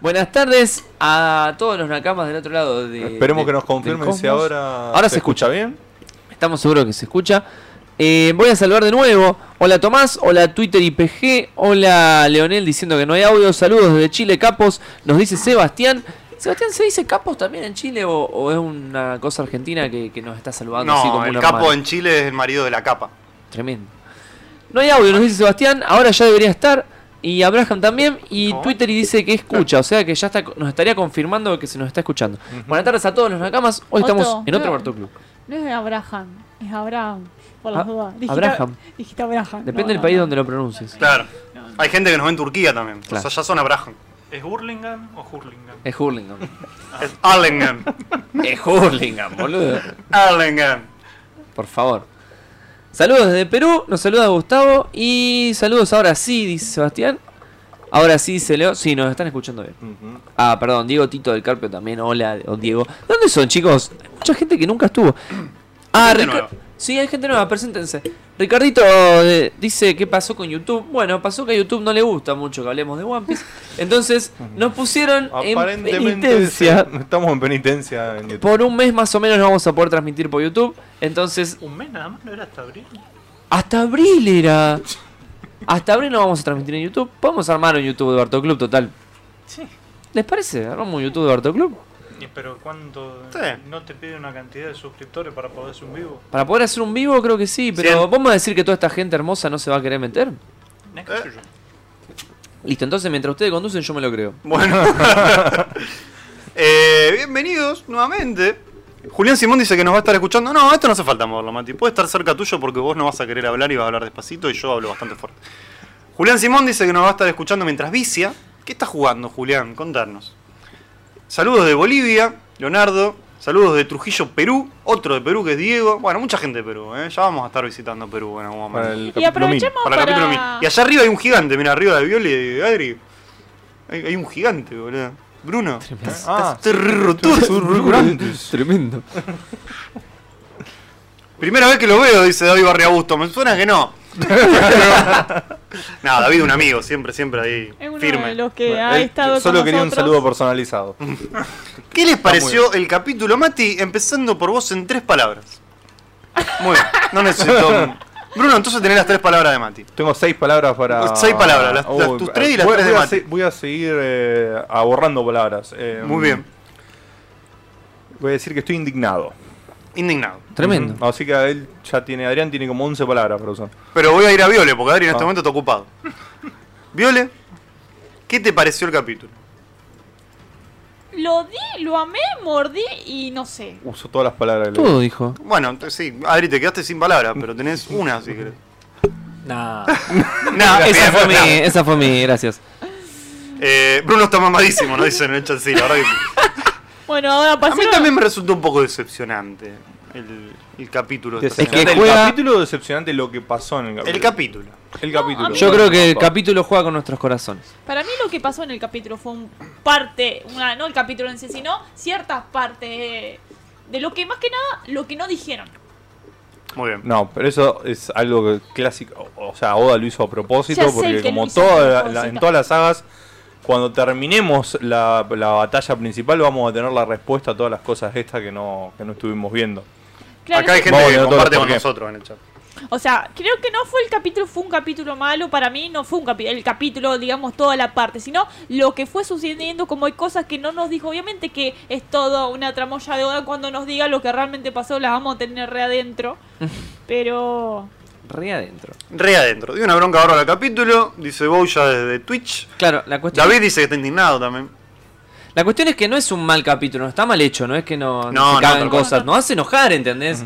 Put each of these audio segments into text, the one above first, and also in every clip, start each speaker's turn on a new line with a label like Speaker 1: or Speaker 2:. Speaker 1: Buenas tardes a todos los nakamas del otro lado. De,
Speaker 2: Esperemos
Speaker 1: de-
Speaker 2: que nos
Speaker 1: del
Speaker 2: confirmen si
Speaker 1: cosmos.
Speaker 2: ahora,
Speaker 1: Ahora se
Speaker 2: bien.
Speaker 1: Estamos seguros que se escucha. Eh, voy a saludar de nuevo. Hola Tomás, hola Twitter IPG, hola Leonel diciendo que no hay audio. Saludos desde Chile, Capos. Nos dice Sebastián. Sebastián, ¿se dice Capos también en Chile o, o es una cosa argentina que, que nos está saludando? así como
Speaker 3: No, el
Speaker 1: un
Speaker 3: capo
Speaker 1: hermano?
Speaker 3: en Chile es el marido de la capa.
Speaker 1: Tremendo. No hay audio, nos dice Sebastián. Ahora ya debería estar. Y Abraham también. Y
Speaker 3: No.
Speaker 1: Twitter y dice que escucha. O sea que ya está, nos estaría confirmando que se nos está escuchando. Buenas tardes a todos los Nakamas. Hoy estamos
Speaker 4: Otto,
Speaker 1: en otro
Speaker 4: creo-
Speaker 1: Bartó Club.
Speaker 4: No es Abraham, es Abraham. Por las
Speaker 1: Ah,
Speaker 4: dudas.
Speaker 1: Abraham.
Speaker 4: Dijiste Abraham.
Speaker 1: Depende del país donde lo pronuncies.
Speaker 3: Claro. Hay gente que nos ve en Turquía también. O
Speaker 1: Claro.
Speaker 3: sea, ya son Abraham.
Speaker 5: ¿Es Hurlingham o Hurlingham?
Speaker 1: Es Hurlingham.
Speaker 3: Es Arlingham.
Speaker 1: es Hurlingham, boludo.
Speaker 3: Arlingham.
Speaker 1: Por favor. Saludos desde Perú. Nos saluda Gustavo. Y saludos ahora sí, dice Sebastián. Ahora sí, se leo. Sí, nos están escuchando bien. Ah, perdón, Diego Tito del Carpio también. Hola, o Diego. ¿Dónde son, chicos? Hay mucha gente que nunca estuvo. Ah,
Speaker 3: Gente
Speaker 1: Rica-
Speaker 3: nueva.
Speaker 1: Sí, hay gente nueva, preséntense. Ricardito eh, dice qué pasó con YouTube. Bueno, pasó que a YouTube no le gusta mucho que hablemos de One Piece. Entonces, nos pusieron en
Speaker 2: Aparentemente sí,
Speaker 1: penitencia.
Speaker 2: estamos en penitencia en YouTube.
Speaker 1: Por un mes más o menos no vamos a poder transmitir por YouTube. Entonces,
Speaker 5: Un mes nada más, no era hasta abril.
Speaker 1: hasta abril era. Hasta abril no vamos a transmitir en YouTube. Podemos armar un YouTube de Bartoclub Club, total.
Speaker 5: Sí.
Speaker 1: ¿Les parece? ¿Armamos un YouTube de Bartoclub? Club?
Speaker 5: Y Pero ¿cuánto?
Speaker 3: Sí.
Speaker 5: ¿No te pide una cantidad de suscriptores para poder hacer un vivo?
Speaker 1: Para poder hacer un vivo creo que sí, pero
Speaker 3: Cien.
Speaker 1: vamos a decir que toda esta gente hermosa no se va a querer meter.
Speaker 5: No, qué sé yo.
Speaker 1: Listo, entonces mientras ustedes conducen yo me lo creo.
Speaker 3: Bueno. Eh, bienvenidos nuevamente. Julián Simón dice que nos va a estar escuchando. No, esto no hace falta moverlo, Mati. Puede estar cerca tuyo porque vos no vas a querer hablar y vas a hablar despacito y yo hablo bastante fuerte. Julián Simón dice que nos va a estar escuchando mientras vicia. ¿Qué estás jugando, Julián? Contarnos. Saludos de Bolivia, Leonardo. Saludos de Trujillo, Perú. Otro de Perú que es Diego. Bueno, mucha gente de Perú, ¿eh? Ya vamos a estar visitando Perú en algún momento.
Speaker 2: Para el
Speaker 4: Y
Speaker 2: capítulo
Speaker 4: aprovechemos
Speaker 3: Para
Speaker 4: para.
Speaker 3: el capítulo mil. Y allá arriba hay un gigante, mira, arriba de Violi y de Adri. Hay, hay un gigante, boludo. Bruno.
Speaker 2: mil. Ah,
Speaker 3: Este rotundo.
Speaker 1: Tremendo.
Speaker 3: Primera vez que lo veo, dice David Barriabusto. Me suena que no. Nada, David, un amigo, siempre, siempre ahí.
Speaker 4: Es uno de
Speaker 3: Firme.
Speaker 4: los que Eh, ha
Speaker 2: él
Speaker 4: estado
Speaker 2: solo
Speaker 4: con
Speaker 2: quería un
Speaker 4: nosotros.
Speaker 2: saludo personalizado.
Speaker 3: ¿Qué les pareció el capítulo, Mati? Empezando por vos en tres palabras. Muy bien, no necesito. Bruno, entonces tenés las tres palabras de Mati.
Speaker 2: Tengo seis palabras para.
Speaker 3: Seis palabras, las- las- tus tres y las
Speaker 2: voy,
Speaker 3: tres de
Speaker 2: voy a,
Speaker 3: Mati.
Speaker 2: se- voy a seguir eh, aborrando palabras. eh,
Speaker 3: Muy bien,
Speaker 2: Voy a decir que estoy indignado.
Speaker 3: indignado.
Speaker 1: Tremendo.
Speaker 2: Ujú. Así que a él ya tiene, Adrián tiene como 11 palabras para usar.
Speaker 3: Pero voy a ir a Viole, porque Adri en este
Speaker 2: Ah.
Speaker 3: momento está ocupado. Viole, ¿qué te pareció el capítulo?
Speaker 4: Lo di, lo amé, mordí y no sé.
Speaker 2: Uso todas las palabras. que le-
Speaker 1: Todo dijo.
Speaker 3: Bueno, t- sí, Adri, te quedaste sin palabras, pero tenés una, si querés.
Speaker 6: Nah.
Speaker 3: Nah,
Speaker 1: esa
Speaker 3: bien,
Speaker 1: fue mi,
Speaker 3: nah.
Speaker 1: esa fue mi, gracias.
Speaker 3: Eh, Bruno está mamadísimo, nos dicen en el chat, sí, la verdad que sí.
Speaker 4: Bueno, ahora
Speaker 3: A mí
Speaker 4: pasaron.
Speaker 3: también me resultó un poco decepcionante el, el capítulo. de esta
Speaker 1: Es que
Speaker 2: Decepcionante
Speaker 3: semana.
Speaker 2: el
Speaker 1: juega-
Speaker 2: capítulo o decepcionante lo que pasó en el capítulo.
Speaker 3: el capítulo.
Speaker 2: El capítulo.
Speaker 4: a mí
Speaker 1: Yo creo que el capítulo juega con nuestros corazones.
Speaker 4: Para mí lo que pasó en el capítulo fue un parte, una, no el capítulo en sí, sino ciertas partes de, de lo que más que nada, lo que no dijeron.
Speaker 3: Muy bien.
Speaker 2: No, pero eso es algo que clásico. O o sea, Oda lo hizo a propósito
Speaker 4: Ya sé
Speaker 2: porque
Speaker 4: que lo
Speaker 2: como
Speaker 4: hizo a
Speaker 2: toda la-
Speaker 4: propósito.
Speaker 2: la- en todas las sagas, cuando terminemos la, la batalla principal vamos a tener la respuesta a todas las cosas estas que no, que no estuvimos viendo.
Speaker 4: Claro,
Speaker 3: Acá hay gente
Speaker 2: Vamos a
Speaker 3: que
Speaker 2: leer todos
Speaker 3: comparte
Speaker 2: los por
Speaker 3: con
Speaker 2: qué.
Speaker 3: nosotros en el chat.
Speaker 4: O sea, creo que no fue el capítulo, fue un capítulo malo para mí, no fue un capi- el capítulo, digamos, toda la parte, sino lo que fue sucediendo, como hay cosas que no nos dijo, obviamente que es todo una tramoya de Oda cuando nos diga lo que realmente pasó, las vamos a tener re adentro, pero...
Speaker 1: Re adentro.
Speaker 3: Re adentro. Dio una bronca ahora al capítulo, dice Bouya desde Twitch.
Speaker 1: Claro, la cuestión,
Speaker 3: David dice que está indignado también.
Speaker 1: la cuestión es que no es un mal capítulo, no está mal hecho, no es que no, no
Speaker 3: No,
Speaker 1: se
Speaker 3: no,
Speaker 1: cagan
Speaker 3: tal cual.
Speaker 1: cosas, nos hace enojar, ¿entendés?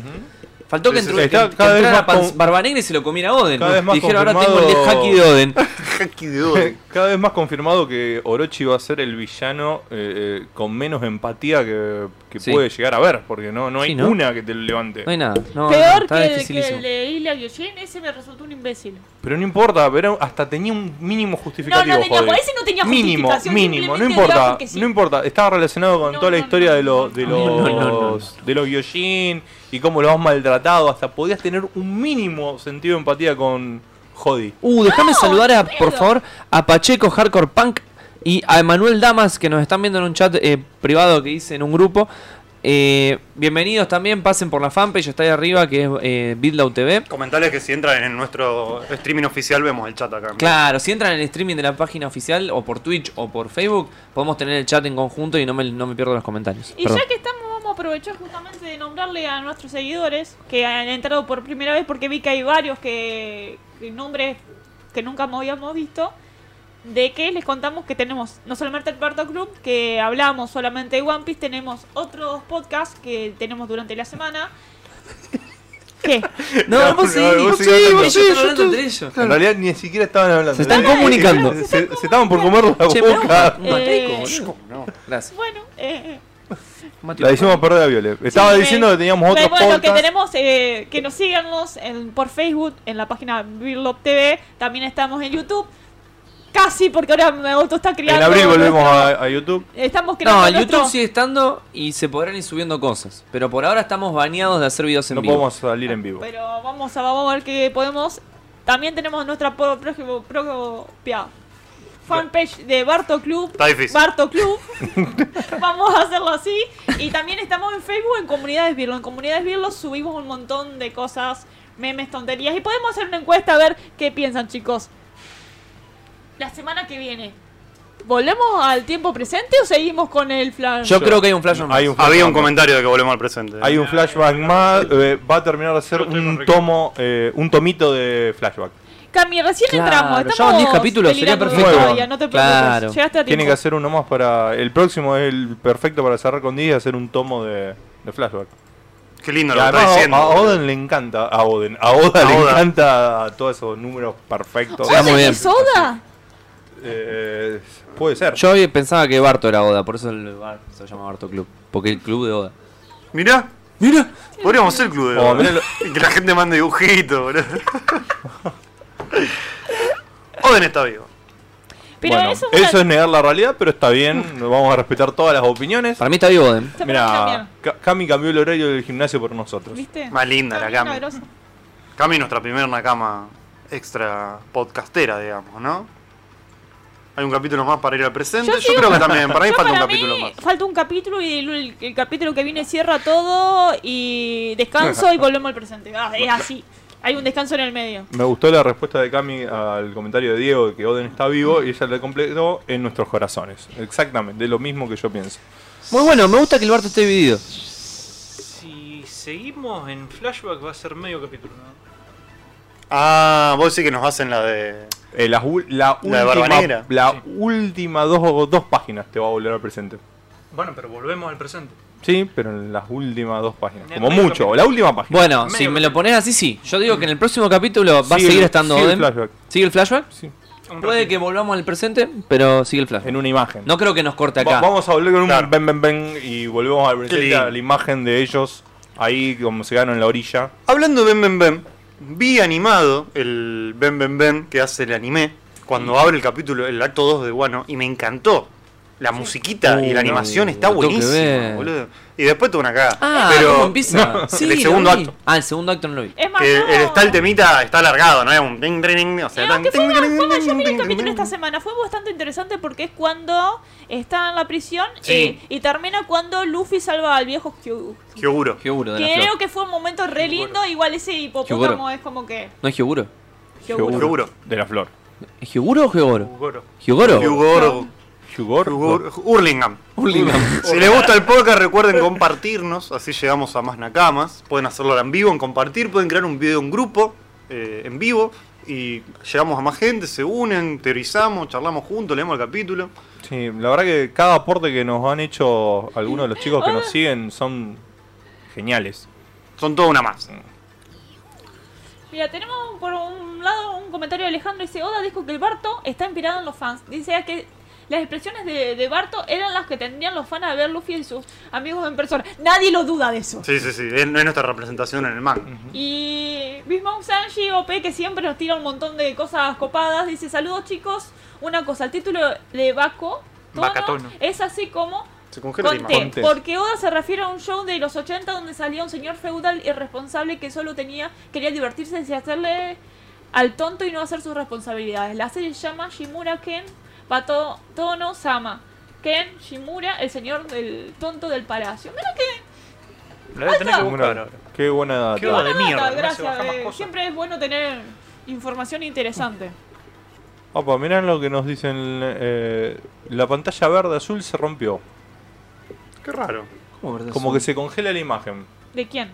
Speaker 1: Faltó que,
Speaker 3: Sí, sí,
Speaker 1: entru-
Speaker 2: sí, está
Speaker 1: que- que
Speaker 2: cada vez
Speaker 1: entrara
Speaker 2: más
Speaker 1: Pans-
Speaker 2: con-
Speaker 1: Barba Negra y se lo comiera Oden.
Speaker 2: Cada vez más
Speaker 1: Dijeron, ahora tengo el
Speaker 2: confirmado-
Speaker 1: hacky de Oden.
Speaker 3: Jaqui de odio.
Speaker 2: Cada vez más confirmado que Orochi va a ser el villano eh, eh, con menos empatía que, que
Speaker 1: Sí.
Speaker 2: puede llegar a ver, porque no, no hay
Speaker 1: Sí, ¿no?
Speaker 2: una que te lo levante.
Speaker 1: No hay nada. No, no,
Speaker 4: Peor
Speaker 1: está
Speaker 4: que, el, que
Speaker 1: dificilísimo.
Speaker 4: el de Isla Yoshin, ese me resultó un imbécil.
Speaker 2: Pero no importa, pero hasta tenía un mínimo
Speaker 4: No,
Speaker 2: justificativo.
Speaker 4: no tenía,
Speaker 2: joder.
Speaker 4: ese no tenía
Speaker 2: mínimo,
Speaker 4: justificación,
Speaker 2: mínimo, no
Speaker 4: simplemente era
Speaker 2: importa,
Speaker 4: porque sí.
Speaker 2: no importa. Estaba relacionado con
Speaker 4: No,
Speaker 2: toda la
Speaker 4: no,
Speaker 2: historia
Speaker 4: no,
Speaker 2: de, los
Speaker 4: no,
Speaker 2: de los
Speaker 1: no, no, no, no.
Speaker 2: de los Gyojin y cómo los has maltratado. Hasta podías tener un mínimo sentido de empatía con Jody.
Speaker 1: Uh, déjame saludar a,
Speaker 4: pedo.
Speaker 1: por favor, a Pacheco Hardcore Punk. Y a Emanuel Damas, que nos están viendo en un chat eh, privado que hice en un grupo. Eh, bienvenidos también, pasen por la fanpage, está ahí arriba, que es eh, Bitlau TV.
Speaker 3: Comentales que si entran en nuestro streaming oficial vemos el chat acá.
Speaker 1: Claro, si entran en el streaming de la página oficial, o por Twitch, o por Facebook, podemos tener el chat en conjunto y no me, no me pierdo los comentarios.
Speaker 4: Y
Speaker 1: Perdón.
Speaker 4: ya que estamos, vamos a aprovechar justamente de nombrarle a nuestros seguidores que han entrado por primera vez porque vi que hay varios que, que nombres que nunca habíamos visto. De que les contamos que tenemos no solamente el Parto Club, que hablamos solamente de One Piece, tenemos otros podcasts que tenemos durante la semana. ¿Qué?
Speaker 1: No,
Speaker 2: No,
Speaker 1: vos sí,
Speaker 2: no,
Speaker 1: vos
Speaker 2: vos
Speaker 1: sí,
Speaker 2: sigas hablando.
Speaker 1: vos sí, yo estoy-
Speaker 2: En realidad ni siquiera estaban hablando.
Speaker 1: Se están comunicando.
Speaker 2: Se, se- se estaban por comer la
Speaker 1: Che,
Speaker 2: boca.
Speaker 1: pero-
Speaker 4: Eh,
Speaker 1: Gracias.
Speaker 4: bueno, eh,
Speaker 2: La hicimos perder a Violet. Estaba
Speaker 4: Sí,
Speaker 2: diciendo
Speaker 4: eh,
Speaker 2: que teníamos
Speaker 4: pero
Speaker 2: otro
Speaker 4: bueno,
Speaker 2: podcast.
Speaker 4: que tenemos eh, que nos síganos en- por Facebook, en la página Birlop TV, también estamos en YouTube. Casi porque ahora me auto está
Speaker 2: En
Speaker 4: creando.
Speaker 2: abril volvemos
Speaker 4: nuestro-
Speaker 2: a, a YouTube.
Speaker 4: Estamos creando
Speaker 1: No, el
Speaker 4: nuestro-
Speaker 1: YouTube sigue estando y se podrán ir subiendo cosas. Pero por ahora estamos baneados de hacer videos en
Speaker 2: No
Speaker 1: vivo.
Speaker 2: podemos salir en vivo.
Speaker 4: Pero vamos a, vamos a ver qué podemos. También tenemos nuestra pro- próximo- propia fanpage de Barto Club.
Speaker 3: Está difícil.
Speaker 4: Barto Club. vamos a hacerlo así. Y también estamos en Facebook en Comunidades Virlo. En Comunidades Virlo subimos un montón de cosas, memes, tonterías. Y podemos hacer una encuesta a ver qué piensan, chicos. La semana que viene. ¿Volvemos al tiempo presente o seguimos con el flash?
Speaker 1: Yo creo que hay un flash on
Speaker 2: Hay
Speaker 1: más.
Speaker 2: un
Speaker 3: Había un
Speaker 2: flashback.
Speaker 3: comentario de que volvemos al presente.
Speaker 2: Hay un flashback más, eh, va a terminar de ser
Speaker 5: Yo estoy con
Speaker 2: un
Speaker 5: Ricky.
Speaker 2: tomo, eh, un tomito de flashback.
Speaker 4: Cami, recién
Speaker 1: Claro,
Speaker 4: entramos.
Speaker 1: ya
Speaker 4: Estamos
Speaker 1: van 10 capítulos, sería
Speaker 4: delirando
Speaker 2: perfecto.
Speaker 4: todavía, no te preocupes.
Speaker 1: Claro.
Speaker 4: Llegaste a tiempo.
Speaker 2: Tiene que hacer uno más para. El próximo es el perfecto para cerrar con 10 y hacer un tomo de, de flashback.
Speaker 3: Qué lindo
Speaker 2: Y
Speaker 3: lo que está
Speaker 2: además a-
Speaker 3: diciendo.
Speaker 2: a Oden le encanta. A Oden. A Oda
Speaker 3: A
Speaker 2: le
Speaker 3: Oda.
Speaker 2: encanta todos esos números perfectos.
Speaker 1: Está muy
Speaker 4: ¿Oden
Speaker 1: bien.
Speaker 4: es Soda?
Speaker 2: Eh, puede ser.
Speaker 1: Ah, Yo había- pensaba que Barto era Oda, por eso el lugar se llama Barto Club. Porque el club de Oda.
Speaker 3: Mirá,
Speaker 1: Mira,
Speaker 3: podríamos ser club de
Speaker 2: Oh,
Speaker 3: Oda.
Speaker 2: mirá
Speaker 3: Y Que la gente mande dibujitos, boludo. Oden está vivo.
Speaker 4: Pero
Speaker 2: Bueno,
Speaker 4: eso es
Speaker 2: eso
Speaker 4: una- Mm.
Speaker 2: es negar la realidad, pero está bien. Vamos a respetar todas las opiniones.
Speaker 1: para mí está vivo ¿eh? Oden.
Speaker 4: esa pregunta
Speaker 2: Mira,
Speaker 4: mía,
Speaker 2: Cami cambió el horario del gimnasio por nosotros.
Speaker 4: ¿Viste?
Speaker 3: Más linda la
Speaker 4: Está bien,
Speaker 3: Cami.
Speaker 4: grosa.
Speaker 3: Cami, nuestra primera Nakama extra podcastera, digamos, ¿no? Hay un capítulo más para ir al presente.
Speaker 4: Yo
Speaker 3: Yo,
Speaker 4: sigo-
Speaker 3: creo que también. Para mí
Speaker 4: Yo
Speaker 3: falta un
Speaker 4: para
Speaker 3: capítulo
Speaker 4: mí
Speaker 3: más.
Speaker 4: Falta un capítulo y el, el- el capítulo que viene cierra todo y descanso y volvemos al presente. Ah, es así. Hay un descanso en el medio.
Speaker 2: Me gustó la respuesta de Cami al comentario de Diego de que Oden está vivo y ella le completó en nuestros corazones. Exactamente, es lo mismo que yo pienso.
Speaker 1: Muy bueno, me gusta que el Barto esté dividido.
Speaker 5: Si seguimos en flashback va a ser medio capítulo. ¿no?
Speaker 3: Ah, vos decís que nos hacen la de.
Speaker 2: Eh, la, ul- la
Speaker 3: La
Speaker 2: última,
Speaker 3: de Barbanera.
Speaker 2: la
Speaker 5: Sí.
Speaker 2: última dos, dos páginas te va a volver al presente.
Speaker 5: Bueno, pero volvemos al presente.
Speaker 2: Sí, pero en las últimas dos páginas.
Speaker 5: En el
Speaker 2: Como
Speaker 5: medio
Speaker 2: mucho,
Speaker 5: capítulo.
Speaker 2: la última página.
Speaker 1: Bueno,
Speaker 5: Medio
Speaker 1: si me lo
Speaker 5: capítulo.
Speaker 1: pones así, sí. Yo digo que en el próximo capítulo va a
Speaker 2: Sigue
Speaker 1: seguir
Speaker 2: el-
Speaker 1: estando
Speaker 2: sigue el
Speaker 1: Oden.
Speaker 2: flashback.
Speaker 1: ¿Sigue el flashback?
Speaker 2: Sí,
Speaker 5: Un
Speaker 1: Puede que
Speaker 5: ratito.
Speaker 1: volvamos al presente, pero sigue el flashback.
Speaker 2: en una imagen.
Speaker 1: No creo que nos corte
Speaker 2: Va-
Speaker 1: acá.
Speaker 2: vamos a volver con un
Speaker 3: Claro.
Speaker 2: ben, ben, ben y volvemos al presente
Speaker 3: lindo.
Speaker 2: a la imagen de ellos ahí como se quedaron en la orilla.
Speaker 3: Hablando de Ben Ben Ben, vi animado el Ben Ben Ben que hace el anime cuando abre el capítulo, el acto 2 de Wano, y me encantó. La musiquita y
Speaker 1: Uh,
Speaker 3: la animación está
Speaker 1: lo tengo que
Speaker 3: buenísima,
Speaker 1: ver.
Speaker 3: boludo. Y después tuve una cagada.
Speaker 1: Ah,
Speaker 3: pero
Speaker 1: ¿cómo empieza? sí,
Speaker 3: el
Speaker 1: lo
Speaker 3: segundo
Speaker 1: vi.
Speaker 3: acto.
Speaker 1: Ah, el segundo acto no lo vi.
Speaker 4: Es más,
Speaker 3: Que
Speaker 4: no.
Speaker 3: el- está el temita, está alargado, ¿no? Es un ding, ding, ding, o sea,
Speaker 4: Pero
Speaker 3: tan-
Speaker 4: que fue
Speaker 3: ding,
Speaker 4: una-
Speaker 3: ding,
Speaker 4: fue una-
Speaker 3: ding,
Speaker 4: yo miré el
Speaker 3: ding,
Speaker 4: capítulo
Speaker 3: ding,
Speaker 4: esta
Speaker 3: ding.
Speaker 4: semana, fue bastante interesante porque es cuando está en la prisión
Speaker 3: Sí.
Speaker 4: eh, y termina cuando Luffy salva al viejo Kyogre.
Speaker 3: Kyoguro.
Speaker 1: Hyoguro de la
Speaker 4: Creo
Speaker 1: flor.
Speaker 4: que fue un momento re lindo, igual ese hipopótamo
Speaker 1: Hyogoro.
Speaker 4: es como que...
Speaker 1: ¿No es Hyoguro?
Speaker 4: Hyogoro.
Speaker 3: Hyoguro.
Speaker 2: De la flor.
Speaker 1: ¿Es Hyoguro o Hyogoro?
Speaker 5: Goro.
Speaker 1: ¿Hyogoro?
Speaker 3: Hyogoro.
Speaker 2: Yugor.
Speaker 3: Hyoguro- Hurlingham.
Speaker 1: Hurlingham.
Speaker 3: Si les gusta el podcast, recuerden compartirnos, así llegamos a más nakamas. Pueden hacerlo ahora en vivo, en compartir, pueden crear un video en grupo, eh, en vivo, y llegamos a más gente, se unen, teorizamos, charlamos juntos, leemos el capítulo.
Speaker 2: Sí, la verdad que cada aporte que nos han hecho algunos de los chicos que nos siguen son geniales.
Speaker 3: Son toda una más.
Speaker 4: Mira, tenemos por un lado un comentario de Alejandro. Dice, Oda dijo que el Barto está inspirado en los fans. Dice "Ah, que las expresiones de, de Barto eran las que tendrían los fans a ver Luffy y sus amigos en persona. Nadie lo duda de eso.
Speaker 3: Sí, sí, sí, es, es nuestra representación en el manga.
Speaker 4: Y mismo Sanji OP que siempre nos tira un montón de cosas copadas. Dice, saludos chicos. Una cosa, el título de Baco Tono
Speaker 5: Bakatono.
Speaker 4: es así como
Speaker 3: Se congela la
Speaker 4: Conté,
Speaker 3: imagen.
Speaker 2: Conté.
Speaker 4: porque Oda se refiere a un show de los 80 donde salía un señor feudal irresponsable que solo tenía quería divertirse y hacerle al tonto y no hacer sus responsabilidades. La serie se llama Shimura Ken Pato Tono Sama. Ken Shimura, el señor del tonto del palacio. Mira que
Speaker 5: La voy a tener que
Speaker 2: Mira,
Speaker 5: buscar ahora.
Speaker 2: Qué buena
Speaker 5: Qué
Speaker 2: data.
Speaker 5: de mierda, no se
Speaker 4: gracias.
Speaker 5: baja más
Speaker 4: eh,
Speaker 5: cosas.
Speaker 4: siempre es bueno tener información interesante.
Speaker 2: Opa, mirá lo que nos dicen. eh, la pantalla verde azul se rompió.
Speaker 3: Qué raro.
Speaker 1: ¿Cómo verdad
Speaker 2: Como
Speaker 1: son?
Speaker 2: que se congela la imagen.
Speaker 4: ¿De quién?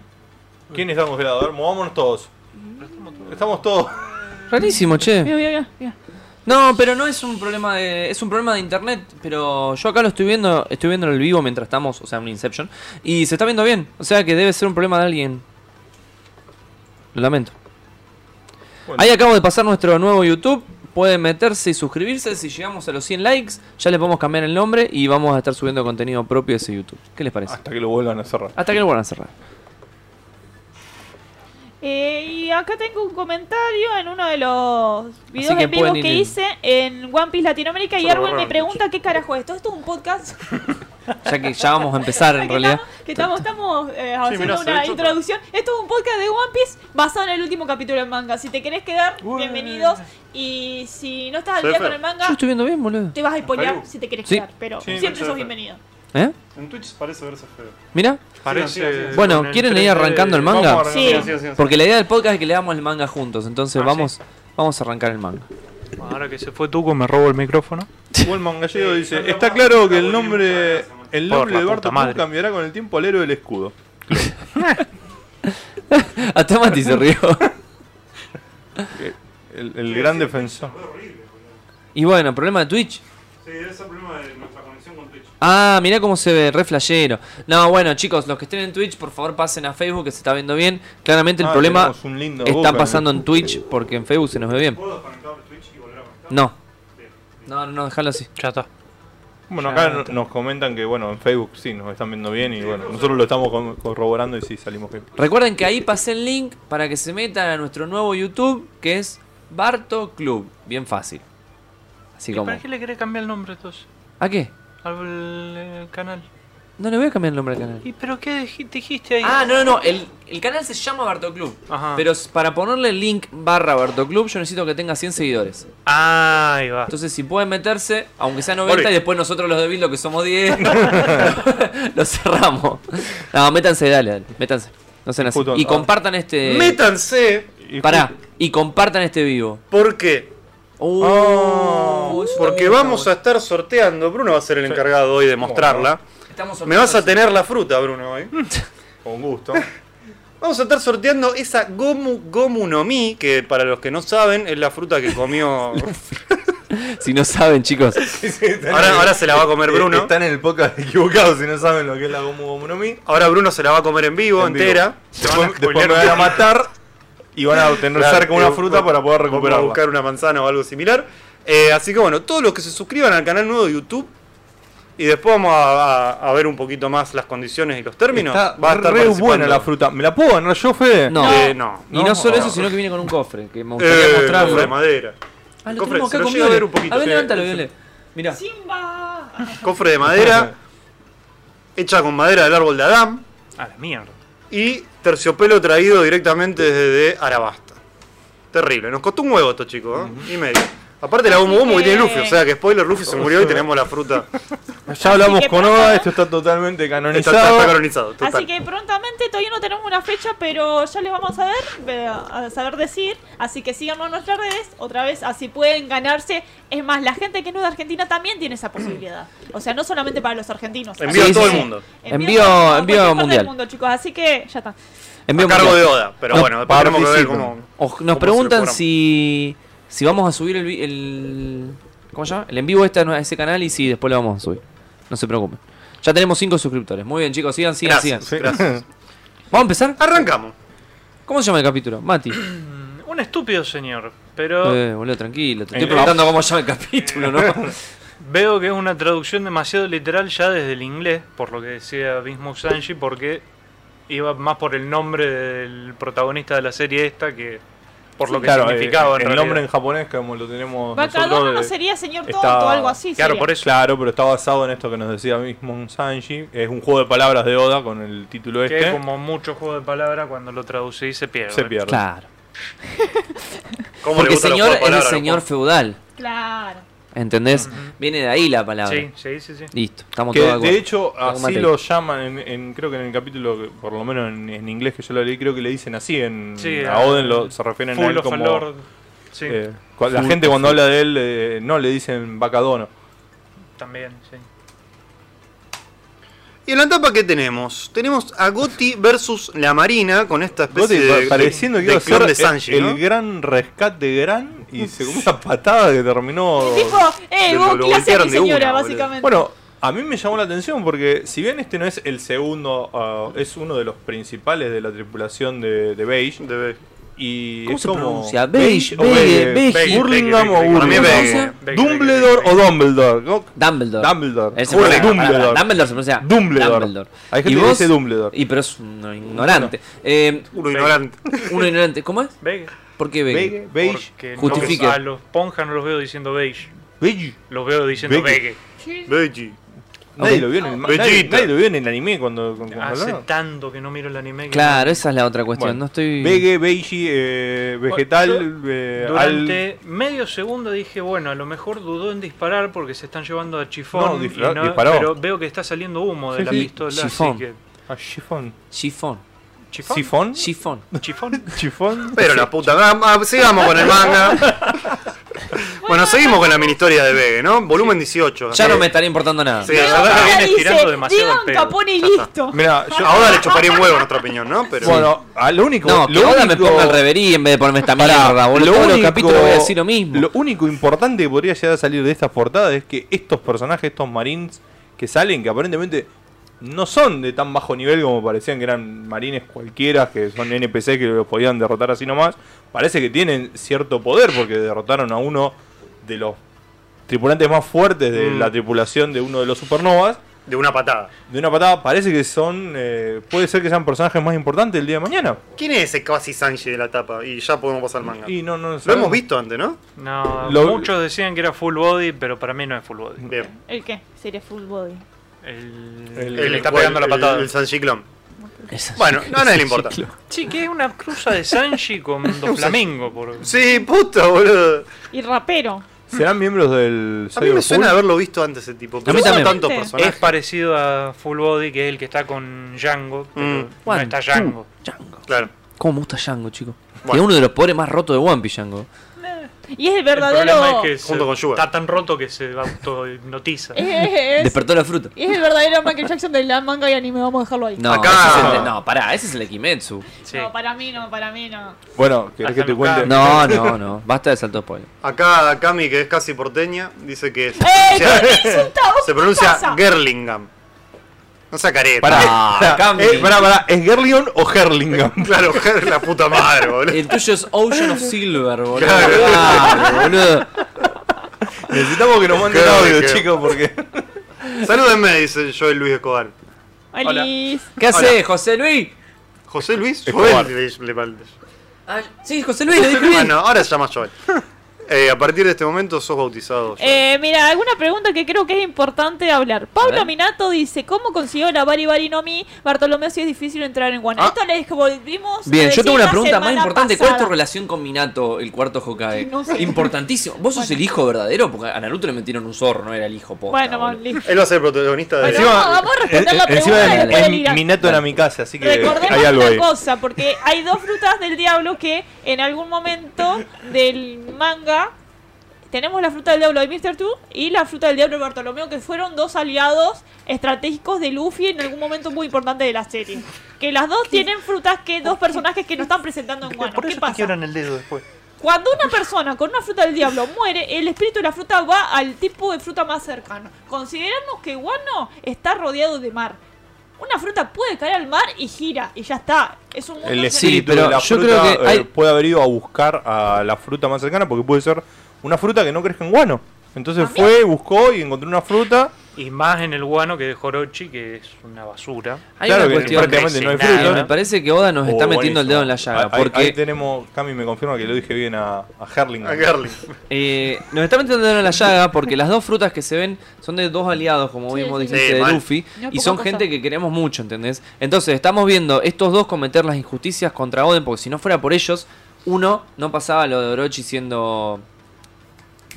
Speaker 2: ¿Quién está congelado? A ver, movámonos todos. Estamos todos.
Speaker 1: Rarísimo, che.
Speaker 4: Mira, mira, mira, mira.
Speaker 1: No, pero no es un problema de. Es un problema de internet. Pero yo acá lo estoy viendo. Estoy viendo en el vivo mientras estamos. O sea, un Inception. Y se está viendo bien. O sea que debe ser un problema de alguien. Lo lamento.
Speaker 2: Bueno.
Speaker 1: Ahí acabo de pasar nuestro nuevo YouTube. Pueden meterse y suscribirse. Si llegamos a los 100 likes, ya le podemos cambiar el nombre y vamos a estar subiendo contenido propio de ese YouTube. ¿Qué les parece?
Speaker 2: Hasta que lo vuelvan a cerrar.
Speaker 1: Hasta que lo van a cerrar.
Speaker 4: Eh, y acá tengo un comentario en uno de los videos
Speaker 1: que
Speaker 4: en vivo
Speaker 1: pueden ir
Speaker 4: que
Speaker 1: en-
Speaker 4: hice en One Piece Latinoamérica y
Speaker 3: Solo
Speaker 4: Arwen me
Speaker 3: borraron,
Speaker 4: pregunta qué carajo es esto. ¿Esto es un podcast?
Speaker 1: Ya que ya vamos a empezar en
Speaker 4: que
Speaker 1: realidad.
Speaker 4: estamos, que estamos, estamos, eh, haciendo
Speaker 3: mirá, se ve
Speaker 4: una
Speaker 3: choto.
Speaker 4: introducción. Esto es un podcast de One Piece basado en el último capítulo del manga. Si te querés quedar,
Speaker 2: Ué.
Speaker 4: bienvenidos. Y si no estás al
Speaker 3: Se ve
Speaker 4: día
Speaker 3: feo.
Speaker 4: con el
Speaker 1: Yo
Speaker 4: manga,
Speaker 1: estoy viendo bien, boludo.
Speaker 4: te vas a spoilear
Speaker 3: Facebook.
Speaker 4: si te querés
Speaker 1: Sí.
Speaker 4: quedar. Pero
Speaker 2: Sí,
Speaker 4: siempre
Speaker 3: se ve
Speaker 4: sos
Speaker 3: feo.
Speaker 4: bienvenido.
Speaker 1: ¿Eh?
Speaker 3: En Twitch parece verse feo.
Speaker 1: Mira.
Speaker 3: Sigan, sigan, sigan.
Speaker 1: Bueno,
Speaker 2: con el
Speaker 1: ¿quieren ir
Speaker 2: 3D?
Speaker 1: arrancando el manga?
Speaker 2: Vamos arrancando.
Speaker 4: Sí.
Speaker 3: Sigan, sigan, sigan.
Speaker 1: Porque la idea del podcast es que le damos el manga juntos, entonces
Speaker 5: Ah,
Speaker 1: vamos, vamos a arrancar el manga.
Speaker 5: Ahora que se fue Tuco me robo el micrófono.
Speaker 2: Wolman Gallego dice, está claro que el nombre el
Speaker 5: Por
Speaker 2: nombre
Speaker 5: la
Speaker 2: de
Speaker 5: puta
Speaker 2: Barto Kuhn
Speaker 5: madre.
Speaker 2: cambiará con el tiempo al héroe del escudo.
Speaker 1: Hasta Mati se rió.
Speaker 2: El, el gran defensor.
Speaker 1: Y bueno, problema de Twitch.
Speaker 3: Sí, ese es el problema de nuestra conexión con Twitch.
Speaker 1: Ah, mirá cómo se ve, re flashero. No, bueno, chicos, los que estén en Twitch, por favor pasen a Facebook, que se está viendo bien. Claramente el
Speaker 2: Ah,
Speaker 1: problema
Speaker 2: tenemos un lindo Boca
Speaker 1: está
Speaker 2: en
Speaker 1: pasando en Twitch, porque en Facebook se nos ve bien.
Speaker 3: ¿Puedo desconectar de Twitch y volver a conectar?
Speaker 1: No. No, no, no, dejalo así.
Speaker 5: Ya está.
Speaker 2: Bueno, acá no- nos comentan que bueno, en Facebook sí nos están viendo bien y bueno, nosotros lo estamos con- corroborando y sí salimos bien.
Speaker 1: Recuerden que ahí pasé el link para que se metan a nuestro nuevo YouTube, que es Barto Club. Bien fácil. Así
Speaker 5: ¿Y
Speaker 1: como.
Speaker 5: para qué le querés cambiar el nombre entonces?
Speaker 1: ¿A qué?
Speaker 5: Al eh, canal.
Speaker 1: No le voy a cambiar el nombre al canal.
Speaker 5: ¿Y pero qué dij- dijiste ahí?
Speaker 1: Ah, no, no, no. El, el canal se llama Barto Club.
Speaker 5: Ajá.
Speaker 1: Pero s- para ponerle el link barra Barto Club, yo necesito que tenga 100 seguidores.
Speaker 5: Ah, ahí va.
Speaker 1: Entonces, si pueden meterse, aunque sea 90 y después nosotros los de Bildo, que somos 10, lo cerramos. No, métanse, dale, dale. Métanse. No sean así.
Speaker 2: Justo,
Speaker 1: Y
Speaker 2: ah.
Speaker 1: compartan este.
Speaker 3: Métanse,
Speaker 2: Y
Speaker 1: Pará. Y compartan este vivo.
Speaker 3: ¿por qué?
Speaker 1: Uh,
Speaker 2: Oh,
Speaker 1: eso
Speaker 3: Porque
Speaker 1: me gusta,
Speaker 3: vamos a estar sorteando. Bruno va a ser el encargado hoy de mostrarla.
Speaker 1: Estamos
Speaker 3: Me vas a
Speaker 1: sorteando-
Speaker 3: tener la fruta, Bruno, hoy.
Speaker 2: Con gusto.
Speaker 3: Vamos a estar sorteando esa Gomu Gomu no Mi, que para los que no saben es la fruta que comió.
Speaker 1: Si no saben, chicos.
Speaker 3: ahora, ahora se la va a comer Bruno.
Speaker 2: Eh, Están en el podcast equivocado si no saben lo que es la Gomu Gomu no Mi.
Speaker 3: Ahora Bruno se la va a comer en vivo,
Speaker 2: En vivo.
Speaker 3: entera. Se van a
Speaker 2: Después, después
Speaker 3: spoilear.
Speaker 2: me van a matar y van a tener
Speaker 3: Claro,
Speaker 2: cerca una
Speaker 3: eh,
Speaker 2: fruta
Speaker 3: bueno,
Speaker 2: para poder
Speaker 3: vamos a
Speaker 2: recuperarla.
Speaker 3: buscar una manzana o algo similar. Eh, así que bueno, todos los que se suscriban al canal nuevo de YouTube. Y después vamos a, a- a ver un poquito más las condiciones y los términos.
Speaker 2: Está
Speaker 3: va a estar
Speaker 2: re buena
Speaker 3: participando.
Speaker 2: la fruta. ¿Me la puedo ganar yo, Fede?
Speaker 1: No.
Speaker 3: Eh, no.
Speaker 1: Y no,
Speaker 2: No,
Speaker 1: solo
Speaker 2: no.
Speaker 1: eso, sino que viene con un cofre. Que me gustaría
Speaker 3: Eh,
Speaker 1: mostrarlo.
Speaker 3: cofre de madera.
Speaker 1: Ah, lo
Speaker 3: Cofre,
Speaker 1: tenemos
Speaker 3: se
Speaker 1: acá
Speaker 3: lo
Speaker 1: con
Speaker 3: llega a
Speaker 1: Violet.
Speaker 3: ver un poquito,
Speaker 1: A ver,
Speaker 3: sí.
Speaker 1: levántalo, Violet. Mirá.
Speaker 4: ¡Simba!
Speaker 3: Cofre de madera, hecha con madera del árbol de Adán.
Speaker 5: A la mierda.
Speaker 3: Y terciopelo traído directamente desde Arabasta. Terrible. Nos costó un huevo esto, chicos. ¿eh? Y medio. Aparte la Gomu Gomu que tiene Luffy. O sea que spoiler, Luffy se murió y tenemos la fruta.
Speaker 2: Ya hablamos
Speaker 4: que
Speaker 2: con
Speaker 4: pasa,
Speaker 2: Oda,
Speaker 4: ¿no?
Speaker 2: esto está totalmente
Speaker 3: Está,
Speaker 2: canonizado.
Speaker 3: está, está canonizado, total.
Speaker 4: Así que prontamente todavía no tenemos una fecha, pero ya les vamos a ver, eh, a saber decir. Así que síganos en nuestras redes, otra vez, así pueden ganarse. Es más, la gente que no es de Argentina también tiene esa posibilidad. O sea, no solamente para los argentinos.
Speaker 3: Envío
Speaker 1: Sí,
Speaker 3: a todo
Speaker 1: sí,
Speaker 3: el
Speaker 1: sí.
Speaker 3: mundo.
Speaker 1: Envío-
Speaker 4: a
Speaker 1: envío
Speaker 4: cualquier parte del
Speaker 1: mundial.
Speaker 4: mundo, chicos, así que ya está.
Speaker 1: Envío
Speaker 3: a cargo
Speaker 1: mundial.
Speaker 3: de Oda, pero
Speaker 1: No,
Speaker 3: bueno, después tenemos que ver
Speaker 2: participen.
Speaker 3: cómo.
Speaker 1: O-
Speaker 3: cómo
Speaker 1: nos
Speaker 3: se
Speaker 1: preguntan
Speaker 3: lo
Speaker 1: si, si vamos a subir el, vi- el- ¿Cómo se llama? El en vivo este a nue- a ese canal y sí, después lo vamos a subir. No se preocupen. Ya tenemos 5 suscriptores. Muy bien, chicos, sigan, sigan,
Speaker 3: Gracias.
Speaker 1: sigan.
Speaker 2: Sí.
Speaker 1: ¿Vamos a empezar?
Speaker 3: Arrancamos.
Speaker 1: ¿Cómo se llama el capítulo? Mati.
Speaker 5: Un estúpido señor, pero
Speaker 1: Eh, boludo, tranquilo. Te estoy
Speaker 2: Eh,
Speaker 1: preguntando cómo se llama el capítulo, ¿no?
Speaker 5: veo que es una traducción demasiado literal ya desde el inglés, por lo que decía Bismuth Sanji, porque iba más por el nombre del protagonista de la serie esta que por lo que
Speaker 2: Claro, eh,
Speaker 5: significaba en
Speaker 2: el
Speaker 5: realidad.
Speaker 2: nombre en japonés como lo tenemos
Speaker 4: Bacadona
Speaker 2: nosotros. eh,
Speaker 4: no
Speaker 3: eh,
Speaker 2: de-
Speaker 4: sería señor
Speaker 2: está-
Speaker 4: tonto o algo así.
Speaker 5: claro,
Speaker 4: sería.
Speaker 5: por eso.
Speaker 2: Claro, pero está basado en esto que nos decía mismo Sanji. Es un juego de palabras de Oda con el título
Speaker 5: Que
Speaker 2: este.
Speaker 5: como muchos juegos de palabras, cuando lo traducís se pierde.
Speaker 2: Se pierde.
Speaker 1: claro.
Speaker 3: ¿Cómo le
Speaker 1: Porque
Speaker 3: gustan los
Speaker 1: señor
Speaker 3: juegos
Speaker 1: es
Speaker 3: de
Speaker 1: el
Speaker 3: palabras,
Speaker 1: señor
Speaker 3: los
Speaker 1: feudal.
Speaker 4: Claro.
Speaker 1: ¿Entendés? Viene de ahí la palabra.
Speaker 5: Sí, sí, sí, sí.
Speaker 1: Listo, estamos
Speaker 2: Que
Speaker 1: todos de
Speaker 2: de
Speaker 1: acuerdo.
Speaker 2: hecho
Speaker 1: Dogma
Speaker 2: así
Speaker 1: Tech.
Speaker 2: lo llaman, en, en- creo que en el capítulo, que por lo menos en, en inglés que yo lo leí, creo que le dicen así, en,
Speaker 5: Sí,
Speaker 2: a
Speaker 5: eh,
Speaker 2: Oden lo, se refieren a
Speaker 5: Full
Speaker 2: él
Speaker 5: of a
Speaker 2: como...
Speaker 5: Lord. Sí,
Speaker 2: eh, cu- la
Speaker 1: Full
Speaker 2: gente
Speaker 1: of
Speaker 2: cuando
Speaker 1: a-
Speaker 2: habla de él eh, no le dicen Bacadono.
Speaker 5: también, sí.
Speaker 3: Y en la etapa que tenemos, tenemos a Gotti versus la Marina con esta especie
Speaker 2: Gotti,
Speaker 3: de-
Speaker 2: pa-
Speaker 3: de,
Speaker 2: pareciendo que
Speaker 3: de
Speaker 2: iba a
Speaker 3: clon
Speaker 2: ser
Speaker 3: de Sanji,
Speaker 2: el,
Speaker 3: ¿no?
Speaker 2: el gran rescate de Gran y se comió una patada que terminó...
Speaker 4: Tipo, eh,
Speaker 3: Oh, Lo-
Speaker 4: vos,
Speaker 3: lo
Speaker 4: ¿qué le haces a
Speaker 3: golpearon
Speaker 4: mi
Speaker 3: de una,
Speaker 4: señora,
Speaker 3: boludo.
Speaker 4: básicamente?
Speaker 2: Bueno, a mí me llamó la atención porque si bien este no es el segundo, ah, es uno de los principales de la tripulación de, de Beige.
Speaker 3: De-
Speaker 2: Y
Speaker 1: ¿Cómo
Speaker 2: es
Speaker 1: se
Speaker 2: como
Speaker 1: pronuncia? Beige,
Speaker 2: Beige, o
Speaker 1: Beige,
Speaker 2: Beige,
Speaker 1: Beige.
Speaker 5: Beige,
Speaker 2: Burlingame
Speaker 5: Beige,
Speaker 2: o
Speaker 5: Beige.
Speaker 3: Para mí
Speaker 2: Burlingame.
Speaker 3: Beige.
Speaker 5: Beige,
Speaker 2: Dumbledore
Speaker 5: Beige,
Speaker 2: o Dumbledore. ¿no?
Speaker 1: Dumbledore.
Speaker 2: Dumbledore.
Speaker 1: Él se
Speaker 2: Joder,
Speaker 1: pronuncia-
Speaker 2: Dumbledore.
Speaker 1: Dumbledore se pronuncia
Speaker 2: Dumbledore. Hay gente
Speaker 1: ¿Y
Speaker 2: que
Speaker 1: vos?
Speaker 2: dice Dumbledore.
Speaker 1: Y pero es un ignorante. Eh,
Speaker 3: Uno ignorante.
Speaker 1: uno ignorante. ¿Cómo es?
Speaker 5: Beige.
Speaker 1: ¿Por qué Beige?
Speaker 2: Beige, Beige,
Speaker 5: Porque no-
Speaker 1: Justifique.
Speaker 5: a los Ponja no los veo diciendo beige.
Speaker 2: Beige.
Speaker 5: Los veo diciendo
Speaker 2: Beige.
Speaker 5: beige.
Speaker 4: Sí.
Speaker 3: Veggie.
Speaker 2: Nadie
Speaker 1: Ok.
Speaker 2: lo vio en el ma-
Speaker 3: Bellita.
Speaker 2: nadie- nadie lo vio en el anime cuando, cuando
Speaker 5: Hace
Speaker 2: hablaron.
Speaker 5: tanto que no miro el anime. que
Speaker 1: Claro, esa es la otra cuestión.
Speaker 2: Bueno,
Speaker 1: no estoy.
Speaker 2: Beige, Beige, eh, vegetal, eh, al-
Speaker 5: Durante medio segundo dije, bueno, a lo mejor dudó en disparar porque se están llevando a Chifón.
Speaker 2: No,
Speaker 5: y
Speaker 2: disparó- disparó.
Speaker 5: Pero veo que está saliendo humo de
Speaker 2: Sí,
Speaker 5: la
Speaker 2: sí.
Speaker 5: pistola,
Speaker 1: Chifón.
Speaker 5: así que...
Speaker 2: Ah, chifón.
Speaker 1: Chifón.
Speaker 5: ¿Chifón?
Speaker 2: ¿Sifón?
Speaker 1: Chifón.
Speaker 5: ¿Chifón?
Speaker 2: ¿Chifón?
Speaker 3: Pero la puta, ah, ah, sigamos con el manga. bueno, seguimos con la mini historia de Vegue, ¿no? Volumen 18.
Speaker 1: Ya no me estaría importando nada.
Speaker 3: Sí,
Speaker 4: Diego
Speaker 3: la verdad que
Speaker 4: Capone
Speaker 5: viene estirando
Speaker 4: dice,
Speaker 5: demasiado
Speaker 4: Digan
Speaker 5: el pedo.
Speaker 4: Capone y
Speaker 3: Ya está.
Speaker 4: listo.
Speaker 2: Mira, yo
Speaker 3: Ahora le chuparía un huevo en otra opinión, ¿no? Pero
Speaker 2: Ah, Bueno, a lo único.
Speaker 1: No,
Speaker 2: lo
Speaker 1: que ahora me
Speaker 2: único-
Speaker 1: ponga el reverí en vez de ponerme esta
Speaker 2: Pará,
Speaker 1: mierda, boludo. Todos los capítulos voy a decir lo mismo.
Speaker 2: Lo único importante que podría llegar a salir de estas portadas es que estos personajes, estos marines que salen, que aparentemente no son de tan bajo nivel como parecían que eran marines cualquiera, que son NPC que los podían derrotar así nomás, parece que tienen cierto poder porque derrotaron a uno de los tripulantes más fuertes de
Speaker 3: Mm.
Speaker 2: la tripulación de uno de los supernovas.
Speaker 3: de una patada.
Speaker 2: De una patada, parece que son. eh, puede ser que sean personajes más importantes el día de mañana.
Speaker 3: ¿Quién es ese casi Sanji de la tapa? Y ya podemos pasar al manga.
Speaker 2: Y no, no
Speaker 3: Lo
Speaker 2: sabemos.
Speaker 3: hemos visto antes, ¿no?
Speaker 5: No,
Speaker 2: Lo-
Speaker 5: muchos decían que era full body, pero para mí no es full body.
Speaker 3: Bien.
Speaker 4: ¿El qué? Sería full body.
Speaker 5: El-
Speaker 2: El-
Speaker 3: Él
Speaker 2: le
Speaker 5: está pegando la patada.
Speaker 3: El, el Sanji clon.
Speaker 1: Esa-
Speaker 3: Bueno, no, a nadie le importa.
Speaker 5: Sí, que es una cruza de Sanji con Doflamingo. Por...
Speaker 3: Sí, puta, boludo.
Speaker 4: Y rapero.
Speaker 2: ¿Serán miembros del
Speaker 3: A mí me suena
Speaker 2: Cyberpunk?
Speaker 3: haberlo visto antes ese tipo. Pero
Speaker 1: mí
Speaker 3: son
Speaker 1: también.
Speaker 3: tantos
Speaker 5: Es
Speaker 3: personajes.
Speaker 5: parecido a Full Body, que es el que está con Django, pero
Speaker 3: Mm.
Speaker 5: no
Speaker 1: One,
Speaker 5: está Django.
Speaker 1: Django.
Speaker 3: Claro.
Speaker 1: ¿Cómo me gusta Django, chico?
Speaker 3: Bueno.
Speaker 1: Que Es uno de los pobres más rotos de One Piece, Django.
Speaker 4: Y es el
Speaker 5: El problema es
Speaker 4: verdadero.
Speaker 5: que
Speaker 4: Es,
Speaker 3: Junto
Speaker 5: se-
Speaker 3: con Sugar.
Speaker 5: está tan roto que se autohipnotiza.
Speaker 4: Eh, es-
Speaker 1: Despertó la fruta.
Speaker 4: y es el verdadero Michael Jackson de la manga y anime. Vamos a dejarlo ahí.
Speaker 1: No,
Speaker 3: Acá-
Speaker 1: ese es el de- no, pará, ese es el de Kimetsu.
Speaker 5: Sí.
Speaker 4: No, para mí no, para mí no.
Speaker 2: Bueno, ¿querés
Speaker 5: Hasta
Speaker 2: que te
Speaker 5: los
Speaker 2: cuente?
Speaker 5: cables.
Speaker 1: No, no, no. Basta de salto spoiler.
Speaker 3: Acá Cami, que es casi porteña, dice que se
Speaker 4: ¡Eh!
Speaker 3: pronuncia-
Speaker 4: ¿Qué me insulta? ¿Vos
Speaker 3: se
Speaker 4: qué pasa?
Speaker 3: pronuncia Gerlingam. No sacaré.
Speaker 2: Pará,
Speaker 1: Ah,
Speaker 2: pará,
Speaker 1: Cami.
Speaker 2: eh, pará, pará, ¿es Gerlion o Herlingham?
Speaker 3: Claro, Ger la puta madre, boludo.
Speaker 1: El tuyo es Ocean of Silver, boludo.
Speaker 3: Claro.
Speaker 1: Claro, boludo.
Speaker 2: Necesitamos que nos manden
Speaker 3: Creo
Speaker 2: audio,
Speaker 3: que-
Speaker 2: chicos, porque.
Speaker 3: Salúdenme, dice Joel Luis Escobar.
Speaker 4: Alice.
Speaker 1: ¿Qué hace, José Luis?
Speaker 3: José Luis,
Speaker 2: Escobar.
Speaker 3: Joel Luis Lepaldes.
Speaker 1: Ah, sí, José Luis, lo dije bien.
Speaker 3: Bueno, Ah, ahora se llama Joel. Eh, a partir de este momento sos bautizado. Joel.
Speaker 4: Eh, mira, alguna pregunta que creo que es importante hablar. Pablo
Speaker 1: ver.
Speaker 4: Minato dice, ¿cómo consiguió la Bari Bari no Mi? Bartolomeo si es difícil entrar en One.
Speaker 3: Ah.
Speaker 4: Esto les volvimos a
Speaker 1: Bien, yo
Speaker 4: decir
Speaker 1: tengo una
Speaker 4: la
Speaker 1: pregunta más
Speaker 4: semana
Speaker 1: importante. ¿Cuál es tu
Speaker 4: pasada.
Speaker 1: relación con Minato, el cuarto Hokage?
Speaker 4: No sé.
Speaker 1: Importantísimo. ¿Vos sos el hijo verdadero? Porque a Naruto le metieron un zorro, no era el hijo posta.
Speaker 4: Bueno,
Speaker 1: boludo.
Speaker 4: vamos, listo.
Speaker 3: Él va a ser el protagonista de...
Speaker 4: Bueno, vamos, vamos a responder la
Speaker 2: Eh,
Speaker 4: pregunta y
Speaker 2: encima
Speaker 4: después
Speaker 2: es
Speaker 4: le dirán.
Speaker 2: Minato era mi casa, así que
Speaker 4: Recordemos
Speaker 2: hay algo
Speaker 4: una
Speaker 2: ahí.
Speaker 4: cosa, porque hay dos frutas del diablo que en algún momento del manga tenemos la fruta del diablo de Mr. Two y la fruta del diablo de Bartolomeo, que fueron dos aliados estratégicos de Luffy en algún momento muy importante de la serie. Que las dos tienen frutas que dos personajes que no están presentando en Wano.
Speaker 5: Por
Speaker 4: ¿Qué
Speaker 5: eso te
Speaker 4: pasa?
Speaker 5: quiebran el dedo después.
Speaker 4: Cuando una persona con una fruta del diablo muere, el espíritu de la fruta va al tipo de fruta más cercano. Consideramos que Guano está rodeado de mar. Una fruta puede caer al mar y gira, y ya está. Es un mundo
Speaker 2: El
Speaker 4: que-
Speaker 2: espíritu
Speaker 1: pero
Speaker 2: de la
Speaker 1: yo
Speaker 2: fruta
Speaker 1: creo que
Speaker 2: eh,
Speaker 1: hay-
Speaker 2: puede haber ido a buscar a la fruta más cercana porque puede ser una fruta que no crezca en guano. Entonces
Speaker 4: También.
Speaker 2: fue, buscó y encontró una fruta.
Speaker 5: Y más en el guano que de Jorochi, que es una basura.
Speaker 1: Hay
Speaker 2: claro
Speaker 1: una
Speaker 2: que
Speaker 1: cuestión.
Speaker 2: prácticamente no hay
Speaker 5: Nada,
Speaker 1: Pero
Speaker 2: fruta. Oh,
Speaker 1: me parece que Oda nos está metiendo el dedo en la llaga.
Speaker 2: Ahí- ahí-
Speaker 1: Porque
Speaker 2: ahí tenemos, Cami me confirma que lo dije bien a, a Herlingham.
Speaker 3: A Gerling.
Speaker 1: eh, nos está metiendo el dedo en la llaga porque las dos frutas que se ven son de dos aliados, como
Speaker 4: Sí,
Speaker 1: vimos
Speaker 4: sí,
Speaker 1: dijiste,
Speaker 3: sí.
Speaker 1: de
Speaker 3: Sí, mal.
Speaker 1: Luffy.
Speaker 4: No,
Speaker 1: y
Speaker 4: poca
Speaker 1: son
Speaker 4: cosa.
Speaker 1: gente que queremos mucho, ¿entendés? Entonces estamos viendo estos dos cometer las injusticias contra Oden porque si no fuera por ellos, uno no pasaba lo de Orochi siendo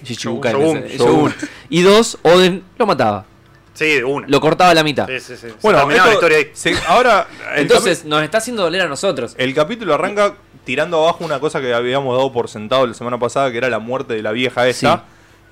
Speaker 1: Shichibukai,
Speaker 3: Shogun,
Speaker 1: pensé,
Speaker 3: Shogun.
Speaker 1: Shogun. Y dos, Oden lo mataba.
Speaker 3: Sí, de una.
Speaker 1: Lo cortaba a la mitad.
Speaker 3: Sí, sí, sí.
Speaker 2: Bueno,
Speaker 3: Bueno, la
Speaker 2: esto-
Speaker 3: historia ahí.
Speaker 2: se- ahora. el
Speaker 1: Entonces, nos está haciendo doler a nosotros.
Speaker 2: El capítulo arranca tirando abajo una cosa que habíamos dado por sentado la semana pasada, que era la muerte de la vieja esa.
Speaker 1: Sí.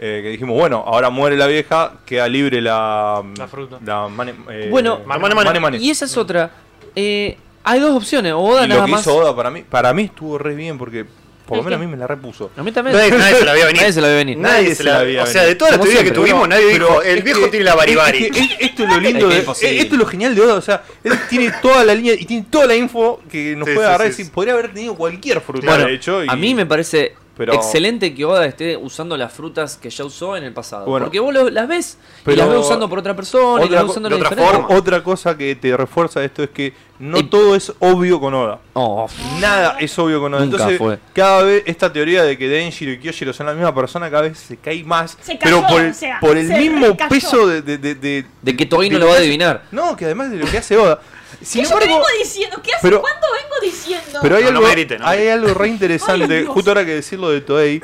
Speaker 2: Eh, que dijimos, bueno, ahora muere la vieja, queda libre la.
Speaker 5: La fruta.
Speaker 2: la mane- eh,
Speaker 1: Bueno,
Speaker 2: mane-
Speaker 3: mane- mane-
Speaker 2: mane- mane.
Speaker 1: Y esa es otra. Eh, hay dos opciones. O Oda
Speaker 2: Y lo
Speaker 1: nada
Speaker 2: que
Speaker 1: más.
Speaker 2: hizo Oda para mí, para mí estuvo re bien, porque por lo
Speaker 4: ¿El
Speaker 2: menos a
Speaker 4: qué?
Speaker 2: mí me la repuso.
Speaker 1: A mí también.
Speaker 3: Nadie, nadie se la había
Speaker 1: Nadie se
Speaker 3: venir.
Speaker 1: la ve venir.
Speaker 2: Nadie se la veía
Speaker 3: O sea,
Speaker 2: venir.
Speaker 3: de todas las
Speaker 1: Como
Speaker 3: teorías que
Speaker 1: siempre.
Speaker 3: tuvimos, nadie dijo,
Speaker 2: es
Speaker 3: el
Speaker 2: que-
Speaker 3: viejo tiene la
Speaker 2: es que
Speaker 3: baribari.
Speaker 2: es- esto es lo lindo
Speaker 6: Es
Speaker 2: de,
Speaker 6: que es
Speaker 2: esto es lo genial de Oda, o sea, él tiene toda la línea y tiene toda la info que nos
Speaker 3: Sí,
Speaker 2: puede
Speaker 3: sí,
Speaker 2: agarrar y
Speaker 3: sí,
Speaker 2: decir,
Speaker 3: sí.
Speaker 2: podría haber tenido cualquier fruta
Speaker 1: Bueno,
Speaker 2: de hecho. y-
Speaker 1: a mí me parece
Speaker 2: Pero-
Speaker 1: excelente que Oda esté usando las frutas que ya usó en el pasado.
Speaker 2: Bueno.
Speaker 1: porque vos lo- las ves
Speaker 2: Pero-
Speaker 1: y las ves usando por otra persona y las
Speaker 2: Otra co-
Speaker 1: ves usando
Speaker 3: de
Speaker 1: en
Speaker 3: otra
Speaker 1: diferente.
Speaker 3: forma.
Speaker 2: Otra cosa que te refuerza esto es que no
Speaker 1: Y-
Speaker 2: todo es obvio con Oda.
Speaker 1: Oh,
Speaker 2: Nada es obvio con Oda.
Speaker 1: Nunca
Speaker 2: Entonces,
Speaker 1: fue.
Speaker 2: cada vez esta teoría de que Denjiro y Kyojiro son la misma persona, cada vez se cae más.
Speaker 4: Se
Speaker 2: pero
Speaker 4: cayó,
Speaker 2: por el,
Speaker 4: o sea,
Speaker 2: por el
Speaker 4: se
Speaker 2: mismo
Speaker 4: recayó.
Speaker 2: peso de, de, de- de-
Speaker 1: de que Toei
Speaker 2: de
Speaker 1: no lo va a
Speaker 2: que hace-
Speaker 1: adivinar.
Speaker 2: No, que además de lo que hace Oda. Sin
Speaker 4: ¿Qué yo
Speaker 2: embargo,
Speaker 4: vengo diciendo? ¿Qué hace?
Speaker 2: pero-
Speaker 4: ¿Cuánto vengo diciendo?
Speaker 2: pero hay,
Speaker 3: No, no
Speaker 2: algo,
Speaker 3: merite, no
Speaker 2: hay
Speaker 3: merite.
Speaker 2: algo re interesante,
Speaker 4: Ay, Dios.
Speaker 2: justo ahora que decirlo de Toei.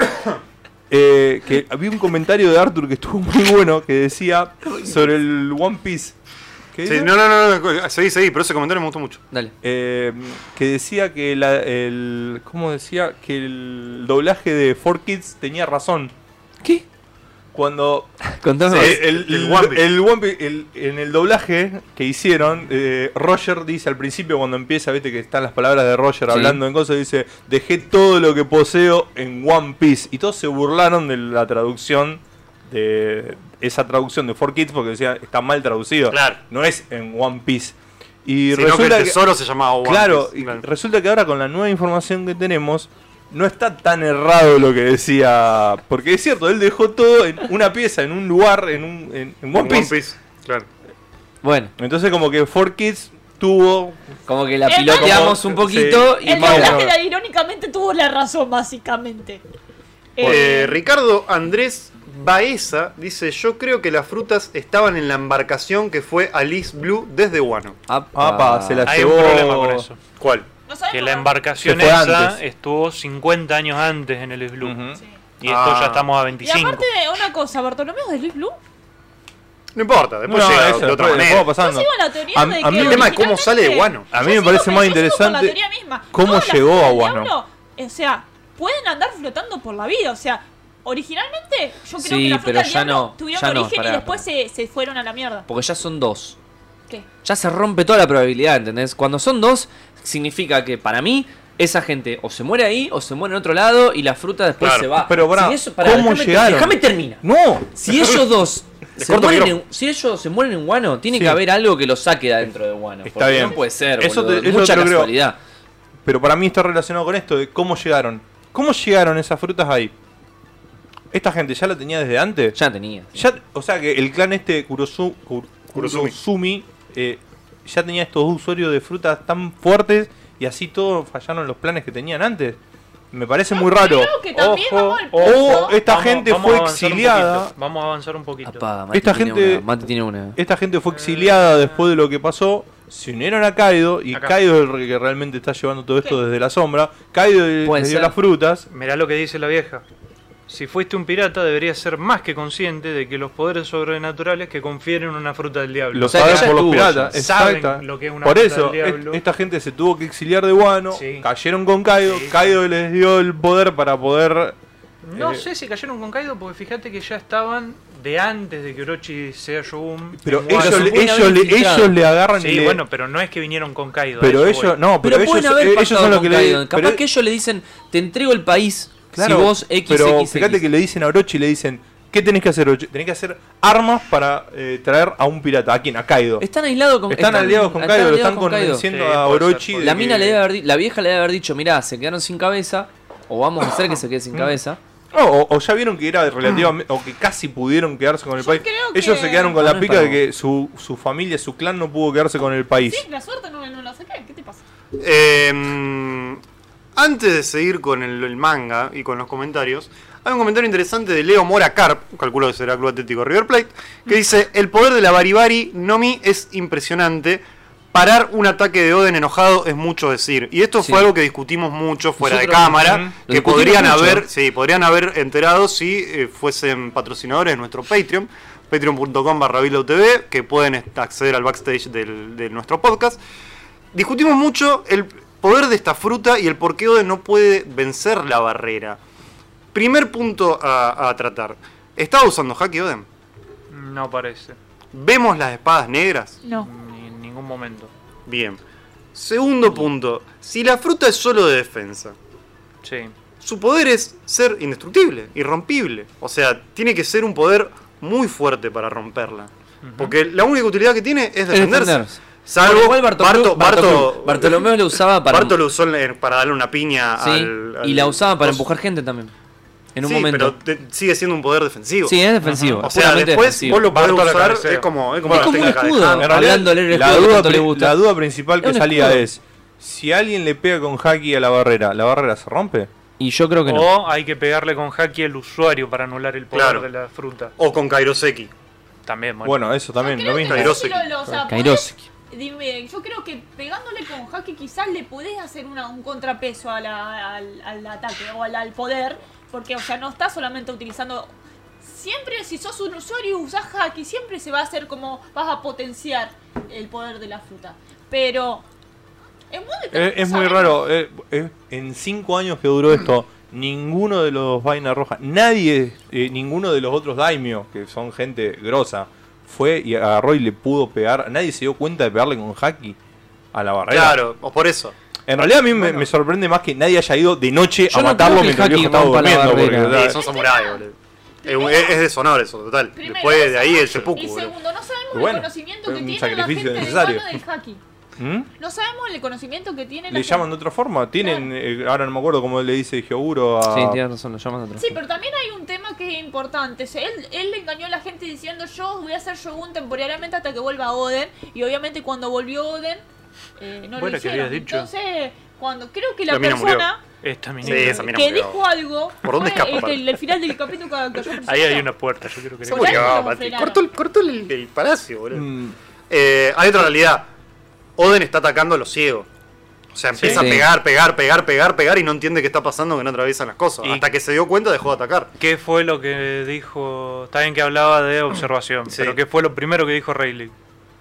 Speaker 2: eh, que había un comentario de Arthur que estuvo muy bueno que decía sobre el One Piece. que
Speaker 3: Sí,
Speaker 2: dice-
Speaker 3: no, no, no, no, seguí, seguí, pero ese comentario me gustó mucho.
Speaker 1: Dale.
Speaker 2: Eh, que decía que la, el cómo decía que el doblaje de 4Kids tenía razón
Speaker 1: ¿Qué?
Speaker 2: cuando
Speaker 1: Contame.
Speaker 2: eh, el,
Speaker 3: el One Piece.
Speaker 2: el One Piece- el- en el doblaje que hicieron eh, Roger dice al principio cuando empieza viste que están las palabras de Roger
Speaker 1: Sí.
Speaker 2: hablando en cosas dice dejé todo lo que poseo en One Piece y todos se burlaron de la traducción de esa traducción de 4Kids porque decía está mal traducido
Speaker 3: Claro.
Speaker 2: no es en One Piece y
Speaker 3: Sino que el
Speaker 2: resulta que-
Speaker 3: tesoro se llamaba One
Speaker 2: Claro,
Speaker 3: Piece,
Speaker 2: y resulta que ahora con la nueva información que tenemos, no está tan errado lo que decía. Porque es cierto, él dejó todo en una pieza, en un lugar, en un en, en One
Speaker 3: One
Speaker 2: Piece.
Speaker 3: Piece, claro.
Speaker 1: Bueno,
Speaker 2: Entonces, como que 4Kids tuvo.
Speaker 1: como que la
Speaker 4: El
Speaker 1: piloteamos
Speaker 2: como-
Speaker 1: un poquito
Speaker 2: sí.
Speaker 1: y
Speaker 4: El
Speaker 2: Mauro.
Speaker 1: vamos.
Speaker 4: doblaje de- irónicamente tuvo la razón, básicamente.
Speaker 3: Eh, Ricardo Andrés Baeza dice: Yo creo que las frutas estaban en la embarcación que fue Alice Blue desde Guano.
Speaker 1: Apa.
Speaker 2: Apa, se la
Speaker 5: Hay
Speaker 2: llevó.
Speaker 5: un problema con eso.
Speaker 3: ¿Cuál?
Speaker 4: Ah, ¿No sabemos?
Speaker 5: Que la embarcación
Speaker 2: Se fue
Speaker 5: esa
Speaker 2: antes.
Speaker 5: estuvo 50 años antes en el Blue.
Speaker 2: Ujú.
Speaker 4: Sí.
Speaker 5: Y esto
Speaker 3: Ah.
Speaker 5: ya estamos a
Speaker 4: Y
Speaker 5: 25.
Speaker 4: aparte, una cosa, Bartolomeo de Luis Blue.
Speaker 3: No importa,
Speaker 2: No,
Speaker 3: después llega
Speaker 2: eso,
Speaker 3: de otra
Speaker 2: después-
Speaker 3: manera.
Speaker 2: después va
Speaker 4: Yo
Speaker 2: pasando.
Speaker 4: sigo la teoría
Speaker 2: A-
Speaker 4: de
Speaker 2: a
Speaker 4: que
Speaker 2: mí el tema
Speaker 3: es cómo sale de Guano.
Speaker 2: A mí
Speaker 4: Yo
Speaker 2: me
Speaker 4: sigo
Speaker 2: parece más
Speaker 4: pensando con la
Speaker 2: interesante
Speaker 4: teoría misma.
Speaker 2: cómo
Speaker 4: Todas las
Speaker 2: llegó
Speaker 4: frutas
Speaker 2: a
Speaker 4: del
Speaker 2: Guano.
Speaker 4: diablo, O sea, pueden andar flotando por la vida. O sea, originalmente yo creo
Speaker 1: Sí,
Speaker 4: que las frutas
Speaker 1: pero
Speaker 4: del
Speaker 1: ya
Speaker 4: diablo
Speaker 1: no,
Speaker 4: tuvieron
Speaker 1: ya no,
Speaker 4: origen
Speaker 1: pará,
Speaker 4: y después
Speaker 1: pará.
Speaker 4: se, se fueron a la mierda.
Speaker 1: Porque ya son dos.
Speaker 4: ¿Qué?
Speaker 1: Ya se rompe toda la probabilidad, ¿entendés? Cuando son dos, significa que para mí, esa gente o se muere ahí o se muere en otro lado y la fruta después
Speaker 3: Claro,
Speaker 1: se va.
Speaker 2: pero pará,
Speaker 1: Si eso- pará,
Speaker 2: ¿cómo
Speaker 1: déjame-
Speaker 2: llegaron?
Speaker 1: Déjame terminar.
Speaker 2: No,
Speaker 1: Si ellos dos
Speaker 3: Les
Speaker 1: se
Speaker 3: corto el
Speaker 1: mueren en,
Speaker 3: micrófono.
Speaker 1: si ellos se mueren en Guano, tiene
Speaker 2: Sí.
Speaker 1: que haber algo que los saque de adentro de Guano.
Speaker 2: Está
Speaker 1: porque
Speaker 2: bien.
Speaker 1: No puede ser,
Speaker 2: Eso
Speaker 1: boludo,
Speaker 2: te- eso
Speaker 1: mucha
Speaker 2: te lo creo.
Speaker 1: casualidad.
Speaker 2: pero para mí está relacionado con esto de cómo llegaron. ¿Cómo llegaron esas frutas ahí? ¿Esta gente ya la tenía desde antes?
Speaker 1: Ya tenía.
Speaker 2: Ya, o sea que el clan este de Kurosu, Kur-
Speaker 3: Kurosumi.
Speaker 2: Kurosumi, eh, ya tenía estos dos usuarios de frutas tan fuertes y así todos fallaron los planes que tenían antes. Me parece muy raro.
Speaker 4: creo que también vamos al
Speaker 2: o
Speaker 4: punto.
Speaker 2: Oh, esta
Speaker 5: Vamos-
Speaker 2: gente
Speaker 5: vamos
Speaker 2: fue
Speaker 5: a avanzar un
Speaker 2: exiliada.
Speaker 5: poquito, Vamos a avanzar un poquito.
Speaker 1: Apa, Mati
Speaker 2: Esta
Speaker 1: tiene
Speaker 2: gente- Eh,
Speaker 1: una, Mati tiene una.
Speaker 2: Esta gente fue exiliada después de lo que pasó. Se unieron a Kaido y
Speaker 5: Acá.
Speaker 2: Kaido es el que realmente está llevando todo esto
Speaker 4: ¿Qué?
Speaker 2: desde la sombra. Kaido le-
Speaker 1: Puede
Speaker 2: les dio
Speaker 1: ser.
Speaker 2: las frutas.
Speaker 5: Mirá lo que dice la vieja. Si fuiste un pirata, deberías ser más que consciente de que los poderes sobrenaturales que confieren una fruta del diablo.
Speaker 2: Lo
Speaker 1: sea,
Speaker 2: saben
Speaker 1: que ya
Speaker 2: por los
Speaker 1: estuvo ya.
Speaker 2: piratas.
Speaker 5: Saben
Speaker 2: exacta.
Speaker 5: lo que es una
Speaker 2: por
Speaker 5: puta
Speaker 2: eso,
Speaker 5: del
Speaker 2: es-
Speaker 5: diablo.
Speaker 2: esta gente se tuvo que exiliar de Guano.
Speaker 5: Sí.
Speaker 2: Cayeron con Kaido.
Speaker 5: Sí.
Speaker 2: Kaido les dio el poder para poder.
Speaker 5: No
Speaker 2: eh,
Speaker 5: sé si cayeron con Kaido, porque fíjate que ya estaban de antes de que Orochi sea Shogun.
Speaker 2: Pero
Speaker 5: en Wano.
Speaker 2: ellos,
Speaker 1: se
Speaker 2: le-
Speaker 1: pueden
Speaker 2: ellos,
Speaker 1: haber
Speaker 2: le,
Speaker 1: infiltrado.
Speaker 2: ellos le agarran y
Speaker 5: Sí,
Speaker 2: le-
Speaker 5: bueno, pero no es que vinieron con Kaido. a
Speaker 2: pero
Speaker 5: eso voy.
Speaker 2: ellos. No,
Speaker 1: Pero,
Speaker 2: pero,
Speaker 1: pueden
Speaker 2: ellos,
Speaker 1: haber
Speaker 2: eh, ellos
Speaker 1: pactado
Speaker 2: son los
Speaker 1: con
Speaker 2: que le.
Speaker 1: Kaido. Capaz
Speaker 2: pero-
Speaker 1: que ellos le dicen, te entrego el país
Speaker 2: claro,
Speaker 1: si vos X,
Speaker 2: Pero
Speaker 1: X,
Speaker 2: fíjate
Speaker 1: X".
Speaker 2: que le dicen a Orochi le dicen. ¿Qué tenés que hacer, Orochi? Tenés que hacer armas para eh, traer a un pirata. ¿A quién? A Kaido.
Speaker 1: Están aislados con
Speaker 2: están aliados con Kaido, lo
Speaker 1: aliados
Speaker 2: están
Speaker 1: con Kaido.
Speaker 2: convenciendo
Speaker 5: Sí,
Speaker 2: a
Speaker 5: puede ser,
Speaker 2: Orochi.
Speaker 5: puede
Speaker 2: de
Speaker 5: ser.
Speaker 1: La
Speaker 2: que-
Speaker 1: mina le debe haber di- la vieja le debe haber dicho, mirá, se quedaron sin cabeza, o vamos a hacer que se quede
Speaker 2: Mm.
Speaker 1: sin cabeza.
Speaker 2: No, o, o ya vieron que era relativamente. o que casi pudieron quedarse con el
Speaker 4: Yo
Speaker 2: país.
Speaker 4: creo
Speaker 2: Ellos
Speaker 4: que-
Speaker 2: se quedaron con
Speaker 1: No, no
Speaker 2: la
Speaker 1: es
Speaker 2: pica de
Speaker 1: para
Speaker 2: que su, su familia, su clan no pudo quedarse con el país.
Speaker 4: Sí, la suerte no, no la sacan. ¿Qué te pasa?
Speaker 3: Eh, antes de seguir con el, el manga y con los comentarios, hay un comentario interesante de Leo Mora Carp, calculo que será Club Atlético River Plate, que dice: El poder de la Baribari Nomi es impresionante. parar un ataque de Oden enojado es mucho decir. Y esto
Speaker 1: Sí.
Speaker 3: fue algo que discutimos mucho fuera
Speaker 1: Nosotros,
Speaker 3: de cámara,
Speaker 5: ujú,
Speaker 1: lo
Speaker 3: que
Speaker 1: discutimos
Speaker 3: podrían
Speaker 1: mucho.
Speaker 3: haber, sí, podrían haber enterado si eh, fuesen patrocinadores de nuestro Patreon, patreon.com barra VilauTV, que pueden est- acceder al backstage del- de nuestro podcast. Discutimos mucho el poder de esta fruta y el por qué Oden no puede vencer la barrera. Primer punto a, a tratar. ¿Está usando Haki Oden?
Speaker 5: No parece.
Speaker 3: ¿Vemos las espadas negras?
Speaker 4: No.
Speaker 5: Ni en ningún momento.
Speaker 3: Bien. Segundo punto. Si la fruta es solo de defensa,
Speaker 5: Sí.
Speaker 3: su poder es ser indestructible, irrompible. O sea, tiene que ser un poder muy fuerte para romperla. Porque la única utilidad que tiene es defenderse.
Speaker 1: defenderse.
Speaker 3: Salvo
Speaker 1: Bueno, igual Bartolomeo,
Speaker 3: Barto- Barto-
Speaker 1: Bartolomeo- Bartolomeo lo usaba para.
Speaker 3: Barto lo usó en la- para darle una piña
Speaker 1: Sí,
Speaker 3: al, al-
Speaker 1: y la usaba para
Speaker 3: cos-
Speaker 1: empujar gente también. En un
Speaker 3: sí,
Speaker 1: momento.
Speaker 3: pero te- sigue siendo un poder defensivo.
Speaker 1: Sí, es defensivo.
Speaker 3: o sea,
Speaker 1: puramente
Speaker 3: después
Speaker 1: defensivo.
Speaker 3: vos lo podés
Speaker 5: Barto la
Speaker 3: usar,
Speaker 5: cabecea.
Speaker 3: es como, es como
Speaker 1: Es
Speaker 3: la
Speaker 1: como un
Speaker 3: técnica de
Speaker 1: escudo.
Speaker 3: Hammer.
Speaker 2: En realidad,
Speaker 1: Hablando del
Speaker 2: la,
Speaker 1: escudo que
Speaker 2: duda,
Speaker 1: tanto le
Speaker 2: pri-
Speaker 1: gusta.
Speaker 2: la duda principal
Speaker 1: Es
Speaker 2: que
Speaker 1: un
Speaker 2: salía
Speaker 1: escudo.
Speaker 2: es: si alguien le pega con haki a la barrera, ¿la barrera se rompe?
Speaker 1: Y yo creo que no.
Speaker 5: O hay que pegarle con haki al usuario para anular el poder
Speaker 3: Claro.
Speaker 5: de la fruta.
Speaker 3: O con Kairoseki.
Speaker 5: También, bueno.
Speaker 2: Bueno, eso también, lo
Speaker 4: Creo que
Speaker 2: mismo.
Speaker 3: Kairoseki.
Speaker 4: sí lo- lo- o sea,
Speaker 1: Kairoseki.
Speaker 4: podés- Dime, yo creo que pegándole con jaque quizás le podés hacer una- un contrapeso a la- al, al ataque o al, al poder, porque o sea, no estás solamente utilizando... Siempre si sos un usuario y usás haki, siempre se va a hacer como vas a potenciar el poder de la fruta. Pero... Es muy,
Speaker 2: Eh, es muy
Speaker 4: sabemos.
Speaker 2: raro. eh, eh, en cinco años que duró esto, ninguno de los vainas rojas, nadie, eh, ninguno de los otros daimios, que son gente grosa, fue y agarró y le pudo pegar. Nadie se dio cuenta de pegarle con haki a la barrera.
Speaker 3: Claro, o por eso.
Speaker 2: En realidad a mí me- me, sorprende más que nadie haya ido de noche
Speaker 1: Yo
Speaker 2: a
Speaker 1: no
Speaker 2: matarlo
Speaker 1: creo que el
Speaker 2: mientras el viejo
Speaker 1: haki
Speaker 2: estaba
Speaker 1: rompa la
Speaker 2: durmiendo. Porque,
Speaker 1: barrera.
Speaker 2: o sea,
Speaker 3: Sí, son samuráis, boludo. Es, un- es- es deshonor eso, total.
Speaker 4: Primero,
Speaker 3: Después de ahí el
Speaker 4: segundo,
Speaker 3: seppuku,
Speaker 4: Y
Speaker 3: boludo.
Speaker 4: segundo, no sabemos
Speaker 2: Bueno,
Speaker 4: el conocimiento
Speaker 2: es
Speaker 4: que
Speaker 2: un
Speaker 4: tiene la
Speaker 2: sacrificio
Speaker 4: gente del
Speaker 2: necesario.
Speaker 4: mano del haki.
Speaker 2: ¿Mm?
Speaker 4: No sabemos el conocimiento que tiene la
Speaker 2: Le
Speaker 4: gente.
Speaker 2: llaman de otra forma. Tienen, eh, ahora no me acuerdo cómo le dice Hyoguro a.
Speaker 1: Sí, tienes razón, lo llamas atrás.
Speaker 4: Sí, pero también hay un tema que es importante. O sea, Él, él le engañó a la gente diciendo yo voy a ser Shogun temporariamente hasta que vuelva Oden. Y obviamente cuando volvió Oden, eh, no lo
Speaker 5: Bueno, que
Speaker 4: hicieron.
Speaker 5: habías dicho.
Speaker 4: Entonces, cuando creo que la,
Speaker 3: La mina
Speaker 4: persona
Speaker 5: Esta mina.
Speaker 3: Sí, esa mina
Speaker 4: que
Speaker 3: murió.
Speaker 4: dijo algo
Speaker 3: ¿Por dónde
Speaker 4: fue,
Speaker 3: escapa,
Speaker 4: este,
Speaker 3: Marta?
Speaker 4: el, el final del capítulo que, que yo
Speaker 5: Ahí hay
Speaker 4: presenté.
Speaker 5: una puerta, yo creo que
Speaker 3: Se
Speaker 4: Seguro.
Speaker 3: murió,
Speaker 4: Bueno,
Speaker 3: Mati.
Speaker 4: frenaron.
Speaker 3: Cortó, el, cortó el, el palacio, boludo.
Speaker 2: Mm,
Speaker 3: Eh, hay otra realidad. Oden está atacando a los ciegos. O sea, empieza
Speaker 1: Sí.
Speaker 3: a pegar, pegar, pegar, pegar, pegar y no entiende qué está pasando, que no atraviesan las cosas.
Speaker 5: Y-
Speaker 3: Hasta que se dio cuenta dejó de atacar.
Speaker 5: ¿Qué fue lo que dijo? Está bien que hablaba de observación,
Speaker 3: Sí.
Speaker 5: pero ¿qué fue lo primero que dijo Rayleigh?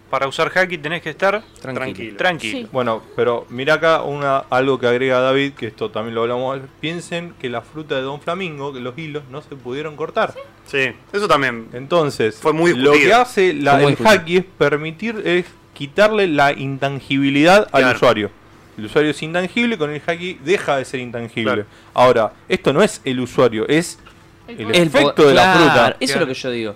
Speaker 5: Para usar haki tenés que estar
Speaker 1: Tranquilo.
Speaker 3: Tranquilo.
Speaker 5: tranquilo.
Speaker 4: Sí.
Speaker 2: Bueno, pero mira acá una, algo que agrega David, que esto también lo hablamos. Piensen que la fruta de Don Flamingo, que los hilos no se pudieron cortar.
Speaker 3: Sí, eso también.
Speaker 2: Entonces,
Speaker 3: Fue muy
Speaker 2: lo
Speaker 3: discutido.
Speaker 2: que hace la-
Speaker 1: Fue muy
Speaker 2: el
Speaker 1: discutido.
Speaker 2: haki es permitir, es quitarle la intangibilidad al
Speaker 3: Claro.
Speaker 2: usuario. El usuario es intangible, con el haki deja de ser intangible.
Speaker 3: Claro.
Speaker 2: Ahora, esto no es el usuario, es el,
Speaker 4: El
Speaker 2: efecto
Speaker 1: po-
Speaker 2: de la
Speaker 1: Claro,
Speaker 2: fruta.
Speaker 1: Eso es lo que yo digo.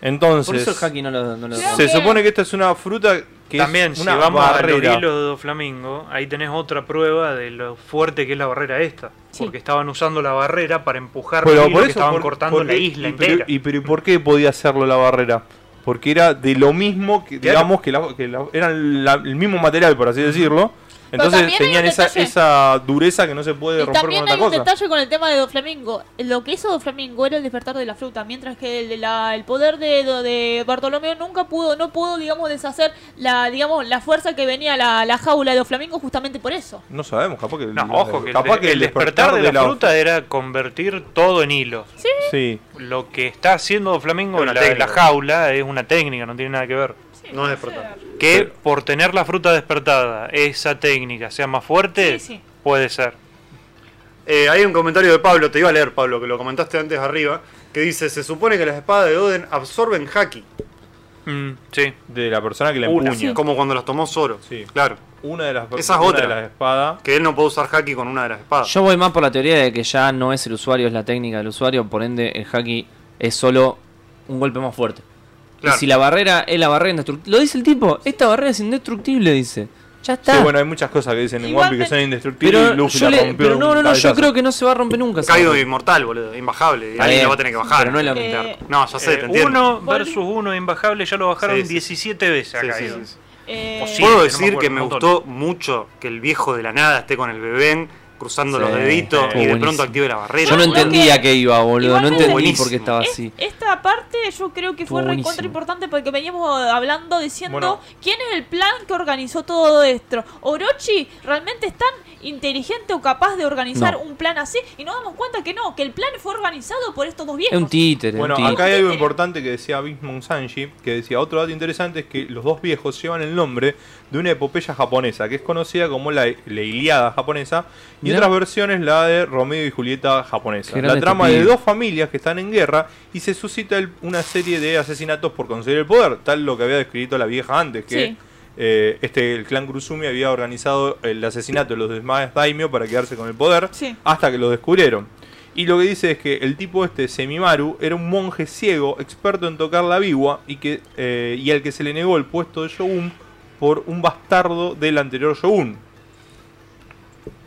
Speaker 2: Entonces,
Speaker 1: Por eso el haki no lo. No lo-
Speaker 4: Claro.
Speaker 2: se
Speaker 4: Creo que-
Speaker 2: supone que esta es una fruta que
Speaker 5: También,
Speaker 2: es
Speaker 5: si
Speaker 2: una
Speaker 5: vamos a
Speaker 2: barrera.
Speaker 5: los hilos de Flamingo, ahí tenés otra prueba de lo fuerte que es la barrera esta.
Speaker 4: Sí.
Speaker 5: Porque estaban usando la barrera para empujar los
Speaker 2: Pero
Speaker 5: hilos
Speaker 2: por
Speaker 5: que
Speaker 2: eso
Speaker 5: estaban
Speaker 2: por-
Speaker 5: cortando
Speaker 2: porque-
Speaker 5: la isla
Speaker 2: y, pero,
Speaker 5: entera.
Speaker 2: y pero ¿y por qué podía hacerlo la barrera? Porque era de lo mismo que
Speaker 5: Claro.
Speaker 2: digamos que, la- que la- eran la- el mismo material por así decirlo.
Speaker 4: también
Speaker 2: Entonces
Speaker 4: hay
Speaker 2: tenían
Speaker 4: un
Speaker 2: esa,
Speaker 4: detalle.
Speaker 2: esa dureza que no se puede
Speaker 4: Y
Speaker 2: romper con
Speaker 4: también hay
Speaker 2: otra
Speaker 4: un
Speaker 2: cosa.
Speaker 4: detalle con el tema de Doflamingo. Lo que hizo Doflamingo era el despertar de la fruta, mientras que el, de la- el poder de, de Bartolomeo nunca pudo, no pudo, digamos, deshacer la, digamos, la fuerza que venía a la, la jaula de Doflamingo justamente por eso.
Speaker 2: No sabemos, capaz que el,
Speaker 5: No, ojo, que, el
Speaker 2: capaz
Speaker 5: de- el despertar, de, la, fruta era convertir todo en hilos.
Speaker 2: Sí.
Speaker 5: Lo que está haciendo Flamingo
Speaker 3: Es
Speaker 5: en
Speaker 3: una
Speaker 5: la,
Speaker 3: técnica.
Speaker 5: la jaula es una técnica, no tiene nada que ver.
Speaker 3: No es despertar.
Speaker 5: Que
Speaker 2: Pero-
Speaker 5: por tener la fruta despertada, esa técnica sea más fuerte,
Speaker 4: Sí, sí.
Speaker 5: puede ser.
Speaker 3: Eh, hay un comentario de Pablo, te iba a leer Pablo, que lo comentaste antes arriba, que dice, se supone que las espadas de Oden absorben haki.
Speaker 5: Mm, sí.
Speaker 2: De la persona que la
Speaker 3: Una,
Speaker 2: empuña.
Speaker 3: como cuando las tomó Zoro.
Speaker 2: Sí.
Speaker 3: Claro.
Speaker 2: Una de las
Speaker 3: Esa es
Speaker 2: una
Speaker 3: otra.
Speaker 2: de las espadas.
Speaker 3: Que él no puede usar haki con una de las espadas.
Speaker 1: Yo voy más por la teoría de que ya no es el usuario, es la técnica del usuario. Por ende, el haki es solo un golpe más fuerte.
Speaker 3: Claro.
Speaker 1: Y si la barrera es la barrera indestructible. Lo dice el tipo, esta barrera es indestructible, dice. Ya está.
Speaker 2: Sí, bueno, hay muchas cosas que dicen en One Piece que son indestructibles
Speaker 1: pero,
Speaker 2: y Luffy
Speaker 1: yo
Speaker 2: la
Speaker 1: le-
Speaker 2: rompió
Speaker 1: pero
Speaker 2: de
Speaker 1: no,
Speaker 2: un
Speaker 1: no, no, yo
Speaker 2: cabezazo.
Speaker 1: creo que no se va a romper nunca. esa
Speaker 3: Kaido
Speaker 1: barrera.
Speaker 3: inmortal, boludo, imbajable.
Speaker 1: Está
Speaker 3: Alguien
Speaker 1: bien,
Speaker 3: lo va a tener que bajar.
Speaker 1: pero no es la mitad.
Speaker 4: Eh,
Speaker 3: No, ya sé,
Speaker 5: Eh,
Speaker 3: te entiendo.
Speaker 5: uno
Speaker 4: Volvi-
Speaker 5: versus uno imbajable ya lo bajaron
Speaker 3: Sí, sí.
Speaker 5: 17 veces
Speaker 3: Sí,
Speaker 5: acá.
Speaker 3: sí,
Speaker 5: Ido.
Speaker 3: sí.
Speaker 4: Eh,
Speaker 5: O sí.
Speaker 3: Puedo
Speaker 5: no me
Speaker 3: decir
Speaker 5: acuerdo,
Speaker 3: que me
Speaker 5: un montón.
Speaker 3: gustó mucho que el viejo de la nada esté con el bebé, cruzando
Speaker 1: Sí,
Speaker 3: los deditos
Speaker 5: Eh,
Speaker 1: estuvo
Speaker 3: y de
Speaker 1: buenísimo.
Speaker 3: pronto active la barrera.
Speaker 1: Yo no
Speaker 4: Creo
Speaker 1: entendía
Speaker 4: que-
Speaker 1: que iba, boludo. No
Speaker 4: igualmente-
Speaker 1: entendí por qué
Speaker 3: Buenísimo.
Speaker 1: estaba
Speaker 4: Es-
Speaker 1: así.
Speaker 4: Esta parte yo creo que
Speaker 1: Ah, Estuvo
Speaker 4: fue recontra
Speaker 1: buenísimo.
Speaker 4: importante porque veníamos hablando diciendo
Speaker 2: Bueno.
Speaker 4: quién es el plan que organizó todo esto. Orochi realmente es tan inteligente o capaz de organizar
Speaker 1: No.
Speaker 4: un plan así y nos damos cuenta que no, que el plan fue organizado por estos dos
Speaker 1: Es
Speaker 4: viejos.
Speaker 1: un títere.
Speaker 2: Bueno,
Speaker 1: un títere.
Speaker 2: acá hay algo
Speaker 4: Títere.
Speaker 2: importante que decía Vince Monsanji, que decía otro dato interesante es que los dos viejos llevan el nombre de una epopeya japonesa, que es conocida como la, la Iliada japonesa, y
Speaker 1: Mirá.
Speaker 2: otras versiones la de Romeo y Julieta japonesa.
Speaker 1: Qué
Speaker 2: La
Speaker 1: grande
Speaker 2: trama
Speaker 1: este
Speaker 2: de
Speaker 1: pibe.
Speaker 2: dos familias que están en guerra y se suscita el- una serie de asesinatos por conseguir el poder, tal lo que había descrito la vieja antes, que
Speaker 4: Sí.
Speaker 2: eh, este, el clan Kurusumi había organizado el asesinato de los demás daimyo para quedarse con el poder,
Speaker 4: Sí.
Speaker 2: hasta que lo descubrieron. Y lo que dice es que el tipo este, Semimaru, era un monje ciego, experto en tocar la biwa, y, que, eh, y al que se le negó el puesto de shogun por un bastardo del anterior shogun.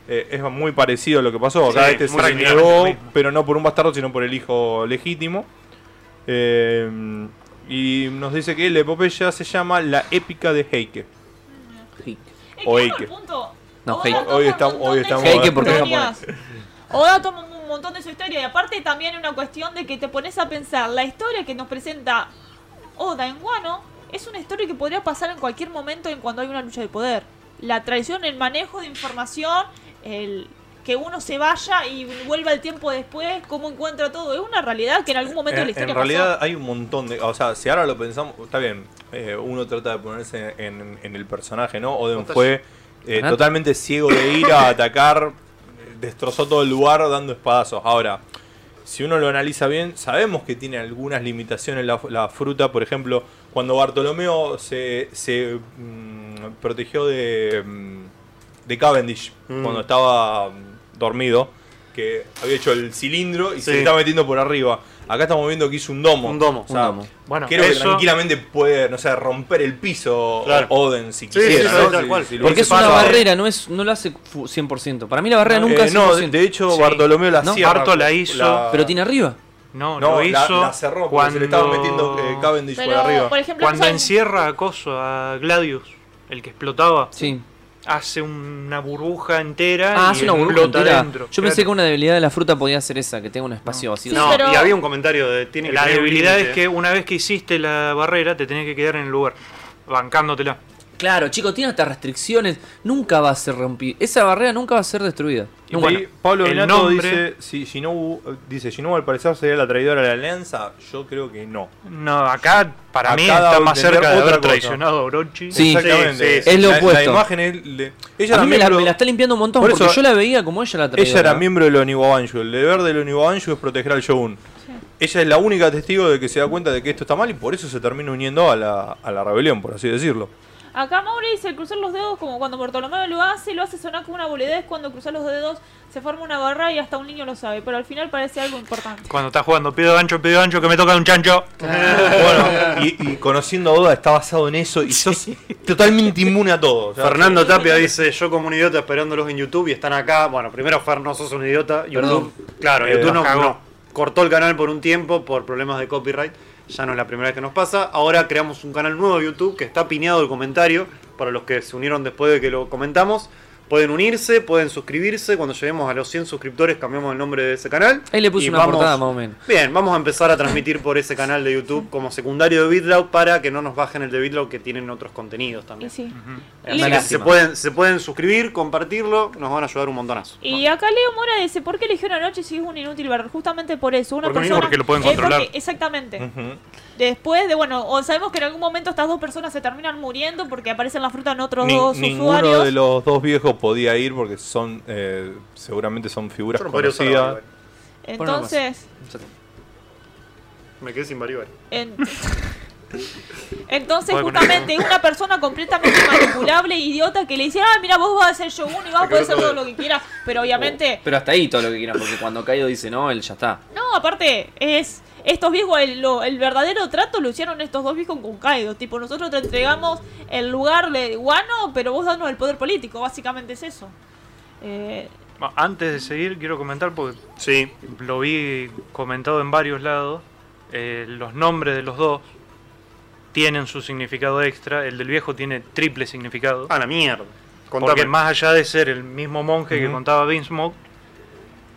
Speaker 2: Eh, es muy parecido a lo que pasó. Acá
Speaker 3: Sí,
Speaker 2: este se le
Speaker 3: prácticamente
Speaker 2: negó,
Speaker 3: lo mismo.
Speaker 2: pero no por un bastardo, sino por el hijo legítimo. Eh, y nos dice que la epopeya se llama La Épica de Heike.
Speaker 4: Es
Speaker 2: O
Speaker 4: que
Speaker 2: Eike.
Speaker 4: otro punto.
Speaker 1: No,
Speaker 4: Oda
Speaker 1: Heike.
Speaker 4: toma
Speaker 2: Hoy
Speaker 4: un
Speaker 2: estamos-
Speaker 4: montón
Speaker 2: hoy
Speaker 4: de
Speaker 2: estamos-
Speaker 4: sus
Speaker 1: Heike porque es
Speaker 4: historias. Oda toma un montón de su historia y aparte también una cuestión de que te pones a pensar, la historia que nos presenta Oda en Guano es una historia que podría pasar en cualquier momento en cuando hay una lucha de poder. La traición, el manejo de información, el que uno se vaya y vuelva el tiempo después, cómo encuentra todo, es una realidad que en algún momento de la
Speaker 2: Eh, En,
Speaker 4: historia
Speaker 2: en realidad hay un montón de... O sea, si ahora lo pensamos, está bien, eh, uno trata de ponerse en, en el personaje, ¿no? Oden fue eh,
Speaker 1: Ajá.
Speaker 2: totalmente ciego de ir a atacar, eh, destrozó todo el lugar dando espadazos. Ahora, si uno lo analiza bien, sabemos que tiene algunas limitaciones la, la fruta. Por ejemplo, cuando Bartolomeo se, se, mm, protegió de, mm, de Cavendish
Speaker 3: Mm.
Speaker 2: cuando estaba mm, dormido, que había hecho el cilindro y se
Speaker 3: Sí.
Speaker 2: le estaba metiendo por arriba. Acá estamos viendo que hizo un domo.
Speaker 3: Un domo.
Speaker 2: O sea,
Speaker 1: Un domo.
Speaker 5: Bueno,
Speaker 2: creo que
Speaker 5: eso-
Speaker 2: tranquilamente puede, no sé, romper el piso
Speaker 3: Claro.
Speaker 2: Oden si
Speaker 3: Sí,
Speaker 2: quisiera.
Speaker 3: sí,
Speaker 2: ¿no?
Speaker 3: sí, tal
Speaker 2: Si-
Speaker 3: cual.
Speaker 2: si lo
Speaker 1: Porque
Speaker 2: hubiese
Speaker 1: es una
Speaker 2: pasado.
Speaker 1: barrera, no, es, no lo hace fu- 100%. Para mí la barrera
Speaker 2: Eh,
Speaker 1: nunca es
Speaker 2: no, de,
Speaker 1: 100%.
Speaker 2: de hecho
Speaker 5: Sí.
Speaker 2: Bartolomeo la
Speaker 1: No,
Speaker 2: cierra.
Speaker 5: Barto la hizo,
Speaker 1: pero tiene arriba.
Speaker 5: no,
Speaker 2: No,
Speaker 5: lo
Speaker 2: la,
Speaker 5: hizo
Speaker 2: la cerró porque se le estaba metiendo eh, Cavendish por arriba.
Speaker 4: por ejemplo,
Speaker 5: Cuando
Speaker 4: no saben-
Speaker 5: encierra a Coso, a Gladius, el que explotaba,
Speaker 1: Sí.
Speaker 5: hace una burbuja entera
Speaker 1: Ah,
Speaker 5: y
Speaker 1: hace una burbuja
Speaker 5: explota
Speaker 1: entera.
Speaker 5: dentro.
Speaker 1: Yo pensé que una debilidad de la fruta podía ser esa, que tenga un espacio vacío.
Speaker 4: Sí,
Speaker 3: no,
Speaker 4: pero-
Speaker 3: y había un comentario de tiene que
Speaker 5: La
Speaker 3: tener un
Speaker 5: debilidad
Speaker 3: límite.
Speaker 5: es que una vez que hiciste la barrera te tenés que quedar en el lugar, bancándotela.
Speaker 1: Claro, chicos, tiene hasta restricciones. Nunca va a ser rompida. Esa barrera nunca va a ser destruida.
Speaker 2: Y
Speaker 1: Nunca.
Speaker 2: ahí Pablo
Speaker 5: el
Speaker 2: Benato
Speaker 5: nombre-
Speaker 2: dice, si Shinobu, eh, dice, Shinobu al parecer sería la traidora de la alianza, yo creo que no.
Speaker 5: No, acá para
Speaker 2: Acá
Speaker 5: mí
Speaker 2: da
Speaker 5: está
Speaker 2: a
Speaker 5: más
Speaker 2: entender
Speaker 5: cerca de
Speaker 2: otra
Speaker 5: haber
Speaker 2: cosa.
Speaker 5: traicionado a Orochi.
Speaker 1: Sí.
Speaker 2: Exactamente.
Speaker 3: sí, sí.
Speaker 1: Es lo
Speaker 2: La- La,
Speaker 1: opuesto.
Speaker 2: imagen es de- ella
Speaker 1: a
Speaker 2: era
Speaker 1: mí me la,
Speaker 2: miembro-
Speaker 1: me la está limpiando un montón
Speaker 2: Por
Speaker 1: porque
Speaker 2: eso-
Speaker 1: yo la veía como ella la traía.
Speaker 2: Ella era miembro del Oniwabanju. El deber del Oniwabanju es proteger al Shogun. Ella es la única testigo de que se da cuenta de que esto está mal y por eso se termina uniendo a la, a la rebelión, por así decirlo.
Speaker 4: Acá Mauri dice cruzar los dedos como cuando Bartolomeo lo hace, lo hace sonar como una boludez cuando cruzar los dedos se forma una barra y hasta un niño lo sabe, pero al final parece algo importante.
Speaker 5: Cuando estás jugando pido ancho, pido ancho, que me toca un chancho.
Speaker 2: Bueno, y, y conociendo a Oda está basado en eso y sos totalmente inmune a todo. O sea,
Speaker 3: Fernando Tapia dice, yo como un idiota esperándolos en YouTube y están acá. Bueno, primero Fer, no sos un idiota. YouTube, claro,
Speaker 2: Eh,
Speaker 3: YouTube no,
Speaker 5: nos cagó.
Speaker 3: no. Cortó el canal por un tiempo por problemas de copyright. Ya no es la primera vez que nos pasa. Ahora creamos un canal nuevo de YouTube que está pineado el comentario. Para los que se unieron después de que lo comentamos, pueden unirse, pueden suscribirse. Cuando lleguemos a los 100 suscriptores cambiamos el nombre de ese canal.
Speaker 1: Ahí le puse
Speaker 3: Y
Speaker 1: una portada, más o menos.
Speaker 3: Bien, vamos a empezar a transmitir por ese canal de YouTube como secundario de BitLoud para que no nos bajen el de BitLoud que tienen otros contenidos
Speaker 4: Y
Speaker 3: también.
Speaker 4: sí.
Speaker 1: Una
Speaker 3: Así que se
Speaker 1: lástima.
Speaker 3: pueden, se pueden suscribir, compartirlo, nos van a ayudar un montonazo.
Speaker 4: Y acá Leo Mora dice, ¿por qué eligió la noche si es un inútil barra? Justamente por eso, una
Speaker 3: Porque no-
Speaker 4: persona...
Speaker 5: porque lo pueden
Speaker 4: Eh,
Speaker 5: controlar. Mm.
Speaker 4: porque- exactamente.
Speaker 2: Ujú.
Speaker 4: Después de, bueno, o sabemos que en algún momento estas dos personas se terminan muriendo porque aparecen la fruta en otros
Speaker 2: Ni-
Speaker 4: dos
Speaker 2: ninguno
Speaker 4: usuarios.
Speaker 2: de los dos viejos podía ir porque son eh, seguramente son figuras
Speaker 3: Yo no podría usar la
Speaker 2: conocidas.
Speaker 3: Barbivari.
Speaker 4: Entonces...
Speaker 3: Me quedé sin Barbivari.
Speaker 4: en- Entonces,
Speaker 5: Voy a poner-
Speaker 4: justamente, es una persona completamente manipulable, idiota, que le dice, ah, mira, vos vas a ser shogun y vas a poder hacer todo lo que quieras, pero obviamente
Speaker 1: Pero hasta ahí todo lo que quieran, porque cuando Kaido dice no, él ya está.
Speaker 5: Oh.
Speaker 4: No, aparte, es. Estos viejos, el, lo- el verdadero trato lo hicieron estos dos viejos con Kaido. Tipo, nosotros te entregamos el lugar de Guano, pero vos danos el poder político. Básicamente es eso. Eh,
Speaker 5: Bueno, Antes de seguir, quiero comentar porque
Speaker 3: Sí.
Speaker 5: lo vi comentado en varios lados. eh, los nombres de los dos tienen su significado extra. El del viejo tiene triple significado.
Speaker 3: A la mierda. Ah, Contame.
Speaker 5: Porque más allá de ser el mismo monje que
Speaker 2: Ujú.
Speaker 5: contaba Vinsmoke,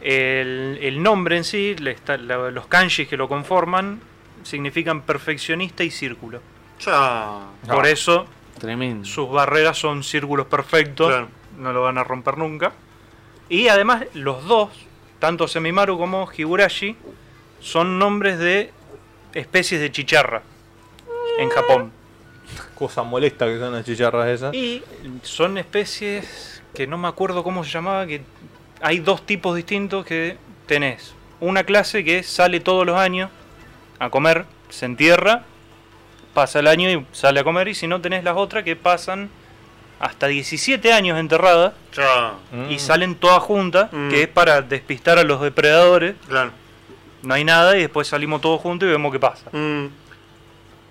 Speaker 5: el, el nombre en sí, le está- la- los kanjis que lo conforman, significan perfeccionista y círculo.
Speaker 3: Ya.
Speaker 5: Por eso
Speaker 1: Tremendo.
Speaker 5: sus barreras son círculos perfectos,
Speaker 3: Claro.
Speaker 5: no lo van a romper nunca. Y además los dos, tanto Semimaru como Higurashi, son nombres de especies de chicharra en Japón.
Speaker 2: Cosa molesta que son las chicharras esas.
Speaker 5: Y son especies que no me acuerdo cómo se llamaba, que hay dos tipos distintos que tenés. Una clase que sale todos los años a comer, se entierra, pasa el año y sale a comer, y si no tenés las otras que pasan hasta 17 años enterradas
Speaker 3: Ya.
Speaker 2: Mm.
Speaker 5: y salen todas juntas,
Speaker 3: Mm.
Speaker 5: que es para despistar a los depredadores,
Speaker 3: Claro.
Speaker 5: no hay nada y después salimos todos juntos y vemos qué pasa.
Speaker 3: Mm.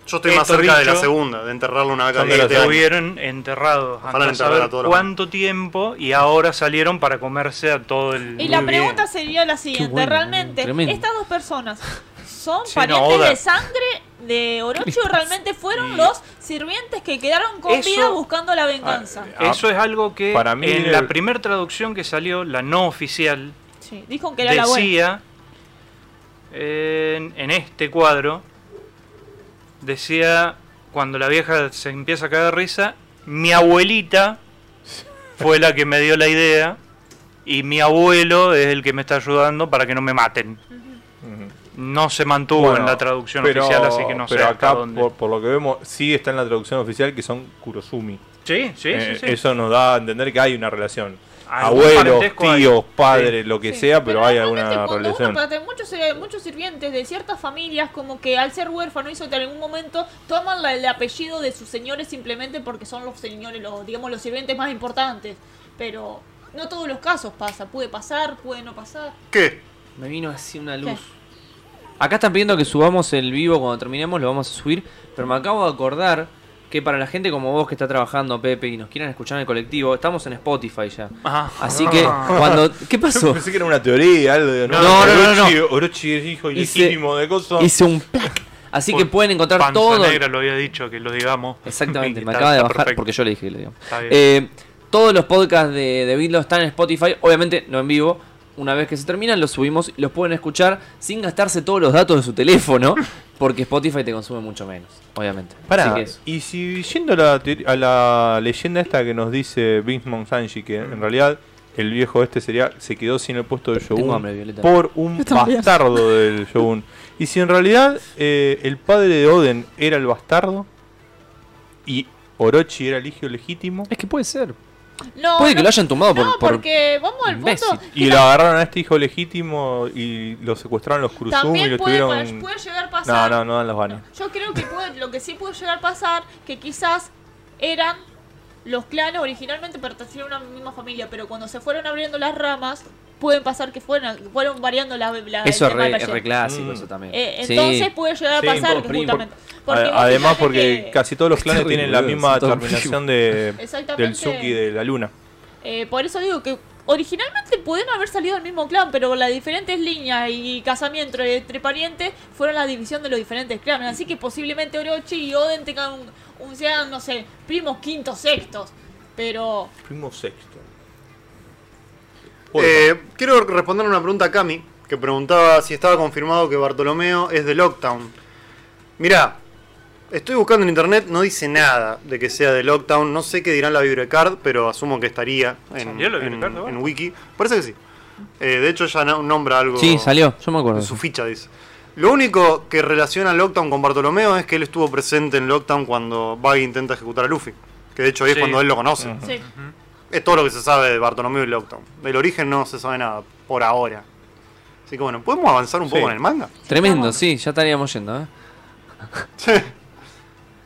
Speaker 3: Yo estoy más
Speaker 5: Estos
Speaker 3: cerca de la
Speaker 5: bichos-
Speaker 3: segunda, de enterrarlo una vez cada
Speaker 2: Son de
Speaker 3: siete
Speaker 2: los
Speaker 5: Estuvieron
Speaker 3: años.
Speaker 5: Eh, enterrados
Speaker 3: Ojalá
Speaker 5: a
Speaker 3: enterrar a
Speaker 5: saber
Speaker 3: todos los-
Speaker 5: cuánto tiempo y ahora salieron para comerse a todo el
Speaker 4: Y la
Speaker 3: Muy
Speaker 4: pregunta
Speaker 3: bien.
Speaker 4: sería la siguiente,
Speaker 1: Qué bueno,
Speaker 4: realmente,
Speaker 1: tremendo.
Speaker 4: estas dos personas son
Speaker 5: Sí, no,
Speaker 4: parientes
Speaker 5: Oda.
Speaker 4: de sangre de Orochi o realmente fueron
Speaker 5: Sí.
Speaker 4: los sirvientes que quedaron con
Speaker 5: Eso-
Speaker 4: vida buscando la venganza.
Speaker 5: Eso es algo que
Speaker 2: Para mí
Speaker 5: en
Speaker 2: el-
Speaker 5: la primera traducción que salió, la no oficial,
Speaker 4: Sí, dijo que era la abuela.
Speaker 5: decía en, en este cuadro decía cuando la vieja se empieza a caer de risa, mi abuelita fue la que me dio la idea y mi abuelo es el que me está ayudando para que no me maten.
Speaker 2: Ujú.
Speaker 5: No se mantuvo
Speaker 2: Mm. Bueno,
Speaker 5: en la traducción
Speaker 2: pero-
Speaker 5: oficial, así que no sé
Speaker 2: Pero
Speaker 5: hasta
Speaker 2: acá,
Speaker 5: dónde.
Speaker 2: por, por lo que vemos, sí está en la traducción oficial que son Kurosumi.
Speaker 5: Sí, sí,
Speaker 2: Eh,
Speaker 5: sí, sí.
Speaker 2: Eso nos da a entender que hay una relación.
Speaker 5: Algún
Speaker 2: Abuelos,
Speaker 5: parentesco hay.
Speaker 2: tíos, padres, lo que
Speaker 4: Sí.
Speaker 2: sea, pero, hay
Speaker 4: realmente
Speaker 2: alguna
Speaker 4: cuando uno
Speaker 2: relación.
Speaker 4: parte- muchos, eh, muchos sirvientes de ciertas familias, como que al ser huérfano, hizo que en algún momento toman la- el apellido de sus señores simplemente porque son los señores, los, digamos, los sirvientes más importantes. Pero no todos los casos pasa. Puede pasar, puede no pasar.
Speaker 3: ¿Qué?
Speaker 1: Me vino así una
Speaker 4: luz.
Speaker 1: luz. Acá están pidiendo que subamos el vivo cuando terminemos, lo vamos a subir. Pero me acabo de acordar que para la gente como vos que está trabajando, Pepe, y nos quieran escuchar en el colectivo, estamos en Spotify ya.
Speaker 5: Ajá.
Speaker 1: Así que cuando... ¿Qué pasó?
Speaker 2: Yo pensé que era una teoría, algo de
Speaker 1: No, no, no, no,
Speaker 2: Orochi, Orochi es hijo
Speaker 1: Hice-
Speaker 2: ilegítimo de cosas.
Speaker 1: Hice un plac. Así que
Speaker 5: Por
Speaker 1: pueden encontrar
Speaker 5: Panza
Speaker 1: todo...
Speaker 5: negra lo había dicho, que lo digamos.
Speaker 1: Exactamente, me
Speaker 5: Está-
Speaker 1: acaba de
Speaker 5: está
Speaker 1: bajar
Speaker 5: perfecto.
Speaker 1: porque yo le dije que le digo.
Speaker 5: Está bien.
Speaker 1: Eh, todos los podcasts de, de Bitlo están en Spotify, obviamente no en vivo. Una vez que se terminan, los subimos y los pueden escuchar sin gastarse todos los datos de su teléfono, porque Spotify te consume mucho menos, obviamente. Así
Speaker 2: Pará,
Speaker 1: que eso.
Speaker 2: y si yendo a la, teori- a la leyenda esta que nos dice Vince Monsanji, que en realidad el viejo este sería se quedó sin el puesto del Shogun
Speaker 1: hambre, Violeta.
Speaker 2: por un bastardo del Shogun. Y si en realidad eh, el padre de Oden era el bastardo y Orochi era el hijo legítimo
Speaker 1: Es que puede ser.
Speaker 4: No,
Speaker 1: Puede que
Speaker 4: no-
Speaker 1: lo hayan tomado por-
Speaker 4: No,
Speaker 1: por
Speaker 4: porque vamos al punto.
Speaker 1: imbécil.
Speaker 2: y lo agarraron a este hijo legítimo y lo secuestraron los Kuruzumi y
Speaker 4: También
Speaker 2: lo
Speaker 4: puede,
Speaker 2: tuvieron...
Speaker 4: puede llegar a
Speaker 2: No,
Speaker 4: pasar.
Speaker 2: no, no dan las vanas.
Speaker 4: Yo creo que puede- lo que sí pudo llegar a pasar, que quizás eran los clanes originalmente pertenecían a una misma familia, pero cuando se fueron abriendo las ramas, pueden pasar que fueron, fueron variando la, la
Speaker 1: Eso
Speaker 4: el
Speaker 1: es
Speaker 4: tema
Speaker 1: re,
Speaker 4: del
Speaker 1: es
Speaker 4: taller.
Speaker 1: re clásico,
Speaker 2: Mm.
Speaker 1: eso también.
Speaker 4: Eh,
Speaker 1: Sí.
Speaker 4: entonces puede llegar a
Speaker 2: Sí,
Speaker 4: pasar
Speaker 2: todos primos.
Speaker 4: justamente.
Speaker 2: Ad-
Speaker 4: vos
Speaker 2: Además
Speaker 4: fíjate
Speaker 2: porque
Speaker 4: que-
Speaker 2: casi todos los clanes
Speaker 1: Está bien,
Speaker 2: tienen la
Speaker 1: boludo,
Speaker 2: misma
Speaker 1: son todos
Speaker 2: terminación de,
Speaker 4: Exactamente.
Speaker 2: del Suki de la luna.
Speaker 4: Eh, por eso digo que originalmente pudieron haber salido del mismo clan, pero las diferentes líneas y casamiento entre parientes fueron la división de los diferentes clanes. Así que posiblemente Orochi y Oden tengan un, un- sean, no sé, primos quintos, sextos. Pero
Speaker 2: Primo sexto.
Speaker 3: Eh, quiero responder una pregunta a Cami, que preguntaba si estaba confirmado que Bartolomeo es de Lockdown. Mirá, estoy buscando en internet, no dice nada de que sea de Lockdown. No sé qué dirán la Vibrecard, pero asumo que estaría en,
Speaker 5: ¿Salió la
Speaker 3: en-
Speaker 5: Vibrecard, no?
Speaker 3: en Wiki. Parece que sí. Eh, de hecho, ya no- nombra algo.
Speaker 1: Sí, salió, yo me acuerdo.
Speaker 3: En su ficha dice. Lo único que relaciona Lockdown con Bartolomeo es que él estuvo presente en Lockdown cuando Buggy intenta ejecutar a Luffy. Que de hecho ahí es
Speaker 5: Sí. Mm.
Speaker 3: cuando él lo conoce.
Speaker 4: sí.
Speaker 3: Es todo lo que se sabe de Bartolomeo y Lockdown. Del origen no se sabe nada, por ahora. Así que bueno, ¿podemos avanzar un
Speaker 2: Sí.
Speaker 3: poco en el manga?
Speaker 1: Tremendo,
Speaker 4: Estamos-
Speaker 1: sí, ya estaríamos yendo. ¿eh?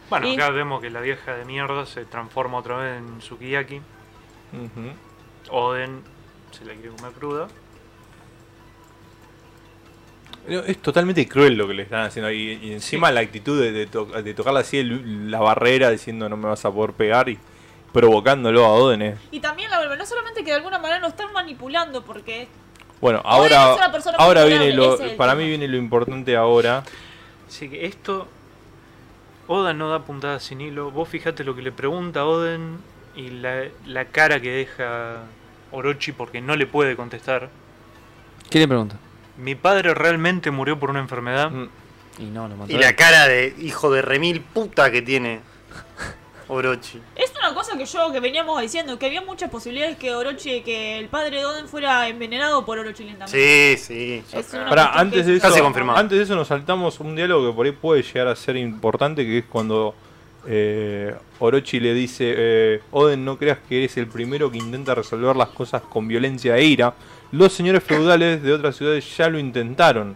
Speaker 5: Bueno,
Speaker 4: Y-
Speaker 5: acá vemos que la vieja de mierda se transforma otra vez en Sukiyaki. Oden se la quiere comer cruda.
Speaker 2: Es totalmente cruel lo que le están haciendo ahí. Y encima la actitud de, de to- de tocarle así el- la barrera diciendo no me vas a poder pegar y provocándolo a Oden. eh.
Speaker 4: Y también la verdad, no solamente que de alguna manera lo están manipulando, porque
Speaker 2: Bueno,
Speaker 4: es
Speaker 2: ahora,
Speaker 4: una persona
Speaker 2: ahora
Speaker 4: vulnerable,
Speaker 2: viene lo.
Speaker 4: ese es el
Speaker 2: Para
Speaker 4: tema.
Speaker 2: mí viene lo importante ahora.
Speaker 5: Así que esto. Oda no da puntada sin hilo. Vos fijate lo que le pregunta a Oden y la, la cara que deja Orochi porque no le puede contestar.
Speaker 1: ¿Qué le pregunta?
Speaker 5: Mi padre realmente murió por una enfermedad.
Speaker 1: Mm. Y no, lo mató.
Speaker 3: Y
Speaker 1: él.
Speaker 3: la cara de hijo de remil puta que tiene Orochi.
Speaker 4: Es una cosa que yo, que veníamos diciendo, que había muchas posibilidades que Orochi, que el padre de Oden fuera envenenado por Orochi Lin también.
Speaker 3: Sí, sí.
Speaker 4: Es una
Speaker 2: Pará,
Speaker 4: cuestión
Speaker 2: antes
Speaker 4: que-
Speaker 2: de, eso,
Speaker 3: Casi confirmado.
Speaker 2: antes de eso nos saltamos un diálogo que por ahí puede llegar a ser importante, que es cuando eh, Orochi le dice, eh, Oden, no creas que eres el primero que intenta resolver las cosas con violencia e ira. Los señores feudales de otras ciudades ya lo intentaron.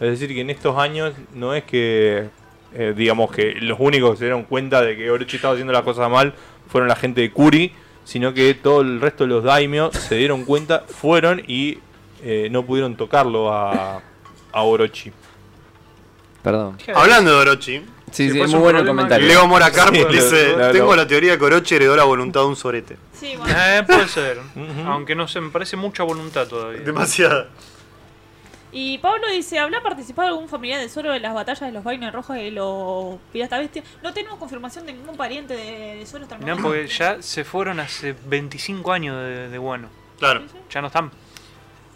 Speaker 2: Es decir, que en estos años no es que, eh, digamos, que los únicos que se dieron cuenta de que Orochi estaba haciendo las cosas mal fueron la gente de Kuri, sino que todo el resto de los daimios se dieron cuenta, fueron y eh, no pudieron tocarlo a, a Orochi.
Speaker 1: Perdón.
Speaker 3: Hablando de Orochi,
Speaker 1: Sí, sí,
Speaker 5: Después
Speaker 1: muy
Speaker 5: un
Speaker 1: bueno el
Speaker 5: problema
Speaker 1: comentario.
Speaker 3: Leo Mora Carpo
Speaker 2: Sí,
Speaker 3: dice:
Speaker 2: lo- lo-
Speaker 3: Tengo
Speaker 2: lo-
Speaker 3: la teoría que Orochi heredó la voluntad de un sorete.
Speaker 4: Sí, bueno.
Speaker 5: Eh, puede ser.
Speaker 2: Ujú.
Speaker 5: Aunque no se me parece mucha voluntad
Speaker 2: Eh.
Speaker 5: todavía.
Speaker 3: Demasiada.
Speaker 4: Y Pablo dice, ¿habrá participado algún familiar del Zoro en las batallas de los Vainos Rojos y los Piratas Bestias? No tenemos confirmación de ningún pariente de, de Zoro hasta el
Speaker 5: No,
Speaker 4: momento.
Speaker 5: porque ya se fueron hace 25 años de, de bueno.
Speaker 3: Claro.
Speaker 5: Ya no están.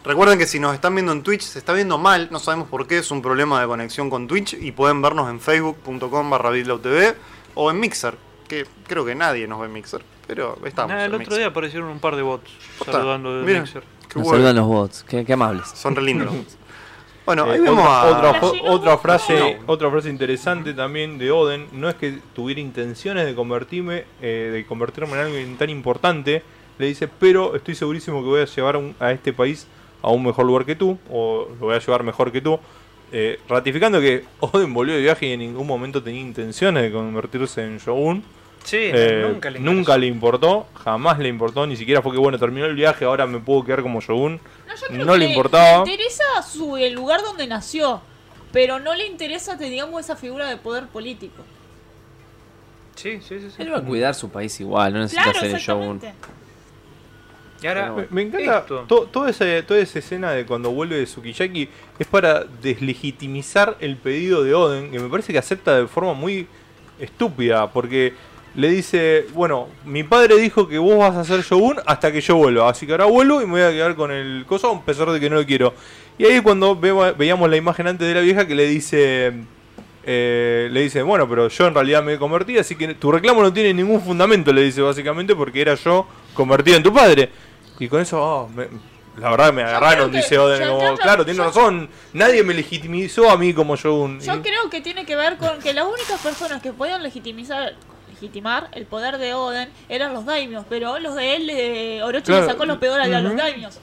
Speaker 3: Recuerden que si nos están viendo en Twitch, se está viendo mal, no sabemos por qué, es un problema de conexión con Twitch y pueden vernos en facebook.com barra BitLawTV o en Mixer, que creo que nadie nos ve en Mixer, pero estamos.
Speaker 5: Nah,
Speaker 3: en
Speaker 5: el otro
Speaker 3: Mixer.
Speaker 5: día aparecieron un par de bots
Speaker 3: Posta,
Speaker 5: saludando de
Speaker 3: miren,
Speaker 5: Mixer.
Speaker 3: qué
Speaker 1: Nos
Speaker 3: bueno.
Speaker 1: saludan los bots. Qué, qué amables.
Speaker 3: Son re lindos. los bots. bueno, ahí
Speaker 2: Eh,
Speaker 3: vemos
Speaker 2: otra,
Speaker 3: a...
Speaker 2: otra fo-
Speaker 4: Flashero,
Speaker 2: otra
Speaker 4: no.
Speaker 2: frase, otra frase interesante también de Oden. No es que tuviera intenciones de convertirme, eh, de convertirme en alguien tan importante. Le dice, pero estoy segurísimo que voy a llevar a, un- a este país a un mejor lugar que tú, o lo voy a llevar mejor que tú. Eh, ratificando que Oden volvió de viaje y en ningún momento tenía intenciones de convertirse en Shogun.
Speaker 5: Sí,
Speaker 2: Eh,
Speaker 5: nunca le
Speaker 2: nunca le importó, jamás le importó, ni siquiera fue que bueno, terminó el viaje, ahora me puedo quedar como Shogun.
Speaker 4: No, yo creo
Speaker 2: No
Speaker 4: que
Speaker 2: le importaba.
Speaker 4: Le interesa su, el lugar donde nació, pero no le interesa, te- digamos, esa figura de poder político.
Speaker 5: Sí, sí, sí. sí.
Speaker 1: Él va a cuidar su país igual, no necesita
Speaker 4: Claro,
Speaker 1: ser el shogun.
Speaker 4: exactamente.
Speaker 5: Y ahora,
Speaker 2: Me, me encanta
Speaker 5: Esto.
Speaker 2: to- toda, esa, toda esa escena de cuando vuelve de Tsukiyaki es para deslegitimizar el pedido de Oden, que me parece que acepta de forma muy estúpida, porque le dice, bueno, mi padre dijo que vos vas a ser Shogun hasta que yo vuelva, así que ahora vuelvo y me voy a quedar con el coso, a pesar de que no lo quiero. Y ahí es cuando veo- veíamos la imagen antes de la vieja que le dice... eh, le dice, bueno, pero yo en realidad me convertí, así que tu reclamo no tiene ningún fundamento, le dice básicamente, porque era yo convertido en tu padre. Y con eso, oh, me- la verdad me agarraron,
Speaker 4: creo que-
Speaker 2: dice Oden,
Speaker 4: yo
Speaker 2: como,
Speaker 4: creo que-
Speaker 2: claro, tiene
Speaker 4: yo-
Speaker 2: razón, nadie me legitimizó a mí como Shogun.
Speaker 4: Yo
Speaker 2: Y-
Speaker 4: creo que tiene que ver con que las únicas personas que podían legitimizar legitimar el poder de Oden eran los daimios, pero los de él, eh, Orochi
Speaker 2: Claro.
Speaker 4: le sacó los peores a los
Speaker 2: Ujú.
Speaker 4: daimios.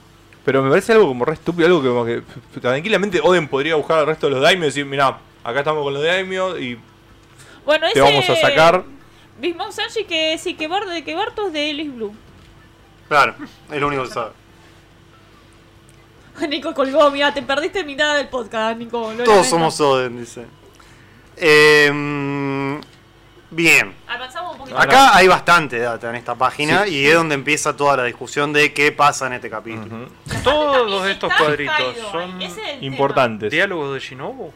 Speaker 2: Pero me parece algo como re estúpido, algo que, como que f- f- tranquilamente Oden podría buscar al resto de los daimios y decir, mira, acá estamos con los daimios y
Speaker 4: Bueno,
Speaker 2: te vamos a sacar.
Speaker 4: Bismon Sanji que sí, que Barto que Barto es de Ellis Blue.
Speaker 3: Claro, es lo único que sabe.
Speaker 4: Nico colgó, mira, te perdiste mitad del podcast, Nico. lo
Speaker 3: Todos
Speaker 4: lamento.
Speaker 3: somos Oden, dice. Em, bien.
Speaker 4: Avanzamos un poquito.
Speaker 3: Acá hay bastante data en esta página y es donde empieza toda la discusión de qué pasa en este capítulo.
Speaker 5: todos estos
Speaker 4: Está
Speaker 5: cuadritos
Speaker 4: caído,
Speaker 5: son
Speaker 4: ahí, ese es el tema.
Speaker 2: Importantes.
Speaker 5: diálogos de Shinobu.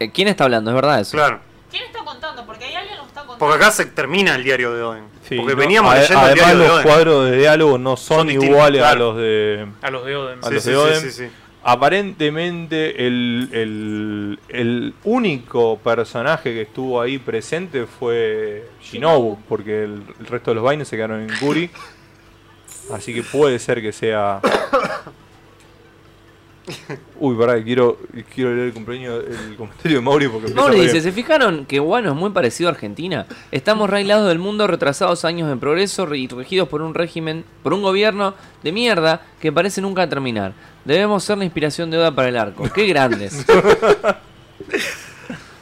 Speaker 1: Eh, ¿Quién está hablando? Es verdad eso.
Speaker 3: Claro.
Speaker 4: ¿Quién está contando? Porque ahí alguien lo está contando.
Speaker 3: Porque acá se termina el diario de Oden.
Speaker 2: Sí,
Speaker 3: Porque
Speaker 2: no,
Speaker 3: veníamos
Speaker 2: ade-
Speaker 3: leyendo el
Speaker 2: además
Speaker 3: diario de
Speaker 2: los
Speaker 3: Oden.
Speaker 2: cuadros de diálogo no
Speaker 3: Son
Speaker 2: son,
Speaker 3: distintos,
Speaker 2: iguales a
Speaker 3: claro.
Speaker 2: los de...
Speaker 5: A los de Oden.
Speaker 2: a
Speaker 3: Sí,
Speaker 2: los
Speaker 3: sí,
Speaker 2: de
Speaker 3: sí,
Speaker 2: Oden.
Speaker 3: sí, sí.
Speaker 2: Aparentemente el, el- el único personaje que estuvo ahí presente fue Shinobu, porque el, el resto de los vaines se quedaron en Kuri. Así que puede ser que sea... Uy, pará, que quiero, quiero leer el, cumpleaños, el comentario de Mauri porque empieza
Speaker 1: Mauri
Speaker 2: re
Speaker 1: dice,
Speaker 2: bien.
Speaker 1: ¿se fijaron que Guano es muy parecido a Argentina? Estamos re aislados del mundo, retrasados años en progreso re- y regidos por un régimen, por un gobierno de mierda que parece nunca terminar. Debemos ser la inspiración de Oda para el arco. ¡Qué grandes!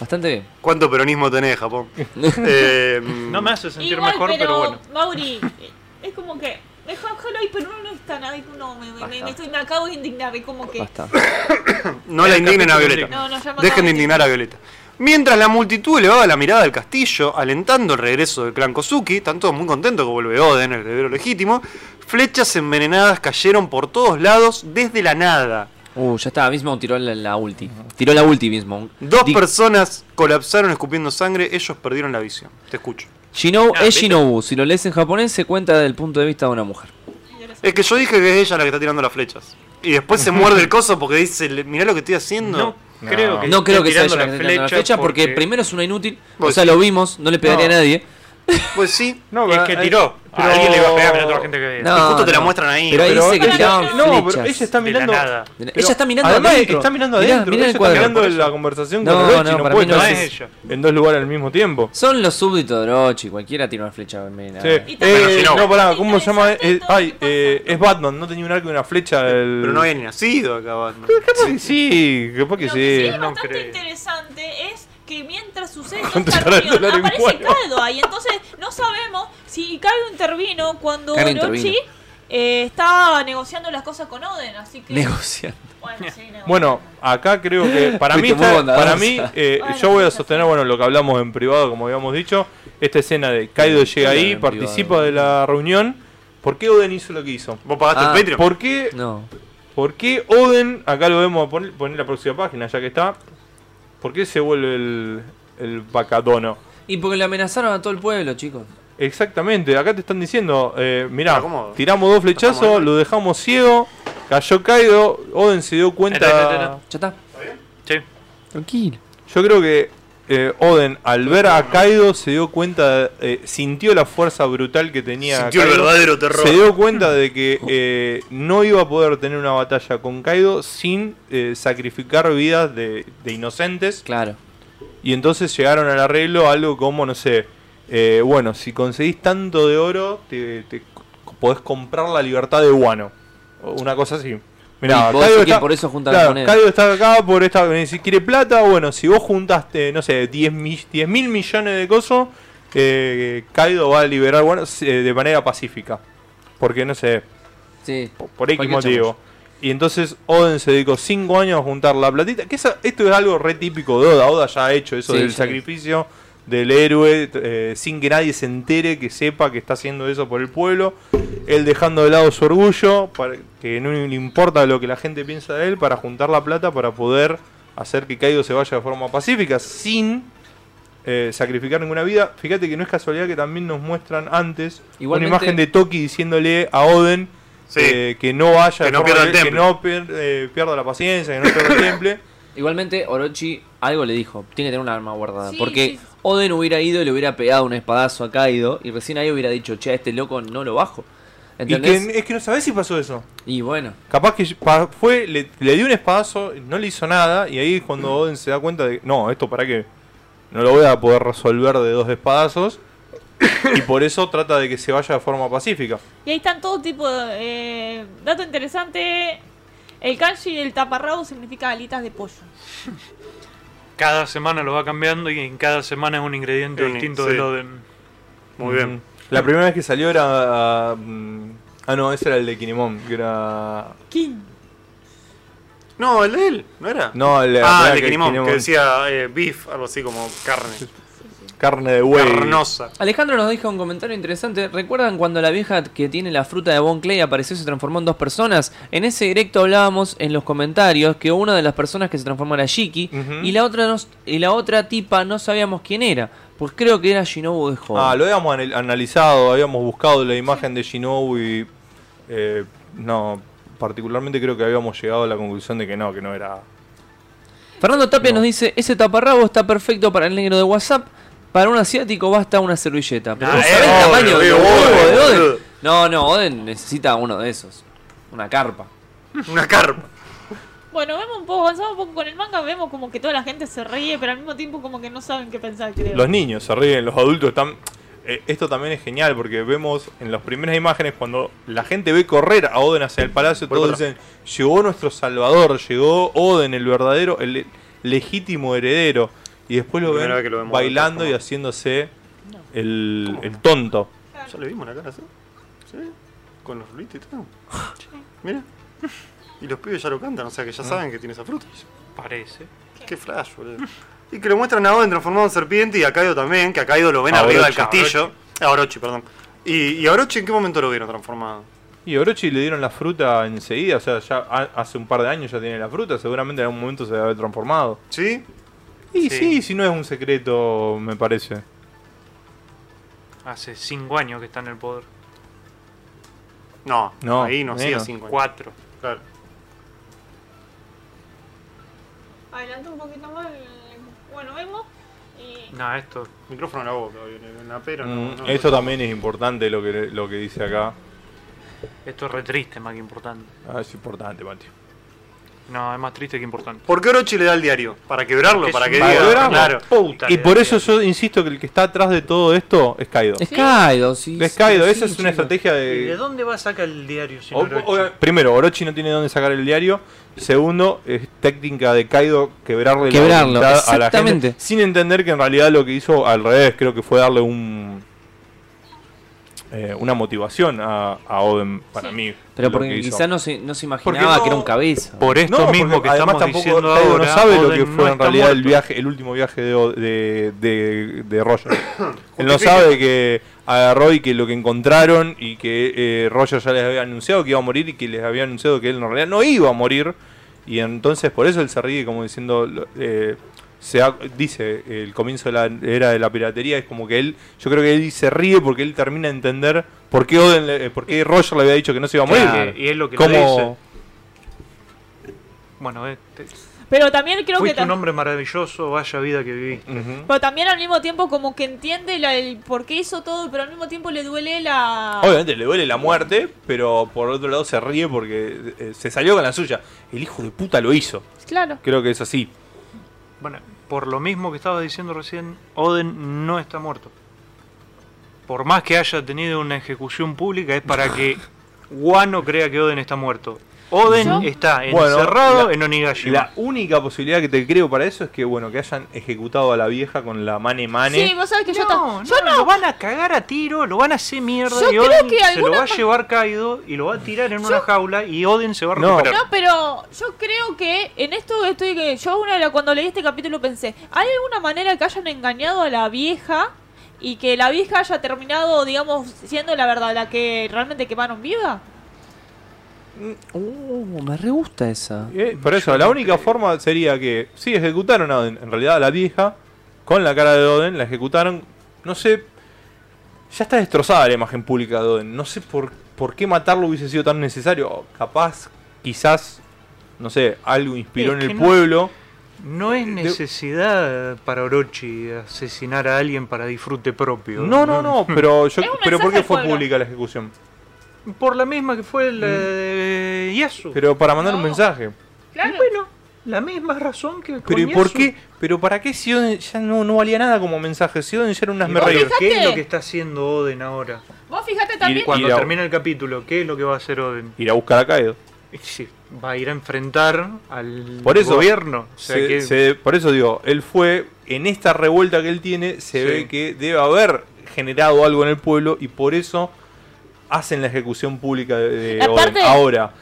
Speaker 1: Bastante bien.
Speaker 3: ¿Cuánto peronismo tenés, Japón? Em,
Speaker 5: No me hace sentir
Speaker 4: Igual,
Speaker 5: mejor, pero, bueno.
Speaker 4: Mauri, eh, es como que. Es Hawkeye, pero no, no está nada. es- No, me, me, me-
Speaker 1: Basta.
Speaker 4: estoy, me acabo de indignar. Es como que.
Speaker 1: Basta.
Speaker 3: no la
Speaker 5: El
Speaker 3: indignen a
Speaker 5: capítulo
Speaker 3: Violeta.
Speaker 5: indigna.
Speaker 4: No, no, ya me acabo
Speaker 3: Dejen
Speaker 4: de
Speaker 3: de indignar a Violeta. Mientras la multitud elevaba la mirada al castillo, alentando el regreso del clan Kozuki, están todos muy contentos que vuelve Oden, el heredero legítimo, flechas envenenadas cayeron por todos lados desde la nada.
Speaker 1: Uh, ya está, mismo tiró la, la ulti. Tiró la ulti mismo.
Speaker 3: Dos
Speaker 1: Di-
Speaker 3: personas colapsaron escupiendo sangre, ellos perdieron la visión. Te escucho.
Speaker 1: Shinobu
Speaker 5: Ah,
Speaker 1: es
Speaker 5: ¿viste?
Speaker 1: Shinobu. Si lo lees en japonés, se cuenta desde el punto de vista de una mujer.
Speaker 3: Es que yo dije que es ella la que está tirando las flechas. Y después se muerde el coso porque dice, "Le- mirá lo que estoy haciendo.
Speaker 5: No,
Speaker 2: No.
Speaker 5: creo que
Speaker 1: No creo que sea
Speaker 5: esté
Speaker 1: ella la que
Speaker 5: tirando
Speaker 1: esté tirando la flecha porque, primero es una inútil. O
Speaker 3: Pues
Speaker 1: sea,
Speaker 3: sí.
Speaker 1: lo vimos, no le pegaría
Speaker 2: No.
Speaker 1: a nadie.
Speaker 3: Pues sí.
Speaker 2: No,
Speaker 5: es
Speaker 2: pero-
Speaker 5: que tiró.
Speaker 2: pero-
Speaker 5: A alguien le iba a pegar, pero a otra gente que veía.
Speaker 1: No,
Speaker 3: justo te la
Speaker 1: no.
Speaker 3: muestran ahí.
Speaker 1: Pero ahí
Speaker 2: Pero-
Speaker 1: dice que
Speaker 4: No,
Speaker 1: tiraban
Speaker 4: no,
Speaker 2: No,
Speaker 1: flechas.
Speaker 2: pero ella está
Speaker 5: De la
Speaker 2: mirando.
Speaker 5: nada.
Speaker 1: Ella
Speaker 2: Pero
Speaker 1: está mirando
Speaker 2: Además,
Speaker 1: adentro.
Speaker 2: está mirando
Speaker 1: Mirá,
Speaker 2: adentro.
Speaker 1: mirá
Speaker 2: ella
Speaker 1: el
Speaker 2: está
Speaker 1: cuadro.
Speaker 2: mirando la conversación
Speaker 1: No,
Speaker 2: con Orochi.
Speaker 1: no,
Speaker 2: No,
Speaker 1: para
Speaker 2: puede
Speaker 1: mí no
Speaker 2: estar
Speaker 5: es
Speaker 2: en-
Speaker 5: ella.
Speaker 2: en dos lugares al mismo tiempo.
Speaker 1: Son los súbditos de Orochi, cualquiera tira una flecha. venena.
Speaker 2: Sí.
Speaker 4: Y
Speaker 2: Eh,
Speaker 4: también
Speaker 3: es
Speaker 2: no,
Speaker 3: interesante
Speaker 2: pará, ¿cómo se llama?
Speaker 4: todo
Speaker 2: Eh,
Speaker 4: lo
Speaker 2: ay,
Speaker 4: que pasa.
Speaker 2: eh, es Batman, no tenía un arco y una flecha. El...
Speaker 3: Pero no había ni nacido acá, Batman.
Speaker 2: Capaz que sí, capaz que
Speaker 4: Lo que sí
Speaker 2: sí.
Speaker 4: es
Speaker 5: no
Speaker 4: bastante
Speaker 5: creo.
Speaker 4: interesante es que mientras sucede esta
Speaker 2: ¿Cuánto estará el
Speaker 4: intervención,
Speaker 2: dólar en
Speaker 4: aparece
Speaker 2: cuero?
Speaker 4: Caldo ahí. Entonces no sabemos si Ricardo intervino cuando
Speaker 1: Caldo
Speaker 4: Orochi
Speaker 1: intervino.
Speaker 4: eh, estaba negociando las cosas con Oden. Así que.
Speaker 1: Negocian.
Speaker 4: Bueno, sí, negocio.
Speaker 2: Bueno, acá creo que para mí,
Speaker 1: Fuiste muy
Speaker 2: está-
Speaker 1: bondadosa.
Speaker 2: para mí eh,
Speaker 4: Bueno,
Speaker 2: yo voy a
Speaker 4: sí,
Speaker 2: sostener bueno lo que hablamos en privado, como habíamos dicho. Esta escena de Kaido llega
Speaker 1: Claro,
Speaker 2: ahí,
Speaker 1: en
Speaker 2: participa
Speaker 1: privado.
Speaker 2: de la reunión. ¿Por qué Oden hizo lo que hizo?
Speaker 3: ¿Vos pagaste
Speaker 1: Ah,
Speaker 3: el Patreon?
Speaker 2: ¿Por qué,
Speaker 1: No.
Speaker 2: por qué Oden, acá lo vemos poner, poner la próxima página ya que está, ¿por qué se vuelve el, el bacadono?
Speaker 1: Y porque le amenazaron a todo el pueblo, chicos.
Speaker 2: Exactamente, acá te están diciendo, eh, mirá,
Speaker 3: Pero ¿cómo?
Speaker 2: tiramos dos flechazos,
Speaker 3: Estamos-
Speaker 2: lo dejamos ciego, cayó Kaido, Oden se dio
Speaker 5: Espera, espera, espera.
Speaker 2: cuenta...
Speaker 1: Ya está.
Speaker 5: Sí.
Speaker 1: Tranquilo.
Speaker 2: Yo creo que eh, Oden al ver a Kaido se dio cuenta, eh, sintió la fuerza brutal que tenía.
Speaker 3: Sintió el
Speaker 2: Kaido.
Speaker 3: verdadero terror.
Speaker 2: Se dio cuenta de que eh, no iba a poder tener una batalla con Kaido sin eh, sacrificar vidas de, de inocentes.
Speaker 1: Claro.
Speaker 2: Y entonces llegaron al arreglo algo como, no sé, eh, bueno, si conseguís tanto de oro, te, te c- podés comprar la libertad de Wano. O Una cosa así. Mirá,
Speaker 1: Y vos
Speaker 2: Kaido
Speaker 1: decís que
Speaker 2: está,
Speaker 1: por eso juntan
Speaker 2: claro,
Speaker 1: las monedas.
Speaker 2: Kaido está acá por esta... Si quiere plata, bueno, si vos juntaste, no sé, 10 mil millones de cosos, eh, Kaido va a liberar Wano eh, de manera pacífica. Porque, no sé,
Speaker 1: Sí.
Speaker 2: por- por X
Speaker 1: Cualquier
Speaker 2: motivo.
Speaker 1: chamuyo.
Speaker 2: Y entonces Oden se dedicó 5 años a juntar la platita. Que esa- esto es algo re típico de Oda. Oda ya ha hecho eso
Speaker 1: Sí,
Speaker 2: del
Speaker 1: sí.
Speaker 2: sacrificio del héroe eh, sin que nadie se entere, que sepa que está haciendo eso por el pueblo. Él dejando de lado su orgullo, para, que no le importa lo que la gente piensa de él, para juntar la plata para poder hacer que Kaido se vaya de forma pacífica sin eh, sacrificar ninguna vida. Fíjate que no es casualidad que también nos muestran antes
Speaker 1: Igualmente-
Speaker 2: una imagen de Toki diciéndole a Oden
Speaker 3: Sí.
Speaker 2: eh, que no vaya
Speaker 3: Que
Speaker 2: de
Speaker 3: no
Speaker 2: forma
Speaker 3: pierda el
Speaker 2: que- que
Speaker 3: temple.
Speaker 2: no pier- eh, pierda la paciencia, que no pierda el temple.
Speaker 1: Igualmente, Orochi algo le dijo. Tiene que tener un arma guardada.
Speaker 4: Sí,
Speaker 1: porque
Speaker 4: sí, sí.
Speaker 1: Oden hubiera ido y le hubiera pegado un espadazo a Kaido. Y recién ahí hubiera dicho, che, a este loco no lo bajo.
Speaker 2: Y
Speaker 1: ¿Entendés? Y,
Speaker 2: que es que no sabés si pasó eso.
Speaker 1: bueno.
Speaker 2: Capaz que pa- fue, le, le dio un espadazo, no le hizo nada, y ahí es cuando Oden se da cuenta de no, esto para qué, no lo voy a poder resolver de dos espadazos, y por eso trata de que se vaya de forma pacífica.
Speaker 4: Y ahí están todo tipo de. eh, dato interesante. El kanji del taparrabo significa alitas de pollo.
Speaker 5: Cada semana lo va cambiando y en cada semana es un ingrediente
Speaker 3: Sí,
Speaker 5: distinto
Speaker 3: sí.
Speaker 5: del Oden.
Speaker 3: Muy bien.
Speaker 2: Mm. La primera vez que salió era. mm, Ah, no, ese era el de Kinemon, que era.
Speaker 4: King.
Speaker 3: No, el de él, ¿no era?
Speaker 2: No, el
Speaker 3: ah,
Speaker 2: era
Speaker 3: el de
Speaker 2: que-
Speaker 3: Kinemon, que decía eh, beef, algo así como carne.
Speaker 2: Carne de buey.
Speaker 3: Carnosa.
Speaker 1: Alejandro nos dijo un comentario interesante. ¿Recuerdan cuando la vieja que tiene la fruta de Bon Clay apareció y se transformó en dos personas? En ese directo hablábamos en los comentarios que una de las personas que se transformó era Shiki
Speaker 2: Ujú.
Speaker 1: y la otra nos- y la otra tipa no sabíamos quién era. Pues creo que era Shinobu de joven.
Speaker 2: Ah, lo habíamos anal- analizado, habíamos buscado la imagen de Shinobu y. eh, no, particularmente creo que habíamos llegado a la conclusión de que no, que no era.
Speaker 1: Fernando Tapia nos dice, ese taparrabo está perfecto para el negro de WhatsApp. Para un asiático basta una servilleta. Pero
Speaker 5: Ah,
Speaker 1: ¿vos
Speaker 5: eh,
Speaker 1: sabés el
Speaker 5: obvio,
Speaker 1: tamaño del
Speaker 3: obvio,
Speaker 1: huevo de
Speaker 3: obvio.
Speaker 1: Oden? No, no, Oden necesita uno de esos. Una carpa.
Speaker 3: Una carpa.
Speaker 4: Bueno, vemos un poco, avanzamos un poco con el manga, vemos como que toda la gente se ríe, pero al mismo tiempo como que no saben qué pensar, creo.
Speaker 2: Los niños se ríen, los adultos están. eh, esto también es genial porque vemos en las primeras imágenes cuando la gente ve correr a Oden hacia el palacio,
Speaker 3: Voy
Speaker 2: todos
Speaker 3: para
Speaker 2: dicen: Llegó nuestro salvador, llegó Oden, el verdadero, el le- legítimo heredero. Y después lo
Speaker 3: Primera
Speaker 2: ven
Speaker 3: vez que lo vemos
Speaker 2: bailando
Speaker 3: de
Speaker 2: y
Speaker 3: otra
Speaker 2: haciéndose el, el tonto.
Speaker 3: Ya le vimos la cara, ¿sí? ¿Sí? Con los rulitos y todo. Mira. Y los pibes ya lo cantan, o sea que ya saben que tiene esa fruta.
Speaker 5: Parece.
Speaker 3: Qué flash, boludo. Y que lo muestran a Oden transformado en serpiente y a Kaido también, que a Kaido lo ven
Speaker 2: A
Speaker 3: arriba del
Speaker 2: Orochi, a
Speaker 3: castillo. A Orochi, perdón. ¿Y, ¿Y a Orochi en qué momento lo vieron transformado?
Speaker 2: Y a Orochi le dieron la fruta enseguida, o sea, ya ha- hace un par de años ya tiene la fruta, seguramente en algún momento se debe haber transformado.
Speaker 3: ¿Sí?
Speaker 2: Y sí,
Speaker 5: Sí.
Speaker 2: si no es un secreto, me parece.
Speaker 5: Hace 5 años que está en el poder.
Speaker 3: No,
Speaker 2: No,
Speaker 3: ahí no hacía
Speaker 2: menos.
Speaker 3: cinco años.
Speaker 5: 4.
Speaker 3: Claro.
Speaker 4: Adelanta un poquito más. el- Bueno, vemos. eh, Y...
Speaker 5: No, esto.
Speaker 3: Micrófono en la boca, en la pera.
Speaker 2: Mm,
Speaker 3: no, no,
Speaker 2: Esto
Speaker 3: no.
Speaker 2: también es importante lo que, lo que dice acá.
Speaker 5: Esto es re triste, más que importante.
Speaker 2: Ah, es importante, Mati.
Speaker 5: No, es más triste que importante.
Speaker 3: ¿Por qué Orochi le da el diario? Para quebrarlo,
Speaker 5: Es
Speaker 3: para
Speaker 5: un
Speaker 3: que
Speaker 2: Para
Speaker 3: diga.
Speaker 2: quebrarlo.
Speaker 3: ah, Claro.
Speaker 5: Puta
Speaker 2: Y
Speaker 5: que
Speaker 2: por
Speaker 5: da
Speaker 2: eso yo
Speaker 5: miedo.
Speaker 2: insisto que el que está atrás de todo esto es Kaido.
Speaker 1: Es Kaido, sí.
Speaker 2: Es
Speaker 1: sí,
Speaker 2: Kaido,
Speaker 1: sí,
Speaker 2: esa es una
Speaker 1: chico.
Speaker 2: estrategia
Speaker 5: ¿Y de
Speaker 2: de...
Speaker 5: dónde va a sacar el diario si no
Speaker 2: O-
Speaker 5: lo he
Speaker 2: o-
Speaker 5: hecho?
Speaker 2: primero, Orochi no tiene dónde sacar el diario. Segundo, es técnica de Kaido quebrarle
Speaker 1: Quebrarlo,
Speaker 2: la voluntad a la
Speaker 1: exactamente.
Speaker 2: gente. Sin entender que en realidad lo que hizo al revés, creo que fue darle un... eh, una motivación a, a Oden para
Speaker 4: Sí.
Speaker 2: mí.
Speaker 1: Pero
Speaker 2: lo
Speaker 1: porque
Speaker 2: que hizo.
Speaker 1: quizás no se, no se
Speaker 2: Porque
Speaker 1: imaginaba
Speaker 2: no-
Speaker 1: que era un cabeza.
Speaker 5: Por esto
Speaker 2: No,
Speaker 5: mismo
Speaker 2: porque
Speaker 5: que
Speaker 2: además
Speaker 5: estamos
Speaker 2: tampoco
Speaker 5: diciendo
Speaker 2: Kaido
Speaker 5: ahora.
Speaker 2: no sabe lo
Speaker 5: Oden
Speaker 2: que
Speaker 5: no
Speaker 2: fue en
Speaker 5: está
Speaker 2: realidad el
Speaker 5: muerto.
Speaker 2: viaje, el último viaje de, O- de, de, de Roger. Él no sabe que agarró y que lo que encontraron y que eh, Roger ya les había anunciado que iba a morir y que les había anunciado que él en realidad no iba a morir. Y entonces por eso él se ríe como diciendo, lo- eh, se ha- dice, el comienzo de la era de la piratería es como que él, yo creo que él se ríe porque él termina de entender por qué, Oden le- eh, por qué Roger le había dicho que no se iba a morir.
Speaker 5: Claro, y es lo que lo
Speaker 2: Como-
Speaker 5: Bueno, este,
Speaker 4: Pero también creo que
Speaker 5: fuiste
Speaker 4: tam-
Speaker 5: un hombre maravilloso, vaya vida que viví.
Speaker 2: Ujú.
Speaker 4: Pero también al mismo tiempo como que entiende la- el por qué hizo todo, pero al mismo tiempo le duele la...
Speaker 2: Obviamente le duele la muerte, pero por otro lado se ríe porque eh, se salió con la suya. El hijo de puta lo hizo.
Speaker 4: Claro.
Speaker 2: Creo que es así.
Speaker 5: Bueno, por lo mismo que estabas diciendo recién, Oden no está muerto. Por más que haya tenido una ejecución pública, es para que Wano crea que Oden está muerto. Oden
Speaker 4: ¿Yo?
Speaker 5: está
Speaker 2: Bueno,
Speaker 5: encerrado
Speaker 2: la-
Speaker 5: en Onigashima.
Speaker 2: La única posibilidad que te creo para eso es que bueno que hayan ejecutado a la vieja con la mane mane.
Speaker 4: Sí, vos sabés que yo...
Speaker 5: no,
Speaker 4: ta- yo
Speaker 5: no, lo van a cagar a tiro, lo van a hacer mierda
Speaker 4: Yo
Speaker 5: y
Speaker 4: creo
Speaker 5: Oden
Speaker 4: que
Speaker 5: se lo
Speaker 4: alguna
Speaker 5: va a
Speaker 4: pa-
Speaker 5: llevar Kaido y lo va a tirar en una jaula y Oden se va a
Speaker 2: No.
Speaker 5: recuperar.
Speaker 4: No, pero yo creo que en esto estoy que yo una de la- cuando leí este capítulo pensé, ¿hay alguna manera que hayan engañado a la vieja y que la vieja haya terminado, digamos, siendo la verdad la que realmente quemaron viva?
Speaker 1: Uh, me re gusta esa.
Speaker 2: Eh, por eso, la única forma sería que sí ejecutaron a Oden. En realidad a la vieja, con la cara de Oden, la ejecutaron. No sé. Ya está destrozada la imagen pública de Oden. No sé por, por qué matarlo hubiese sido tan necesario. O Capaz, quizás, no sé, algo inspiró
Speaker 5: Es
Speaker 2: en
Speaker 5: que
Speaker 2: el
Speaker 5: no-
Speaker 2: pueblo.
Speaker 5: No es necesidad para Orochi asesinar a alguien para disfrute propio.
Speaker 2: No, no, no, pero yo,
Speaker 4: Es un
Speaker 2: pero
Speaker 4: mensaje
Speaker 2: ¿por qué
Speaker 4: al
Speaker 2: fue
Speaker 4: pueblo.
Speaker 2: pública la ejecución?
Speaker 5: Por la misma que fue la de Yasu.
Speaker 2: Mm. Pero para mandar un
Speaker 4: No.
Speaker 2: mensaje.
Speaker 5: Y bueno, la misma razón que con
Speaker 2: Pero ¿y por
Speaker 5: Yasu.
Speaker 2: qué? Pero ¿para qué Sion ya no, no valía nada como mensaje? Sion ya era un
Speaker 5: Y
Speaker 2: asme
Speaker 5: bueno,
Speaker 2: reír.
Speaker 4: fíjate-
Speaker 5: ¿Qué es lo que está haciendo Oden ahora?
Speaker 4: Vos fijate también...
Speaker 5: Cuando
Speaker 2: Y la-
Speaker 5: termina el capítulo, ¿qué es lo que va a hacer Oden?
Speaker 2: Ir a buscar a Kaido.
Speaker 5: Y sí, va a ir a enfrentar al
Speaker 2: Por eso-
Speaker 5: gobierno. O sea
Speaker 2: Se-
Speaker 5: que-
Speaker 2: se- por eso digo, él fue, en esta revuelta que él tiene, se
Speaker 5: Sí.
Speaker 2: ve que debe haber generado algo en el pueblo y por eso hacen la ejecución pública de, de Oden.
Speaker 4: Aparte-
Speaker 2: Ahora,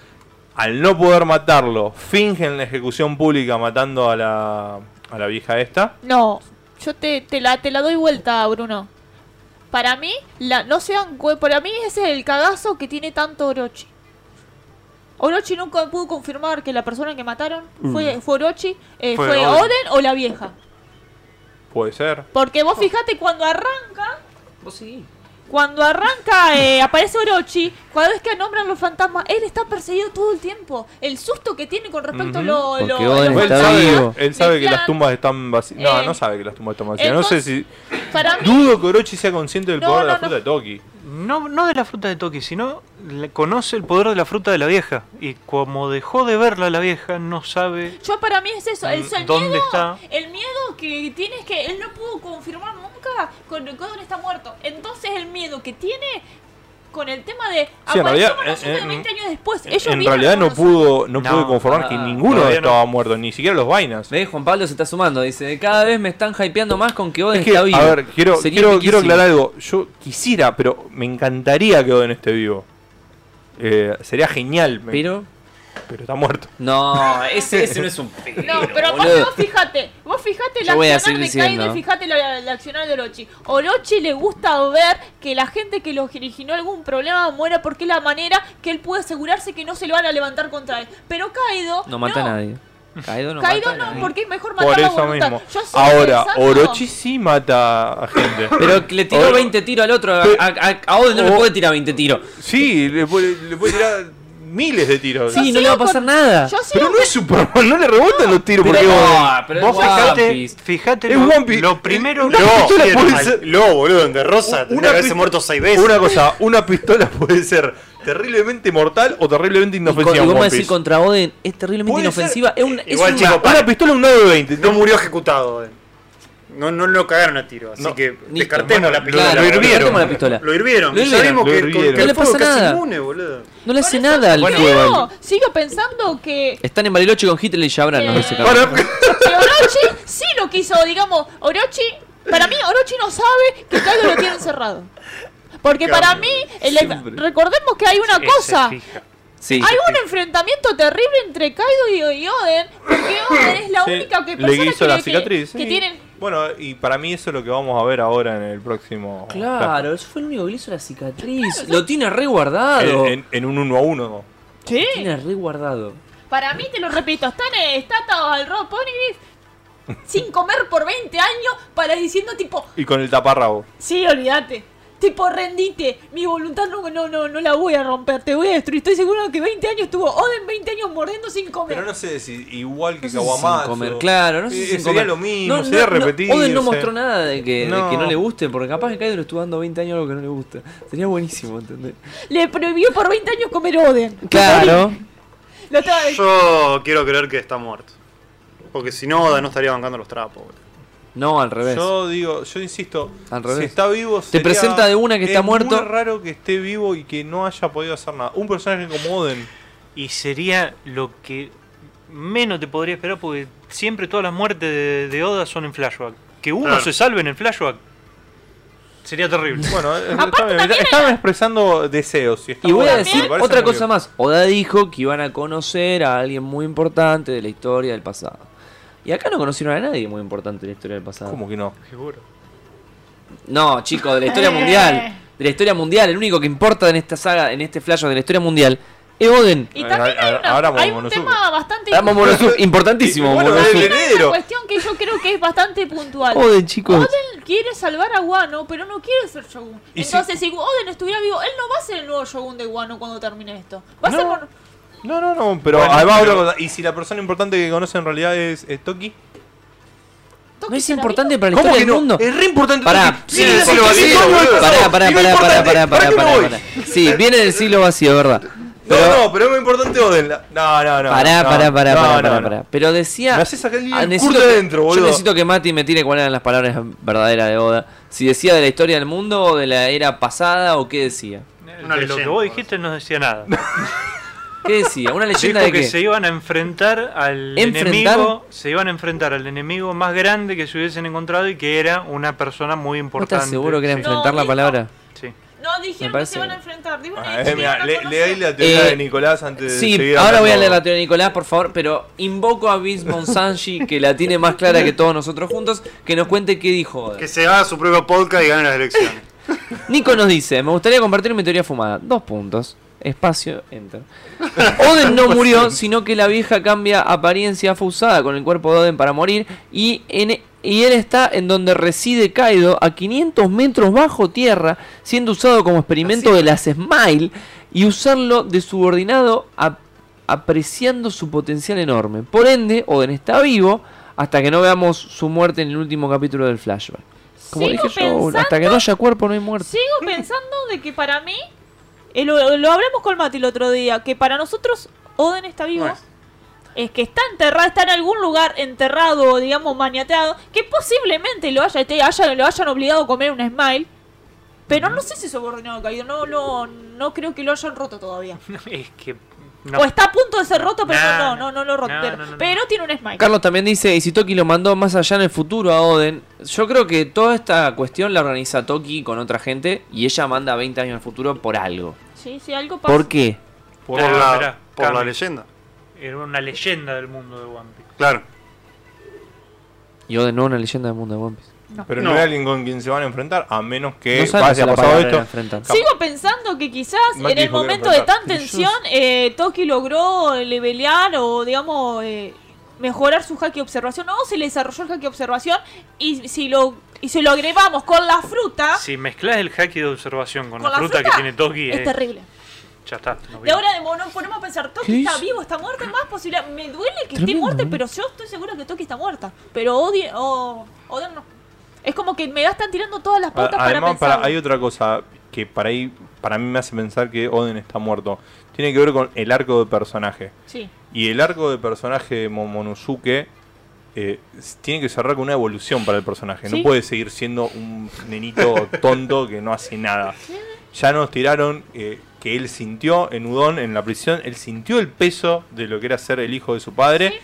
Speaker 2: al no poder matarlo, fingen la ejecución pública matando a la, a la vieja esta.
Speaker 4: No, yo te, te la, te la doy vuelta, Bruno. Para mí, la, no sean cue- para mí ese es el cagazo que tiene tanto Orochi. Orochi nunca pudo confirmar que la persona que mataron
Speaker 2: Mm.
Speaker 4: fue, fue Orochi, eh,
Speaker 5: Fue
Speaker 4: fue,
Speaker 5: Oden.
Speaker 4: Oden. o la vieja.
Speaker 2: Puede ser.
Speaker 4: Porque vos fijate cuando arranca,
Speaker 1: Vos sí.
Speaker 4: cuando arranca eh, aparece Orochi, cada vez que nombran los fantasmas, él está perseguido todo el tiempo. El susto que tiene con
Speaker 2: Ujú.
Speaker 4: respecto a lo,
Speaker 1: Porque
Speaker 4: lo-
Speaker 1: Oden
Speaker 2: Él
Speaker 4: los
Speaker 1: Está
Speaker 2: sabe,
Speaker 4: fantasmas,
Speaker 1: vivo.
Speaker 2: él sabe
Speaker 4: del
Speaker 2: que las
Speaker 4: clan.
Speaker 2: tumbas están vacías. No,
Speaker 4: Eh,
Speaker 2: no sabe que las tumbas están vacías. No sé
Speaker 4: entonces-
Speaker 2: si.
Speaker 4: Para mí,
Speaker 2: Dudo que Orochi sea consciente del
Speaker 4: No,
Speaker 2: poder de la
Speaker 4: no, no.
Speaker 2: fruta de Toki.
Speaker 5: No, no de la fruta de Toki, sino la- conoce el poder de la fruta de la vieja. Y como dejó de verla la vieja, no sabe.
Speaker 4: Yo para mí es eso, el, el
Speaker 5: Mm, ¿Dónde
Speaker 4: miedo,
Speaker 5: está?
Speaker 4: el miedo que tiene es que él no pudo confirmar nunca con que Odin está muerto. Entonces el miedo que tiene con el tema de
Speaker 2: en realidad,
Speaker 4: aparecemos nosotros
Speaker 2: en-
Speaker 4: 20
Speaker 2: en-
Speaker 4: años después. Ellos
Speaker 2: En
Speaker 4: viven
Speaker 2: realidad
Speaker 4: con
Speaker 2: no
Speaker 4: nosotros.
Speaker 2: pudo, no
Speaker 5: No,
Speaker 2: pudo conformar
Speaker 1: ah,
Speaker 2: que ninguno
Speaker 5: todavía no.
Speaker 2: estaba muerto, ni siquiera los vainas.
Speaker 1: ¿Ves? Juan Pablo se está sumando. Dice, cada vez me están hypeando más con que Oden
Speaker 2: Es que,
Speaker 1: está vivo.
Speaker 2: a ver, quiero,
Speaker 1: Sería
Speaker 2: quiero, quiero
Speaker 1: piquísimo.
Speaker 2: aclarar algo. Yo quisiera, pero me encantaría que Oden esté vivo. Eh, sería genial. me-
Speaker 1: Pero
Speaker 2: pero está muerto.
Speaker 1: No, ese, ese no es un pedo.
Speaker 4: No, pero vos
Speaker 1: boludo.
Speaker 4: no fíjate, vos fíjate el
Speaker 1: Yo voy a
Speaker 4: accionar de
Speaker 1: seguir
Speaker 4: Kaine,
Speaker 1: siendo.
Speaker 4: fíjate la- el accionar de Orochi. Orochi le gusta ver que la gente que lo originó algún problema muera porque es la manera que él puede asegurarse que no se lo van a levantar contra él. Pero Kaido.
Speaker 1: No mata a nadie. Kaido no
Speaker 4: Kaido
Speaker 1: mata a
Speaker 4: no,
Speaker 1: nadie.
Speaker 4: porque es mejor matar
Speaker 2: Por
Speaker 4: a
Speaker 2: eso
Speaker 4: voluntad.
Speaker 2: mismo.
Speaker 4: Yo sigo
Speaker 2: Ahora,
Speaker 4: pensando-
Speaker 2: Orochi sí mata a gente.
Speaker 1: Pero que le tiró
Speaker 2: Oro-
Speaker 1: 20 tiros al otro. A, a, a Oden no le
Speaker 2: O-
Speaker 1: puede tirar 20 tiros.
Speaker 2: Sí, le puede, le puede tirar miles de tiros.
Speaker 1: Sí,
Speaker 4: Yo
Speaker 1: no le va a
Speaker 4: sigo
Speaker 1: pasar
Speaker 4: con-
Speaker 1: nada.
Speaker 4: Yo
Speaker 2: Pero
Speaker 4: sigo
Speaker 2: no es Superman, no le rebotan los tiros porque vos-
Speaker 1: no, pero es
Speaker 5: Vos
Speaker 1: One
Speaker 5: fijate,
Speaker 1: Piece.
Speaker 5: fíjate
Speaker 2: Es
Speaker 5: lo,
Speaker 2: One Piece.
Speaker 5: lo primero
Speaker 2: Una
Speaker 5: que
Speaker 2: pistola
Speaker 5: hicieron
Speaker 2: puede
Speaker 5: al-
Speaker 2: ser-
Speaker 3: Lobo, boludo, en De Rosa. Tendría que haberse
Speaker 2: pist-
Speaker 3: muerto seis veces.
Speaker 2: Una cosa, una pistola puede ser terriblemente mortal o terriblemente
Speaker 1: Y, con- y
Speaker 2: inofensiva. en
Speaker 1: vos me
Speaker 2: One
Speaker 1: decís
Speaker 2: Piece.
Speaker 1: contra Oden, es terriblemente
Speaker 2: Puede ser-
Speaker 1: inofensiva. es un, es
Speaker 3: igual,
Speaker 1: una-
Speaker 3: chico,
Speaker 2: Una pistola un 920.
Speaker 3: No murió ejecutado. eh. No, no lo cagaron a tiro, así
Speaker 2: No.
Speaker 3: que
Speaker 1: Ni-
Speaker 3: descartemos la
Speaker 2: Lo-
Speaker 3: pistola.
Speaker 1: Claro,
Speaker 2: lo hirvieron.
Speaker 1: descartemos la pistola.
Speaker 3: Lo hirvieron.
Speaker 1: Lo
Speaker 3: y Ya
Speaker 1: hirvieron,
Speaker 3: vimos
Speaker 2: lo
Speaker 3: que, con-
Speaker 2: hirvieron.
Speaker 3: que
Speaker 2: No
Speaker 1: le
Speaker 3: el fuego
Speaker 1: pasa
Speaker 3: casi
Speaker 1: nada.
Speaker 3: inmune, boludo.
Speaker 1: No le hace
Speaker 4: Por eso
Speaker 1: nada al
Speaker 4: yo
Speaker 1: juego.
Speaker 4: Sigo, sigo pensando que
Speaker 1: Están en Bariloche con Hitler y Jabran, no
Speaker 4: Eh,
Speaker 1: sé
Speaker 2: Bueno,
Speaker 4: que Orochi sí lo quiso, digamos, Orochi, para mí Orochi no sabe que Kaido lo tiene encerrado. Porque para mí, el- em- recordemos que hay una
Speaker 5: Ese
Speaker 4: cosa,
Speaker 5: fija.
Speaker 1: Sí.
Speaker 4: hay un enfrentamiento terrible entre Kaido y, y Oden, porque Oden es la
Speaker 2: Sí,
Speaker 4: única
Speaker 2: le
Speaker 4: que persona
Speaker 2: hizo
Speaker 4: que,
Speaker 2: la
Speaker 4: que-
Speaker 2: cicatriz.
Speaker 4: que
Speaker 2: sí.
Speaker 4: tienen
Speaker 2: Bueno, y para mí eso es lo que vamos a ver ahora en el próximo.
Speaker 1: Ah, Claro, eso fue el único que le hizo la cicatriz. lo tiene reguardado.
Speaker 2: En, en- en un 1 a 1.
Speaker 4: Sí.
Speaker 1: Tiene reguardado.
Speaker 4: Para mí, te lo repito, están eh, está atados al Rob Ponegriff sin comer por 20 años para diciendo tipo,
Speaker 2: Y con el taparrabo.
Speaker 4: Sí, olvídate. Tipo, rendite. Mi voluntad no, no, no, no la voy a romper. Te voy a destruir. Estoy seguro que 20 años tuvo Oden 20 años mordiendo sin comer.
Speaker 2: Pero no sé si igual que
Speaker 1: No sé si
Speaker 2: Kawamatsu.
Speaker 1: sin comer, claro, no sé si
Speaker 2: Eh,
Speaker 1: sin
Speaker 2: sería
Speaker 1: comer.
Speaker 2: lo mismo,
Speaker 1: No, no,
Speaker 2: sería
Speaker 1: no,
Speaker 2: repetir.
Speaker 1: Oden no mostró nada de que, de
Speaker 2: No.
Speaker 1: que no le guste, porque capaz que Kaido le estuvo dando 20 años algo que no le gusta. Sería buenísimo, ¿entendés?
Speaker 4: Le prohibió por 20 años comer Oden.
Speaker 1: Claro.
Speaker 4: Lo estaba
Speaker 3: Yo quiero creer que está muerto. Porque si no, Oda no estaría bancando los trapos, boludo.
Speaker 1: No, al revés.
Speaker 2: Yo digo, yo insisto,
Speaker 1: Al revés.
Speaker 2: si está vivo, sería-
Speaker 1: presenta de una que está
Speaker 2: es
Speaker 1: muerto.
Speaker 2: muy raro que esté vivo y que no haya podido hacer nada. Un personaje como Oden.
Speaker 5: Y sería lo que menos te podría esperar porque siempre todas las muertes de, de Oda son en flashback. Que uno
Speaker 3: Claro.
Speaker 5: se salve en el flashback sería terrible.
Speaker 2: Bueno, eh,
Speaker 4: Aparte
Speaker 2: está bien,
Speaker 4: también
Speaker 2: está bien expresando deseos. Y, está
Speaker 1: Y voy a
Speaker 2: bueno,
Speaker 1: decir
Speaker 2: me parece
Speaker 1: otra
Speaker 2: muy
Speaker 1: cosa
Speaker 2: bien.
Speaker 1: más. Oda dijo que iban a conocer a alguien muy importante de la historia del pasado. Y acá no conocieron a nadie muy importante de la historia del pasado.
Speaker 2: ¿Cómo que no?
Speaker 1: No, chicos, de la
Speaker 2: Eh.
Speaker 1: historia mundial. De la historia mundial. El único que importa en esta saga, en este flash de la historia mundial, es Oden.
Speaker 4: Y
Speaker 2: Ahora-
Speaker 4: también hay,
Speaker 2: ahora-
Speaker 4: una-
Speaker 2: ahora
Speaker 4: hay un
Speaker 2: Momonosuke.
Speaker 4: tema bastante...
Speaker 1: Ah, Momonosuke, importantísimo.
Speaker 2: Y bueno,
Speaker 1: Momonosuke.
Speaker 2: el-
Speaker 4: Pero hay una
Speaker 2: Enero.
Speaker 4: cuestión que yo creo que es bastante puntual.
Speaker 1: Oden, chicos.
Speaker 4: Oden quiere salvar a Wano, pero no quiere ser Shogun.
Speaker 2: Y si-
Speaker 4: Entonces, si Oden estuviera vivo, él no va a ser el nuevo Shogun de Wano cuando termine esto. Va a ser...
Speaker 2: No.
Speaker 4: Mon-
Speaker 2: No, no, no, pero
Speaker 5: Bueno,
Speaker 2: además
Speaker 5: pero-
Speaker 2: otra cosa, Y si la persona importante que conoce en realidad es, es Toki.
Speaker 1: No
Speaker 4: Toki
Speaker 1: es
Speaker 4: será
Speaker 1: importante
Speaker 4: vivo.
Speaker 1: para la historia del mundo.
Speaker 2: Es re importante.
Speaker 1: Pará.
Speaker 2: Toki.
Speaker 1: Sí,
Speaker 2: Viene del
Speaker 1: sí,
Speaker 2: siglo
Speaker 1: sí,
Speaker 2: vacío,
Speaker 1: sí,
Speaker 2: boludo.
Speaker 1: Pará, pará,
Speaker 2: No, y
Speaker 1: pará,
Speaker 2: no
Speaker 1: pará,
Speaker 2: importante.
Speaker 1: pará,
Speaker 2: ¿Para
Speaker 1: pará,
Speaker 2: qué me
Speaker 1: pará,
Speaker 2: voy?
Speaker 1: pará. Sí, viene del siglo vacío, es verdad. Pero-
Speaker 2: No, no, pero es muy importante Oden. La- No, no, no.
Speaker 1: Pará, pará,
Speaker 2: no,
Speaker 1: pará,
Speaker 2: no,
Speaker 1: pará,
Speaker 2: no,
Speaker 1: pará,
Speaker 2: no.
Speaker 1: pará. Pero decía.
Speaker 2: Me haces sacar el
Speaker 1: Ah,
Speaker 2: curto
Speaker 1: necesito
Speaker 2: de
Speaker 1: que-
Speaker 2: adentro,
Speaker 1: Yo
Speaker 2: boludo.
Speaker 1: necesito que Mati me tire cuáles eran las palabras verdaderas de Oda. Si decía de la historia del mundo o de la era pasada o qué decía.
Speaker 3: Una
Speaker 5: de lo que
Speaker 3: leyenda,
Speaker 5: vos
Speaker 3: boludo.
Speaker 5: dijiste no decía nada.
Speaker 1: ¿Qué decía? ¿Una leyenda
Speaker 5: Dijo
Speaker 1: de
Speaker 5: que
Speaker 1: qué?
Speaker 5: se iban a enfrentar al
Speaker 1: ¿Enfrentar?
Speaker 5: enemigo, se iban a enfrentar al enemigo más grande que se hubiesen encontrado y que era una persona muy
Speaker 1: ¿Vos
Speaker 5: importante.
Speaker 1: estás seguro que era
Speaker 5: Sí,
Speaker 4: enfren-
Speaker 1: enfrentar
Speaker 4: No,
Speaker 1: la
Speaker 4: dijo-
Speaker 1: palabra?
Speaker 5: sí.
Speaker 4: No, dijeron que
Speaker 1: parece
Speaker 4: se van a
Speaker 1: que-
Speaker 4: enfrentar. Dijeron
Speaker 2: Ah,
Speaker 4: que
Speaker 2: eh,
Speaker 4: se
Speaker 2: mira,
Speaker 4: iban a
Speaker 2: le,
Speaker 4: conocer.
Speaker 2: le ahí la teoría
Speaker 1: Eh,
Speaker 2: de Nicolás antes de
Speaker 1: Sí,
Speaker 2: seguir
Speaker 1: ahora voy a
Speaker 2: hablando.
Speaker 1: leer la teoría de Nicolás, por favor, pero invoco a Vince Monsanji, que la tiene más clara que todos nosotros juntos, que nos cuente qué dijo Oda.
Speaker 3: Que se haga su propio podcast y gane las elecciones.
Speaker 1: Nico nos dice, me gustaría compartir mi teoría fumada. Dos puntos. Espacio, enter. Oden no murió, sino que la vieja cambia apariencia, fue usada con el cuerpo de Oden para morir y, en- e, y él está en donde reside Kaido, a 500 metros bajo tierra, siendo usado como experimento de las Smile y usarlo de subordinado a- apreciando su potencial enorme. Por ende, Oden está vivo hasta que no veamos su muerte en el último capítulo del flashback. Como
Speaker 4: Sigo
Speaker 1: dije yo,
Speaker 4: pensando-
Speaker 1: hasta que no haya cuerpo no hay muerte.
Speaker 4: Sigo pensando de que para mí, eh, lo, lo hablamos con Mati el otro día, que para nosotros Oden está vivo.
Speaker 3: No es.
Speaker 4: Es que está enterrado, está en algún lugar enterrado o digamos maniateado, que posiblemente lo, haya, te haya- lo hayan obligado a comer un smile. Pero no sé si subordinado caído, no, no, no creo que lo hayan roto todavía.
Speaker 5: Es que no.
Speaker 1: Pues,
Speaker 4: O está a punto de ser roto, pero no,
Speaker 5: Nah,
Speaker 4: no, no lo roto.
Speaker 5: no,
Speaker 4: pero,
Speaker 5: no, no, no.
Speaker 4: pero tiene un smile.
Speaker 1: Carlos también dice, y si Toki lo mandó más allá en el futuro a Oden, yo creo que toda esta cuestión la organiza Toki con otra gente y ella manda 20 años al futuro por algo.
Speaker 4: Sí, sí, algo pasa.
Speaker 1: ¿Por qué?
Speaker 3: Por,
Speaker 5: Ah,
Speaker 3: la,
Speaker 5: mirá,
Speaker 3: por la
Speaker 5: cambio.
Speaker 3: leyenda.
Speaker 5: era una leyenda del mundo de One Piece.
Speaker 3: Claro.
Speaker 1: Yo de nuevo una leyenda del mundo de One Piece.
Speaker 2: Pero
Speaker 3: No.
Speaker 2: no hay alguien con quien se van a enfrentar, a menos
Speaker 1: No
Speaker 2: que
Speaker 1: saben si
Speaker 2: pase,
Speaker 1: la
Speaker 2: ha Eh, pasado
Speaker 1: palabra era
Speaker 2: esto.
Speaker 1: enfrentar.
Speaker 2: Cap-
Speaker 4: Sigo pensando que quizás
Speaker 2: Mati
Speaker 4: en el
Speaker 2: dijo que
Speaker 4: momento
Speaker 2: no
Speaker 4: de
Speaker 2: pensaba.
Speaker 4: tan tensión, eh, Toki logró eh, levelear o, digamos, eh, mejorar su hack de observación. O se le desarrolló el hack de observación y si lo, y si lo agregamos con la fruta,
Speaker 5: Si mezclas el haki de observación Ah. con,
Speaker 4: con
Speaker 5: la, fruta, que tiene Toki,
Speaker 4: es
Speaker 5: eh,
Speaker 4: terrible.
Speaker 5: ya está. no
Speaker 4: Y
Speaker 5: viene.
Speaker 4: ahora de- nos ponemos a pensar,
Speaker 1: ¿Qué
Speaker 4: Toki está
Speaker 1: hizo?
Speaker 4: vivo, está muerta, más posibilidad. Me duele que esté
Speaker 1: Tremendo, eh.
Speaker 4: muerta,
Speaker 1: ¿no?
Speaker 4: pero yo estoy segura que Toki está muerta. Pero odie, o Oden no. Es como que me la están tirando todas las
Speaker 2: A-
Speaker 4: pautas para
Speaker 2: Ah, Además,
Speaker 4: pensar.
Speaker 2: para, hay otra cosa que para, ahí, para mí me hace pensar que Oden está muerto. Tiene que ver con el arco de personaje.
Speaker 4: Sí.
Speaker 2: Y el arco de personaje de Momonosuke eh, s- tiene que cerrar con una evolución para el personaje.
Speaker 4: Sí.
Speaker 2: No puede seguir siendo un nenito tonto que no hace nada. Ya nos tiraron eh, que él sintió en Udon, en la prisión, él sintió el peso de lo que era ser el hijo de su padre.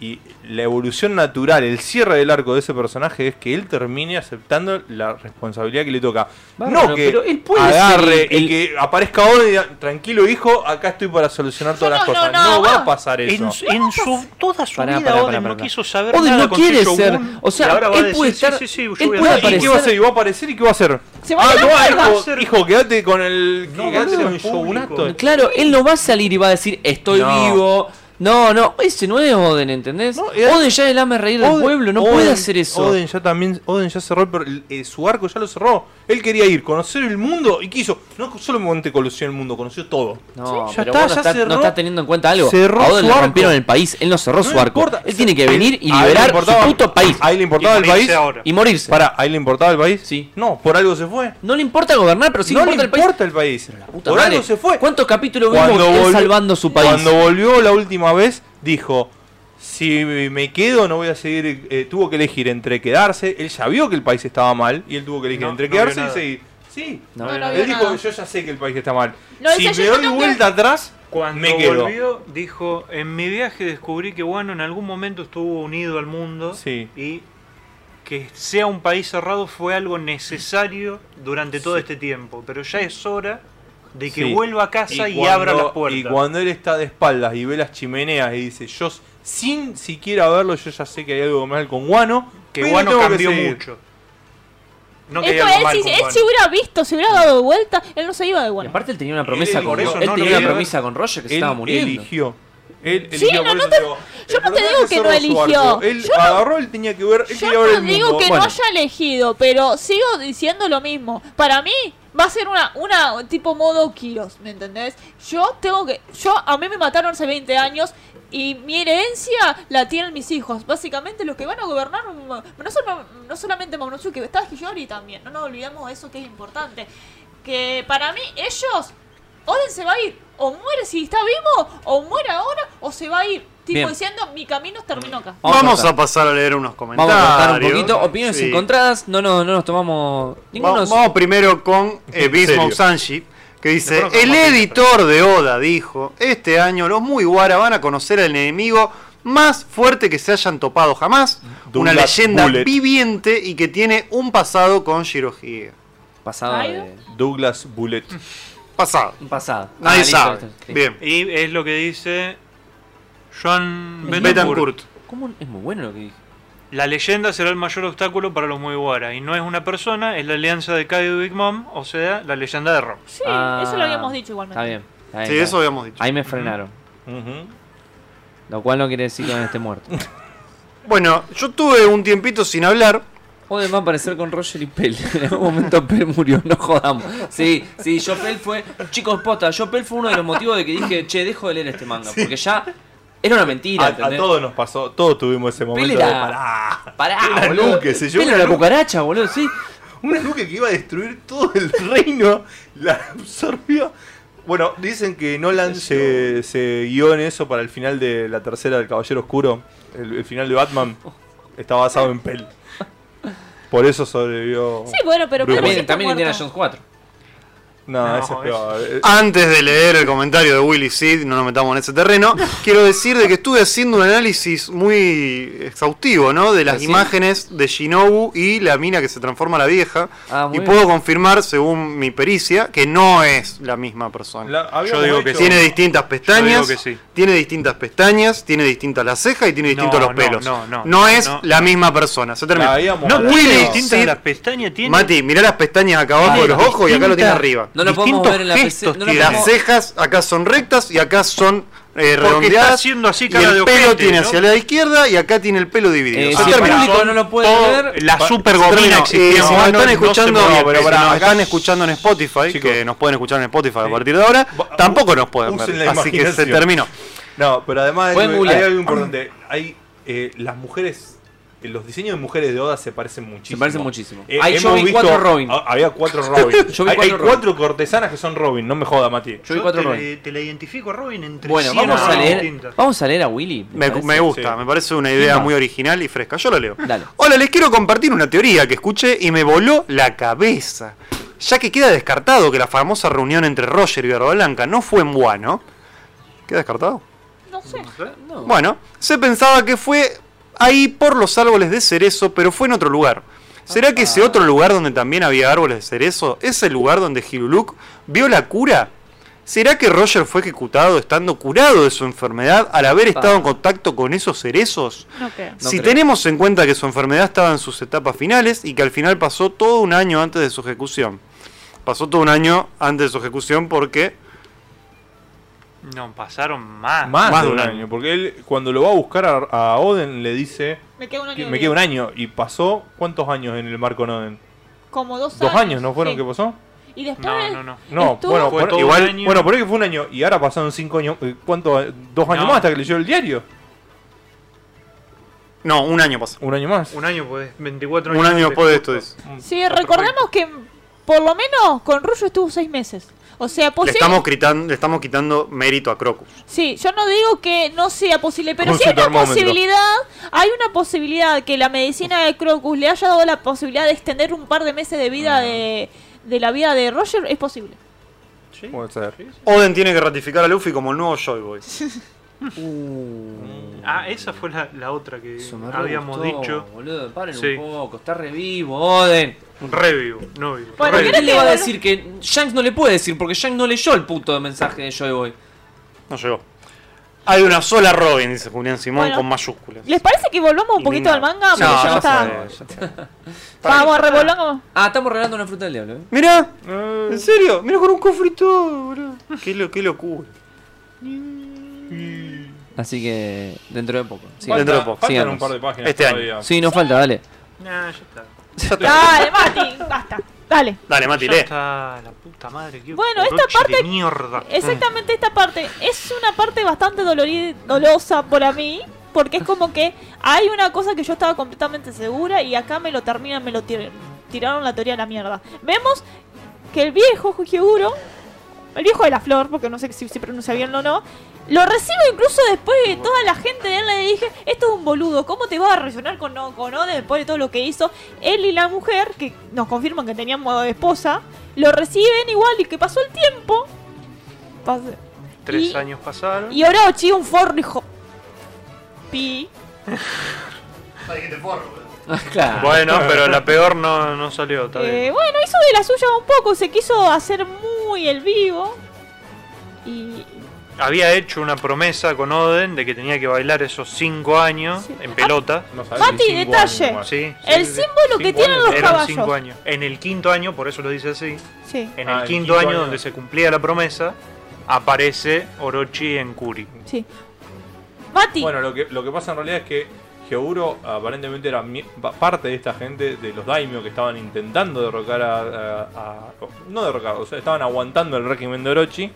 Speaker 2: Y la evolución natural, el cierre del arco de ese personaje es que él termine aceptando la responsabilidad que le toca.
Speaker 1: Bárbaro,
Speaker 2: no que
Speaker 1: pero él puede
Speaker 2: agarre
Speaker 1: ser el-
Speaker 2: y que aparezca Oden y diga, tranquilo hijo, acá estoy para solucionar todas
Speaker 4: No,
Speaker 2: las
Speaker 4: no,
Speaker 2: cosas.
Speaker 4: no,
Speaker 2: No, va
Speaker 4: no.
Speaker 2: a pasar eso.
Speaker 5: En, su- en su, toda su
Speaker 1: Pará,
Speaker 5: vida
Speaker 1: pará,
Speaker 5: Oden
Speaker 1: pará,
Speaker 5: no
Speaker 1: pará.
Speaker 5: quiso saber
Speaker 1: Oden
Speaker 5: nada
Speaker 1: no
Speaker 5: con
Speaker 1: quiere
Speaker 5: Shogun,
Speaker 1: ser- o sea,
Speaker 5: y ahora va a
Speaker 1: él
Speaker 5: decir,
Speaker 1: puede
Speaker 5: sí,
Speaker 1: estar-
Speaker 5: sí, sí, yo
Speaker 1: él
Speaker 5: voy a
Speaker 1: puede
Speaker 5: hacer-
Speaker 2: ¿Y qué
Speaker 1: aparecer.
Speaker 2: va a hacer? ¿Y va a aparecer? ¿Y qué va a hacer?
Speaker 4: Se va a
Speaker 2: ah,
Speaker 4: la
Speaker 2: no,
Speaker 4: mierda.
Speaker 2: hijo, hijo, quédate con el...
Speaker 5: No,
Speaker 2: quédate
Speaker 5: boludo,
Speaker 2: con
Speaker 5: en
Speaker 2: el shogunato.
Speaker 5: público.
Speaker 1: Claro, él no va a salir y va a decir estoy
Speaker 2: No.
Speaker 1: vivo. No, no, ese no es Oden, ¿entendés?
Speaker 2: No, era-
Speaker 1: Oden ya es el ama reír del
Speaker 2: Oden-
Speaker 1: pueblo, no
Speaker 2: Oden-
Speaker 1: puede hacer eso.
Speaker 2: Oden ya también, Oden ya cerró, pero el- eh, su arco ya lo cerró. Él quería ir, conocer el mundo y quiso. No solamente conoció el mundo, conoció todo.
Speaker 1: No,
Speaker 2: Sí, ya
Speaker 1: pero
Speaker 2: está,
Speaker 1: vos no,
Speaker 2: ya
Speaker 1: está, no
Speaker 2: cerró-
Speaker 1: estás teniendo en cuenta algo.
Speaker 2: cerró
Speaker 1: a Oden
Speaker 2: su
Speaker 1: le
Speaker 2: arco.
Speaker 1: rompieron el país, él no cerró
Speaker 2: No
Speaker 1: su
Speaker 2: le
Speaker 1: arco.
Speaker 2: importa.
Speaker 1: Él tiene que
Speaker 2: Él-
Speaker 1: venir y
Speaker 2: a él le
Speaker 1: liberar su
Speaker 2: importaba-
Speaker 1: puto país
Speaker 2: A él le importaba
Speaker 5: Y
Speaker 2: el
Speaker 5: morirse
Speaker 2: país.
Speaker 5: ahora.
Speaker 1: y morirse.
Speaker 2: Para, ¿a él le importaba el país?
Speaker 1: Sí.
Speaker 2: No, por algo se fue.
Speaker 1: No le importa gobernar, pero sí
Speaker 2: no
Speaker 1: le importa
Speaker 2: le
Speaker 1: el país.
Speaker 2: importa el país.
Speaker 1: Puta
Speaker 2: Por
Speaker 1: madre,
Speaker 2: algo se fue.
Speaker 1: ¿Cuántos capítulos vimos
Speaker 2: Cuando
Speaker 1: él
Speaker 2: volvió-
Speaker 1: salvando su país?
Speaker 2: Cuando volvió la última vez, dijo: Si me quedo, no voy a seguir. eh, tuvo que elegir entre quedarse. Él ya vio que el país estaba mal y él tuvo que elegir
Speaker 5: No,
Speaker 2: entre
Speaker 5: no
Speaker 2: quedarse y
Speaker 5: vio nada.
Speaker 2: seguir. Sí.
Speaker 1: No,
Speaker 4: No, no vio
Speaker 2: él dijo:
Speaker 4: nada.
Speaker 2: Yo ya sé que el país está mal.
Speaker 4: No,
Speaker 2: si
Speaker 4: dice,
Speaker 2: me
Speaker 4: "Yo
Speaker 2: doy
Speaker 4: tengo que-".
Speaker 2: vuelta atrás,
Speaker 5: Cuando
Speaker 2: me quedo.
Speaker 5: volvió, dijo, en mi viaje descubrí que Wano en algún momento estuvo unido al mundo
Speaker 2: Sí.
Speaker 5: y que sea un país cerrado fue algo necesario durante todo este tiempo, pero ya es hora de que
Speaker 2: Sí.
Speaker 5: vuelva a casa y,
Speaker 2: cuando-
Speaker 5: abra las puertas.
Speaker 2: Y cuando él está de espaldas y ve las chimeneas y dice, yo s- sin siquiera verlo, yo ya sé que hay algo mal con Guano.
Speaker 5: que
Speaker 2: pero
Speaker 5: Wano
Speaker 2: tengo que
Speaker 5: cambió
Speaker 2: seguir".
Speaker 5: mucho. No que hay
Speaker 4: Esto,
Speaker 5: algo
Speaker 4: él,
Speaker 5: mal
Speaker 4: si,
Speaker 5: con
Speaker 4: él
Speaker 5: Wano.
Speaker 4: si hubiera visto, se hubiera dado de vuelta, él no se iba de
Speaker 1: Y
Speaker 4: vuelta.
Speaker 1: aparte él tenía una promesa
Speaker 2: Él-
Speaker 1: con
Speaker 2: por eso
Speaker 1: él
Speaker 2: no
Speaker 1: tenía una
Speaker 2: quería-
Speaker 1: promesa con Roger que se
Speaker 2: Él
Speaker 1: estaba muriendo.
Speaker 2: eligió. Él
Speaker 4: Sí,
Speaker 2: eligió,
Speaker 4: no,
Speaker 2: por
Speaker 4: no
Speaker 2: eso
Speaker 4: te-
Speaker 2: digo,
Speaker 4: yo
Speaker 2: el
Speaker 4: no te
Speaker 2: problema
Speaker 4: digo
Speaker 2: es
Speaker 4: que no
Speaker 2: cerró su arco.
Speaker 4: eligió.
Speaker 2: Él
Speaker 4: Yo no-
Speaker 2: agarró, él tenía que ver, él
Speaker 4: Yo
Speaker 2: quería ver
Speaker 4: no
Speaker 2: el
Speaker 4: digo
Speaker 2: mundo.
Speaker 4: que
Speaker 1: Bueno.
Speaker 4: no haya elegido, pero sigo diciendo lo mismo. Para mí va a ser una, una tipo modo kilos, ¿me entendés? Yo tengo que, yo a mí me mataron hace 20 años y mi herencia la tienen mis hijos. Básicamente los que van a gobernar, mm, no, solo- no solamente Momonosuke, está Hiyori también. No nos olvidemos de eso que es importante. Que para mí ellos, Oden se va a ir. O muere si está vivo, o muere ahora, o se va a ir. Tipo
Speaker 1: Bien.
Speaker 4: diciendo, mi camino terminó acá.
Speaker 1: Vamos
Speaker 3: Vamos,
Speaker 1: a
Speaker 3: a pasar a leer unos comentarios.
Speaker 1: Vamos a contar un poquito. Opiniones
Speaker 3: Sí.
Speaker 1: encontradas, no, no, no nos tomamos. Ninguno
Speaker 3: Va-
Speaker 1: nos-
Speaker 3: Vamos primero con eh, Bismo
Speaker 2: serio.
Speaker 3: Sanji, que
Speaker 5: De
Speaker 3: dice,
Speaker 5: pronto,
Speaker 3: el
Speaker 5: Martín,
Speaker 3: editor de Oda dijo, este año los Mugiwara van a conocer al enemigo más fuerte que se hayan topado jamás,
Speaker 2: Doom
Speaker 3: una
Speaker 2: Black
Speaker 3: leyenda
Speaker 2: Bullet".
Speaker 3: viviente y que tiene un pasado con Shirohige.
Speaker 1: Pasado de.
Speaker 2: Douglas Bullet.
Speaker 3: Pasado.
Speaker 1: Un pasado.
Speaker 3: Nadie
Speaker 1: Ah, listo,
Speaker 3: sabe.
Speaker 1: listo, sí.
Speaker 3: Bien.
Speaker 5: Y es lo que dice John Betancourt.
Speaker 3: Betancourt.
Speaker 1: ¿Cómo? Es muy bueno lo que dije.
Speaker 5: La leyenda será el mayor obstáculo para los Mugiwara y no es una persona, es la alianza de Kaido y Big Mom, o sea, la leyenda de Rock.
Speaker 4: Sí,
Speaker 1: Ah,
Speaker 4: eso lo habíamos dicho igualmente.
Speaker 1: Está bien. está bien,
Speaker 3: Sí,
Speaker 1: está
Speaker 3: eso
Speaker 1: bien.
Speaker 3: habíamos dicho.
Speaker 1: Ahí me frenaron.
Speaker 2: Ujú.
Speaker 1: Lo cual no quiere decir que no esté muerto.
Speaker 3: Bueno, yo tuve un tiempito sin hablar.
Speaker 1: Oden va a aparecer con Roger y Pell. En algún momento Pell murió, no jodamos. Sí, sí, yo Pell fue. Chicos, posta, yo Pell fue uno de los motivos de que dije, che, dejo de leer este manga. Porque ya era una mentira,
Speaker 2: A, a
Speaker 1: ¿entendés?
Speaker 2: todos nos pasó, todos tuvimos ese momento
Speaker 1: Pelea.
Speaker 2: de pará.
Speaker 1: Pará,
Speaker 2: Era
Speaker 1: boludo.
Speaker 2: Luke, se llevó
Speaker 1: Pell
Speaker 2: una
Speaker 1: era la
Speaker 2: Luke.
Speaker 1: cucaracha, boludo, sí.
Speaker 2: Una nuke que iba a destruir todo el reino la absorbió. Bueno, dicen que Nolan se, se guió en eso para el final de la tercera del Caballero Oscuro. El, el final de Batman está basado en Pell. Por eso sobrevivió.
Speaker 4: Sí, bueno, pero
Speaker 2: Bruce
Speaker 4: Pell
Speaker 2: Wayne.
Speaker 1: También,
Speaker 4: está
Speaker 1: también Indiana Jones
Speaker 4: muerto.
Speaker 1: 4.
Speaker 2: No,
Speaker 5: No,
Speaker 2: ese es
Speaker 5: es-
Speaker 2: peor. Eh,
Speaker 3: Antes de leer el comentario de Willy Sid, no nos metamos en ese terreno, quiero decir de que estuve haciendo un análisis muy exhaustivo, ¿no? De las
Speaker 1: ¿Así?
Speaker 3: imágenes de Shinobu y la mina que se transforma en la vieja.
Speaker 1: Ah, muy
Speaker 3: y
Speaker 1: bien.
Speaker 3: puedo confirmar, según mi pericia, que no es la misma persona.
Speaker 2: la- habíamos
Speaker 5: digo
Speaker 2: hecho-
Speaker 5: que
Speaker 3: tiene distintas pestañas,
Speaker 5: digo que sí.
Speaker 3: tiene distintas pestañas, tiene distintas las cejas y tiene distintos
Speaker 5: No,
Speaker 3: los pelos.
Speaker 5: no, no, no,
Speaker 3: es
Speaker 5: no.
Speaker 3: la misma persona. Se termina.
Speaker 2: La habíamos
Speaker 5: No,
Speaker 2: hablado.
Speaker 5: tiene
Speaker 3: Willy,
Speaker 5: distintas
Speaker 3: sí.
Speaker 5: las pestañas, tiene.
Speaker 3: Mati, mirá las pestañas acá abajo de los ojos y acá lo tiene arriba.
Speaker 1: No lo podemos
Speaker 5: Distintos
Speaker 1: ver en la PC.
Speaker 5: gestos
Speaker 1: No lo
Speaker 3: Y las
Speaker 1: podemos-
Speaker 3: cejas acá son rectas y acá son eh,
Speaker 5: está
Speaker 3: redondeadas.
Speaker 5: haciendo así
Speaker 3: y
Speaker 5: cara
Speaker 3: el
Speaker 5: de
Speaker 3: pelo
Speaker 5: ojete,
Speaker 3: tiene
Speaker 5: ¿no?
Speaker 3: hacia la izquierda y acá tiene el pelo dividido.
Speaker 1: Eh,
Speaker 3: Se
Speaker 1: sí,
Speaker 5: pero
Speaker 3: termina.
Speaker 1: público no lo puede
Speaker 5: todo-
Speaker 1: ver.
Speaker 5: La
Speaker 2: Pa-
Speaker 5: super
Speaker 3: Se termina.
Speaker 5: gomina
Speaker 3: Eh,
Speaker 5: existió.
Speaker 3: si nos
Speaker 5: No,
Speaker 3: están
Speaker 5: no
Speaker 3: escuchando,
Speaker 5: se puede
Speaker 2: pero
Speaker 5: ver.
Speaker 3: si
Speaker 2: pará,
Speaker 3: nos
Speaker 2: acá-
Speaker 3: están escuchando en Spotify,
Speaker 2: Chicos.
Speaker 3: que nos pueden escuchar en Spotify
Speaker 2: Sí.
Speaker 3: a partir de ahora,
Speaker 2: Va-
Speaker 3: tampoco nos pueden
Speaker 2: usen
Speaker 3: ver.
Speaker 2: la
Speaker 3: Así que se
Speaker 2: imaginación.
Speaker 3: terminó.
Speaker 2: No, pero además hay,
Speaker 1: Pueden googlear.
Speaker 2: hay algo importante. Hay eh, las mujeres. eh, Los diseños de mujeres de Oda se parecen muchísimo. Eh,
Speaker 1: Se parecen muchísimo. Ahí yo vi cuatro Robin.
Speaker 2: ah, Había cuatro Robin.
Speaker 1: Yo vi
Speaker 2: hay,
Speaker 1: cuatro
Speaker 2: hay
Speaker 1: Robin.
Speaker 2: cuatro cortesanas que son Robin, no me joda, Mati.
Speaker 1: Yo vi cuatro
Speaker 5: te,
Speaker 1: Robin.
Speaker 5: le- te la identifico a Robin entre
Speaker 1: Bueno,
Speaker 5: cien
Speaker 1: vamos a
Speaker 5: manos
Speaker 1: leer.
Speaker 5: distintas.
Speaker 1: Vamos a leer a Willy.
Speaker 3: Me,
Speaker 1: parece.
Speaker 3: me gusta,
Speaker 2: Sí.
Speaker 3: me parece una idea
Speaker 1: Sí, va.
Speaker 3: muy original y fresca. Yo la leo.
Speaker 1: Dale.
Speaker 3: Hola, les quiero compartir una teoría que escuché y me voló la cabeza. Ya que queda descartado que la famosa reunión entre Roger y Blanca no fue en Guano. ¿Queda descartado?
Speaker 4: No sé.
Speaker 1: No.
Speaker 3: Bueno, se pensaba que fue ahí por los árboles de cerezo, pero fue en otro lugar. ¿Será que ese
Speaker 1: Ah.
Speaker 3: otro lugar donde también había árboles de cerezo es el lugar donde Hiruluk vio la cura? ¿Será que Roger fue ejecutado estando curado de su enfermedad al haber estado en contacto con esos cerezos?
Speaker 4: No creo.
Speaker 1: No
Speaker 3: si
Speaker 1: creo.
Speaker 3: tenemos en cuenta que su enfermedad estaba en sus etapas finales y que al final pasó todo un año antes de su ejecución. Pasó todo un año antes de su ejecución porque...
Speaker 5: No, pasaron más.
Speaker 2: Más,
Speaker 3: Más
Speaker 2: de un
Speaker 3: de un
Speaker 2: año. Porque él, cuando lo va a buscar a, a Oden, le dice.
Speaker 4: Me queda un
Speaker 2: que
Speaker 4: año.
Speaker 2: Me
Speaker 4: de
Speaker 2: queda un
Speaker 4: vida.
Speaker 2: año. ¿Y pasó cuántos años en el mar con Oden?
Speaker 4: Como dos años.
Speaker 2: ¿Dos años no fueron
Speaker 4: sí.
Speaker 2: que pasó?
Speaker 4: Y después.
Speaker 5: No, no, no.
Speaker 2: No,
Speaker 4: Estuvo-
Speaker 2: bueno,
Speaker 5: Fue
Speaker 2: por,
Speaker 5: todo
Speaker 2: igual,
Speaker 5: un año.
Speaker 2: bueno, por ahí que fue un año. Y ahora pasaron cinco años. eh, ¿Cuánto? ¿Dos años
Speaker 5: No.
Speaker 2: más hasta que leyó el diario?
Speaker 3: No, un año pasó.
Speaker 2: ¿Un año más?
Speaker 5: Un año, pues. 24
Speaker 3: Un año después de esto. dice.
Speaker 4: Sí, recordemos que por lo menos con Ruyo estuvo seis meses. O sea,
Speaker 3: Le
Speaker 4: posible.
Speaker 3: estamos, critan- le estamos quitando mérito a Crocus.
Speaker 4: Sí, yo no digo que no sea posible, pero
Speaker 2: Con
Speaker 4: sí
Speaker 2: su
Speaker 4: hay una
Speaker 2: termómetro.
Speaker 4: posibilidad. Hay una posibilidad que la medicina de Crocus le haya dado la posibilidad de extender un par de meses de vida de, de la vida de Roger. Es posible.
Speaker 5: Sí.
Speaker 2: Puede ser.
Speaker 3: Oden tiene que ratificar a Luffy como el nuevo Joy Boy.
Speaker 5: Ah, esa fue la, la otra que
Speaker 1: Uh, Eso me re
Speaker 5: habíamos
Speaker 1: gustó,
Speaker 5: dicho.
Speaker 1: Boludo, paren
Speaker 5: Sí.
Speaker 1: un poco. Está revivo, Oden.
Speaker 5: Revivo, no vivo.
Speaker 4: Bueno,
Speaker 5: Re
Speaker 1: Pero él
Speaker 4: creo
Speaker 5: vivo.
Speaker 1: le
Speaker 4: que
Speaker 1: va a
Speaker 4: vol-
Speaker 1: decir que Shanks no le puede decir porque Shanks no leyó el puto mensaje de Joy Boy.
Speaker 3: No llegó. Hay una sola Robin, dice Julián Simón
Speaker 4: Bueno.
Speaker 3: con mayúsculas.
Speaker 4: ¿Les parece que volvamos un poquito
Speaker 3: No.
Speaker 4: al manga?
Speaker 3: No,
Speaker 4: Porque ya
Speaker 3: ya
Speaker 4: está.
Speaker 3: fue.
Speaker 4: Vamos, revolvamos.
Speaker 1: Ah, estamos regalando una fruta del diablo, eh.
Speaker 3: Mirá,
Speaker 2: Eh,
Speaker 3: en serio, mirá con un cofre y todo, boludo. Qué, lo, qué locura.
Speaker 1: Así que dentro de poco. Sí,
Speaker 2: falta-
Speaker 3: dentro de poco.
Speaker 2: faltan
Speaker 1: Sigamos.
Speaker 2: un par de páginas
Speaker 3: Este año.
Speaker 2: todavía.
Speaker 1: Sí, nos falta, dale.
Speaker 5: Nah, ya está.
Speaker 4: Dale, Mati, basta. Dale.
Speaker 3: Dale, Mati,
Speaker 5: Ya
Speaker 3: lee.
Speaker 5: está, la puta madre. qué
Speaker 4: Bueno, esta
Speaker 5: broche
Speaker 4: parte-
Speaker 5: De mierda.
Speaker 4: Exactamente esta parte. Es una parte bastante dolori- dolosa para mí. Porque es como que hay una cosa que yo estaba completamente segura y acá me lo terminan, me lo tir- tiraron la teoría a la mierda. Vemos que el viejo Jujiguro, el viejo de la flor, porque no sé si se pronuncia bien o no, lo recibe incluso después de que toda la gente de él le dije, esto es un boludo, ¿cómo te vas a relacionar con, no- con Oden después de todo lo que hizo? Él y la mujer, que nos confirman que tenían modo de esposa, lo reciben igual y que pasó el tiempo. pas-
Speaker 5: Tres
Speaker 4: Y-
Speaker 5: años pasaron.
Speaker 4: y Orochi, un forrijo. Pi.
Speaker 1: Ah, claro.
Speaker 5: Bueno, pero la peor no, no salió. Está bien.
Speaker 4: Eh, bueno, hizo de la suya un poco, se quiso hacer muy el vivo. Y.
Speaker 5: Había hecho una promesa con Oden de que tenía que bailar esos cinco años
Speaker 4: Sí.
Speaker 5: en pelota.
Speaker 2: No sabés,
Speaker 4: Mati,
Speaker 2: cinco
Speaker 4: detalle.
Speaker 2: años más.
Speaker 5: Sí,
Speaker 4: el
Speaker 5: sí, sí.
Speaker 4: símbolo que
Speaker 2: Cinco
Speaker 4: tienen
Speaker 2: años.
Speaker 4: los
Speaker 5: Eran
Speaker 4: caballos.
Speaker 5: cinco años. En el quinto año, por eso lo dice así,
Speaker 4: Sí,
Speaker 5: en
Speaker 2: Ah,
Speaker 5: el
Speaker 2: el
Speaker 5: quinto,
Speaker 2: quinto
Speaker 5: año,
Speaker 2: año.
Speaker 5: donde se cumplía la promesa, aparece Orochi en Kuri.
Speaker 4: sí. Mati,
Speaker 2: Bueno, lo que, lo que pasa en realidad es que Geoguro aparentemente era mie- pa- parte de esta gente, de los daimio que estaban intentando derrocar a, a- a- No derrocar, o sea, estaban aguantando el régimen de Orochi.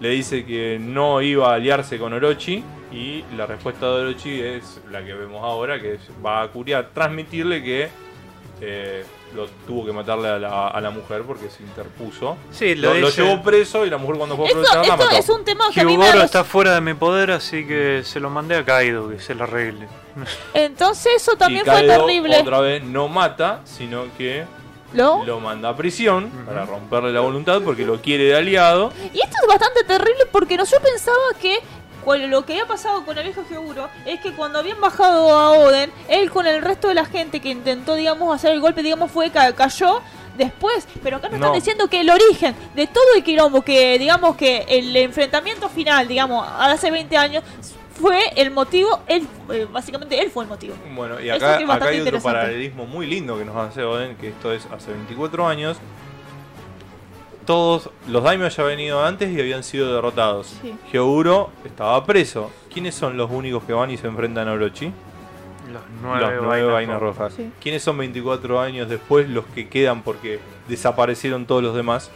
Speaker 2: Le dice que no iba a aliarse con Orochi. Y la respuesta de Orochi es la que vemos ahora, que es- va a curiar, transmitirle que eh, lo tuvo que matarle a la, a la mujer porque se interpuso.
Speaker 5: Sí,
Speaker 2: Lo,
Speaker 5: lo
Speaker 2: lo
Speaker 5: dice-
Speaker 2: llevó preso y la mujer cuando fue a
Speaker 4: esto,
Speaker 2: procesar la
Speaker 4: esto
Speaker 2: mató.
Speaker 4: es un tema que a mí me
Speaker 5: Hyugoro
Speaker 4: da-
Speaker 5: está fuera de mi poder, así que se lo mandé a Kaido que se lo arregle.
Speaker 4: Entonces, eso también
Speaker 2: y Kaido
Speaker 4: fue terrible.
Speaker 2: Otra vez no mata, sino que
Speaker 4: ¿Lo?
Speaker 2: Lo manda a prisión para romperle la voluntad porque lo quiere de aliado.
Speaker 4: Y esto es bastante terrible porque no, yo pensaba que cual- lo que había pasado con el viejo Geuro es que cuando habían bajado a Oden, él con el resto de la gente que intentó, digamos, hacer el golpe, digamos, fue ca- cayó después. Pero acá nos
Speaker 2: No.
Speaker 4: están diciendo que el origen de todo el quilombo, que digamos que el enfrentamiento final, digamos, hace 20 años, fue el motivo, él, eh, básicamente él fue el motivo.
Speaker 2: Bueno, y
Speaker 4: Eso
Speaker 2: acá,
Speaker 4: sí es
Speaker 2: acá
Speaker 4: bastante
Speaker 2: hay otro
Speaker 4: interesante.
Speaker 2: paralelismo muy lindo que nos hace Oden, que esto es hace 24 años. Todos los daimios ya habían venido antes y habían sido derrotados.
Speaker 4: Sí.
Speaker 2: Hyoguro estaba preso. ¿Quiénes son los únicos que van y se enfrentan a Orochi?
Speaker 5: Los nueve,
Speaker 2: los nueve
Speaker 5: vainas
Speaker 2: vainas rojas.
Speaker 4: Sí.
Speaker 2: ¿Quiénes son 24 años después los que quedan porque desaparecieron todos los demás?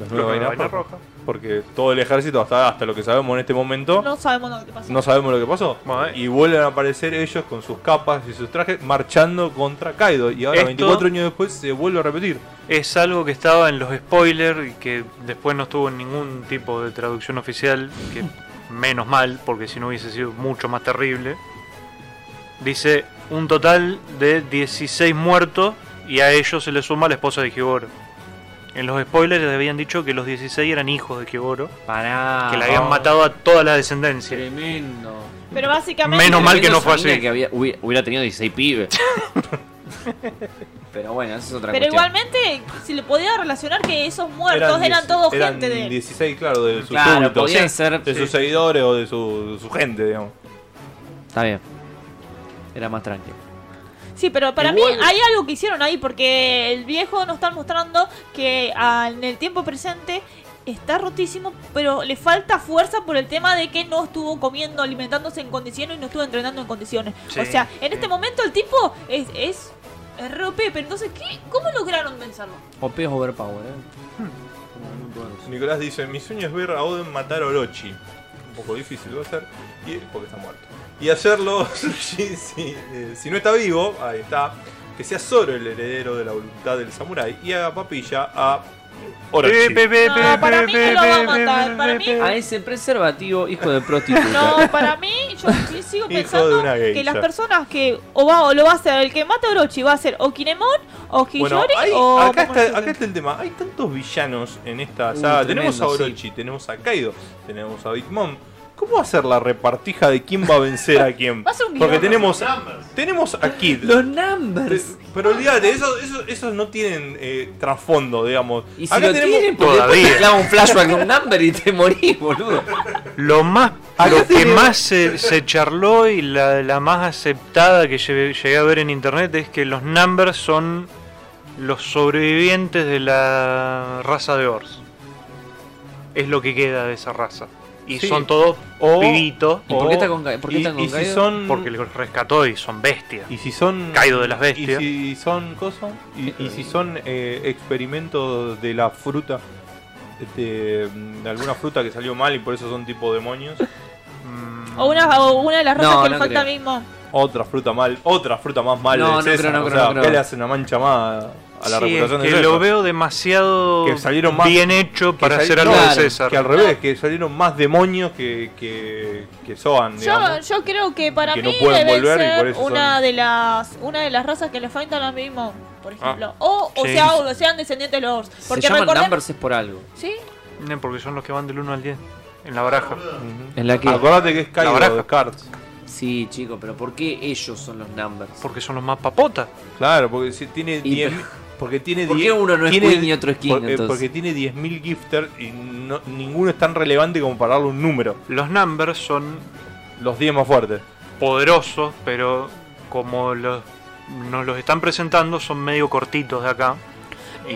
Speaker 2: Los
Speaker 5: Los
Speaker 2: nueve vainas,
Speaker 5: vainas
Speaker 2: rojas.
Speaker 5: rojas.
Speaker 2: Porque todo el ejército, hasta, hasta lo que sabemos en este momento,
Speaker 4: No sabemos lo que pasó.
Speaker 2: no sabemos lo que pasó.
Speaker 5: Bueno,
Speaker 2: Y vuelven a aparecer ellos con sus capas y sus trajes marchando contra Kaido. Y ahora,
Speaker 5: Esto-
Speaker 2: 24 años después, se vuelve a repetir.
Speaker 5: Es algo que estaba en los spoilers y que después no estuvo en ningún tipo de traducción oficial, que menos mal, porque si no hubiese sido mucho más terrible. Dice un total de 16 muertos y a ellos se le suma la esposa de Kiboro. En los spoilers les habían dicho que los 16 eran hijos de Kiboro,
Speaker 1: Pará.
Speaker 5: que le habían matado a toda la descendencia.
Speaker 1: Tremendo.
Speaker 4: Pero básicamente.
Speaker 5: Menos mal que no fue
Speaker 1: Esa mina
Speaker 5: así.
Speaker 1: que había- hubi- hubiera tenido 16 pibes. Pero bueno, esa es otra
Speaker 4: Pero
Speaker 1: cuestión.
Speaker 4: igualmente, si le podía relacionar que esos muertos eran,
Speaker 2: dieci-
Speaker 4: todos
Speaker 2: eran
Speaker 4: gente de él.
Speaker 2: 16, claro, de sus
Speaker 1: Claro,
Speaker 2: súbditos,
Speaker 1: podían
Speaker 2: sí,
Speaker 1: ser-
Speaker 2: de
Speaker 1: sí.
Speaker 2: sus seguidores o de su, de su gente, digamos.
Speaker 1: Está bien. Era más tranquilo.
Speaker 4: Sí, pero para
Speaker 1: Igual-
Speaker 4: mí hay algo que hicieron ahí, porque el viejo nos está mostrando que ah, en el tiempo presente está rotísimo, pero le falta fuerza por el tema de que no estuvo comiendo, alimentándose en condiciones y no estuvo entrenando en condiciones.
Speaker 5: Sí,
Speaker 4: o sea, en
Speaker 5: sí.
Speaker 4: este momento el tipo es... es es re OP, pero entonces, ¿qué? ¿cómo lograron pensarlo?
Speaker 1: OP es overpower, eh.
Speaker 2: Nicolás dice, mi sueño es ver a Oden matar a Orochi. Un poco difícil va a ser, y, porque está muerto. Y hacerlo, si, si, eh, si no está vivo, ahí está, que sea Zoro el heredero de la voluntad del samurái y haga papilla a Orochi.
Speaker 4: No, para mí que lo va a matar, para mí-
Speaker 1: A ese preservativo, hijo de prostituta.
Speaker 4: No, para mí, yo sí sigo
Speaker 2: Hijo de
Speaker 4: pensando
Speaker 2: una geisha.
Speaker 4: que las personas que o, va, o lo va a hacer, el que mata a Orochi va a ser o Kinemon, o Hiyori,
Speaker 2: Bueno, hay-
Speaker 4: o...
Speaker 2: acá,
Speaker 4: Momonosuke.
Speaker 2: está, acá está el tema. Hay tantos villanos en esta
Speaker 1: Uh,
Speaker 2: saga. tenemos a
Speaker 1: tremendo,
Speaker 2: Orochi, tenemos a Kaido, tenemos a Big Mom. ¿Cómo va a ser la repartija de quién va a vencer a quién?
Speaker 4: Va a ser un
Speaker 2: Porque
Speaker 4: guión.
Speaker 2: tenemos, tenemos a Kid.
Speaker 1: Los
Speaker 2: Pe-
Speaker 1: numbers.
Speaker 2: Eh, Pero olvídate, esos, esos, esos no tienen eh, trasfondo, digamos.
Speaker 1: Y si lo tienen, pues
Speaker 5: Todavía.
Speaker 1: después te clava un flashback de un number y te morís, boludo.
Speaker 5: Lo más
Speaker 2: Acá
Speaker 5: lo que
Speaker 2: tenemos-
Speaker 5: más se, se charló y la, la más aceptada que llegué, llegué a ver en internet es que los Numbers son los sobrevivientes de la raza de Ors. Es lo que queda de esa raza. Y
Speaker 2: Sí. Oh.
Speaker 5: son todos
Speaker 2: O-
Speaker 5: pibitos
Speaker 1: ¿Y por qué está con Ga- por qué
Speaker 2: y-
Speaker 1: están con
Speaker 2: y si
Speaker 1: Kaido?
Speaker 2: son
Speaker 5: porque los rescató y son bestias.
Speaker 2: Mm. y si son
Speaker 5: Kaido de las bestias.
Speaker 2: Y si son cosas y, y si son eh, experimentos de la fruta este, mm, de alguna fruta que salió mal y por eso son tipo demonios.
Speaker 5: Mm,
Speaker 4: O una, o una de las rosas
Speaker 1: No,
Speaker 4: que
Speaker 1: no
Speaker 4: le falta
Speaker 1: creo.
Speaker 4: mismo.
Speaker 2: Otra fruta mal, otra fruta más mal
Speaker 1: No,
Speaker 2: de
Speaker 1: no creo,
Speaker 2: César,
Speaker 1: no
Speaker 2: o
Speaker 1: creo,
Speaker 2: sea,
Speaker 1: no creo.
Speaker 2: ¿qué le hace una mancha más a la
Speaker 5: sí, es
Speaker 2: reputación de
Speaker 5: que
Speaker 2: César?
Speaker 5: lo veo demasiado
Speaker 2: Que salieron más-
Speaker 5: bien hecho
Speaker 2: Que
Speaker 5: para
Speaker 2: sali-
Speaker 5: hacer algo
Speaker 1: Claro,
Speaker 5: de César.
Speaker 2: Que al revés, que salieron más demonios que, que, que Zoan,
Speaker 4: Yo,
Speaker 2: digamos.
Speaker 4: yo creo que para
Speaker 2: Que no
Speaker 4: mí
Speaker 2: pueden
Speaker 4: debe
Speaker 2: volver y por
Speaker 4: ser
Speaker 2: eso
Speaker 4: una
Speaker 2: son- Ah,
Speaker 4: de las una de las razas que le faltan a mismo, por ejemplo. o, o
Speaker 5: sí.
Speaker 4: sea, o sean descendientes de los.
Speaker 1: Se
Speaker 4: Porque
Speaker 1: llaman
Speaker 4: recordemos-
Speaker 1: numbers es por algo.
Speaker 4: Sí,
Speaker 5: No, Eh, Porque son los que van del 1 al 10 en la baraja.
Speaker 2: Ujú.
Speaker 1: En la que.
Speaker 2: Acordate que es
Speaker 5: La baraja.
Speaker 2: Kaido de Cards.
Speaker 1: Sí, chico, pero ¿por qué ellos son los numbers?
Speaker 5: Porque son los más papotas.
Speaker 2: Claro, porque si tiene
Speaker 1: Y-
Speaker 2: 10 porque tiene
Speaker 1: ¿Por qué
Speaker 2: 10
Speaker 1: uno no es
Speaker 2: tiene-
Speaker 1: Queen y otro es King,
Speaker 2: por- eh,
Speaker 1: entonces?
Speaker 2: Porque tiene 10.000 gifters y no- ninguno es tan relevante como para darle un número.
Speaker 5: Los numbers son
Speaker 2: Los 10 más fuertes.
Speaker 5: poderosos, pero como los, nos los están presentando, son medio cortitos de acá.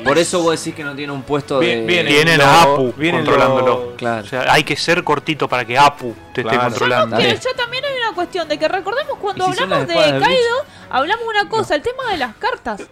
Speaker 1: Por eso vos decís que no tiene un puesto de.
Speaker 2: Bien- vienen
Speaker 5: Vienen
Speaker 2: los-
Speaker 5: a Apu
Speaker 2: vienen
Speaker 5: controlándolo.
Speaker 2: los-
Speaker 5: O
Speaker 1: Claro.
Speaker 5: sea, hay que ser cortito para que Apu
Speaker 2: Claro.
Speaker 5: te esté
Speaker 4: Yo
Speaker 5: controlando.
Speaker 4: creo que
Speaker 1: Dale.
Speaker 4: yo también hay una cuestión de que recordemos cuando
Speaker 1: ¿Y si son
Speaker 4: hablamos de
Speaker 1: las espadas de
Speaker 4: Kaido, hablamos una cosa, el tema de las cartas.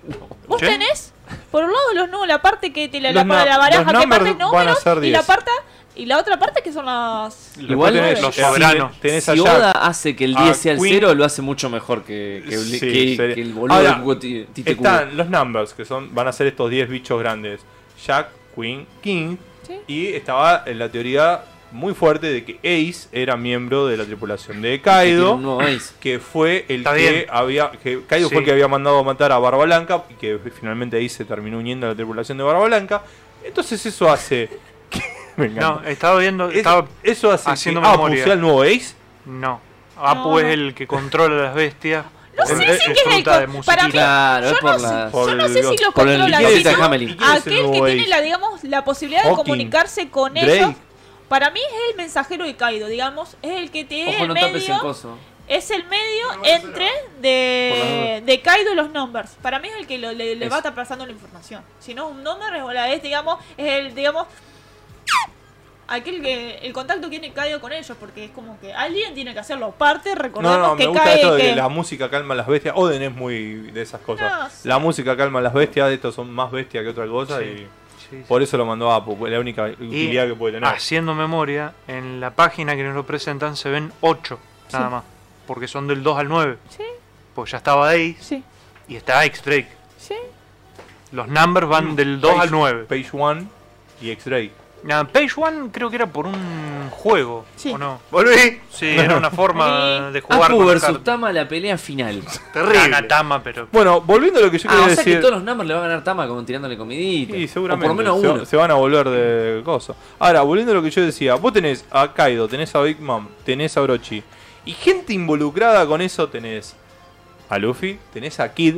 Speaker 4: Vos
Speaker 5: ¿Sí?
Speaker 4: tenés, por un lado, los nu- la parte que te la, la,
Speaker 2: Los na-
Speaker 4: la baraja
Speaker 2: los
Speaker 4: que parte
Speaker 2: numbers van a
Speaker 4: números
Speaker 2: ser
Speaker 4: y la
Speaker 2: 10.
Speaker 4: parte y la otra parte que son las
Speaker 1: Igual
Speaker 2: Después
Speaker 1: no-
Speaker 5: los
Speaker 2: eh,
Speaker 5: soberanos.
Speaker 2: Tenés
Speaker 1: si
Speaker 2: allá.
Speaker 1: Oda hace que el
Speaker 2: a
Speaker 1: 10 sea el
Speaker 2: Queen.
Speaker 1: 0, lo hace mucho mejor que, que,
Speaker 2: Sí,
Speaker 1: que-
Speaker 2: sería-
Speaker 1: que el boludo
Speaker 2: Ahora,
Speaker 1: de Cuco Ti- Tite Cubo.
Speaker 2: Están los numbers, que son van a ser estos 10 bichos grandes. Jack, Queen, King.
Speaker 4: Sí.
Speaker 2: Y estaba en la teoría muy fuerte de que Ace era miembro de la tripulación de
Speaker 1: Que tiene
Speaker 2: Kaido.
Speaker 1: un nuevo Ace.
Speaker 2: que fue el
Speaker 5: Está
Speaker 2: que
Speaker 5: bien.
Speaker 2: había que Kaido
Speaker 5: Sí.
Speaker 2: fue el que había mandado a matar a Barba Blanca y que finalmente ahí se terminó uniendo a la tripulación de Barba Blanca. Entonces eso hace que- me
Speaker 5: No,
Speaker 2: encanta.
Speaker 5: estaba viendo.
Speaker 2: Es-
Speaker 5: Estaba,
Speaker 2: eso hace
Speaker 5: haciendo
Speaker 2: que Apu
Speaker 5: memoria.
Speaker 2: sea el nuevo Ace.
Speaker 5: no. Apu
Speaker 4: No,
Speaker 5: es
Speaker 4: no.
Speaker 5: el que controla las bestias.
Speaker 4: No sé si es el
Speaker 5: fruta de
Speaker 4: con- para mí,
Speaker 5: musiquita.
Speaker 1: Claro,
Speaker 4: yo,
Speaker 1: es por
Speaker 4: no sé,
Speaker 1: las-
Speaker 4: yo no sé si lo
Speaker 1: por el
Speaker 4: controla,
Speaker 1: liquidez
Speaker 4: sino
Speaker 1: de Hamelin.
Speaker 2: ¿Y quién es el
Speaker 4: aquel que
Speaker 2: nuevo
Speaker 4: tiene
Speaker 2: Ace?
Speaker 4: la, digamos, la posibilidad de
Speaker 2: Hawking,
Speaker 4: comunicarse con
Speaker 2: Drake.
Speaker 4: ellos. Para mí es el mensajero de Kaido, digamos, es el que tiene
Speaker 1: Ojo,
Speaker 4: el
Speaker 1: no tapes el
Speaker 4: medio,
Speaker 1: coso.
Speaker 4: es el medio entre de, de Kaido y los numbers. Para mí es el que lo- le, le va a
Speaker 1: Eso.
Speaker 4: estar pasando la información. Si no, un number es, o la es, digamos, es el, digamos, aquel que el contacto que tiene Kaido con ellos, porque es como que alguien tiene que hacerlo. Aparte, recordemos
Speaker 2: No, no,
Speaker 4: que
Speaker 2: me gusta
Speaker 4: Kaido
Speaker 2: esto de
Speaker 4: que-
Speaker 2: que la música calma a las bestias. Oden es muy de esas cosas.
Speaker 4: No, sí.
Speaker 2: La música calma a las bestias, estos son más bestias que otra cosa
Speaker 5: Sí.
Speaker 2: y
Speaker 5: Sí, sí.
Speaker 2: por eso lo mandó a Apu, pues, la única
Speaker 5: Y ah,
Speaker 2: utilidad que puede tener.
Speaker 5: Haciendo memoria, en la página que nos lo presentan se ven 8 nada más. Porque son del 2 al 9.
Speaker 4: Sí,
Speaker 5: Pues ya estaba Ace
Speaker 4: sí,
Speaker 5: y está X Drake.
Speaker 4: sí.
Speaker 5: Los numbers van del 2 al 9.
Speaker 2: Mm. Page 1 y X-Ray.
Speaker 5: Nah, Page One creo que era por un juego,
Speaker 4: Sí.
Speaker 5: ¿o no?
Speaker 3: Volví.
Speaker 5: Sí, era una forma
Speaker 4: Sí. Ah,
Speaker 5: de jugar
Speaker 1: Apu
Speaker 5: con
Speaker 1: versus
Speaker 5: cartas.
Speaker 1: Tama Ah, la pelea final.
Speaker 3: Terrible.
Speaker 5: Gana Tama, pero
Speaker 2: Bueno, volviendo a lo que yo
Speaker 1: Ah, o
Speaker 2: quería
Speaker 1: sea
Speaker 2: decir.
Speaker 1: que todos los numbers le va a ganar Tama como tirándole comidita.
Speaker 2: Sí,
Speaker 1: O
Speaker 2: seguramente.
Speaker 1: por lo menos
Speaker 2: se,
Speaker 1: uno.
Speaker 2: se van a volver de cosas. Ahora, volviendo a lo que yo decía, vos tenés a Kaido, tenés a Big Mom, tenés a Orochi. Y gente involucrada con eso tenés a Luffy, tenés a Kid,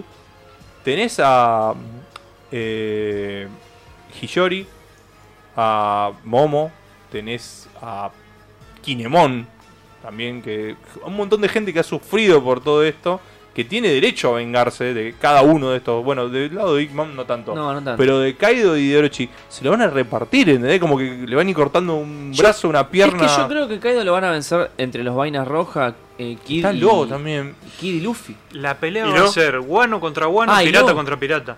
Speaker 2: tenés a eh, Hiyori, a Momo, tenés a Kinemon también, que un montón de gente que ha sufrido por todo esto, que tiene derecho a vengarse de cada uno de estos. Bueno, del lado de Big Mom no tanto.
Speaker 1: No, no tanto.
Speaker 2: Pero de Kaido y de Orochi se lo van a repartir, ¿entendés? Como que le van a ir cortando un
Speaker 1: Yo-
Speaker 2: brazo, una pierna.
Speaker 1: Es que yo creo que Kaido lo van a vencer entre los vainas rojas, eh, Kid,
Speaker 2: Está
Speaker 1: y,
Speaker 2: loco también.
Speaker 1: Kid y Luffy.
Speaker 5: la pelea
Speaker 3: ¿Y
Speaker 5: va a
Speaker 3: no?
Speaker 5: ser guano contra guano,
Speaker 1: Ah, ¿y
Speaker 5: pirata
Speaker 1: no?
Speaker 5: contra pirata.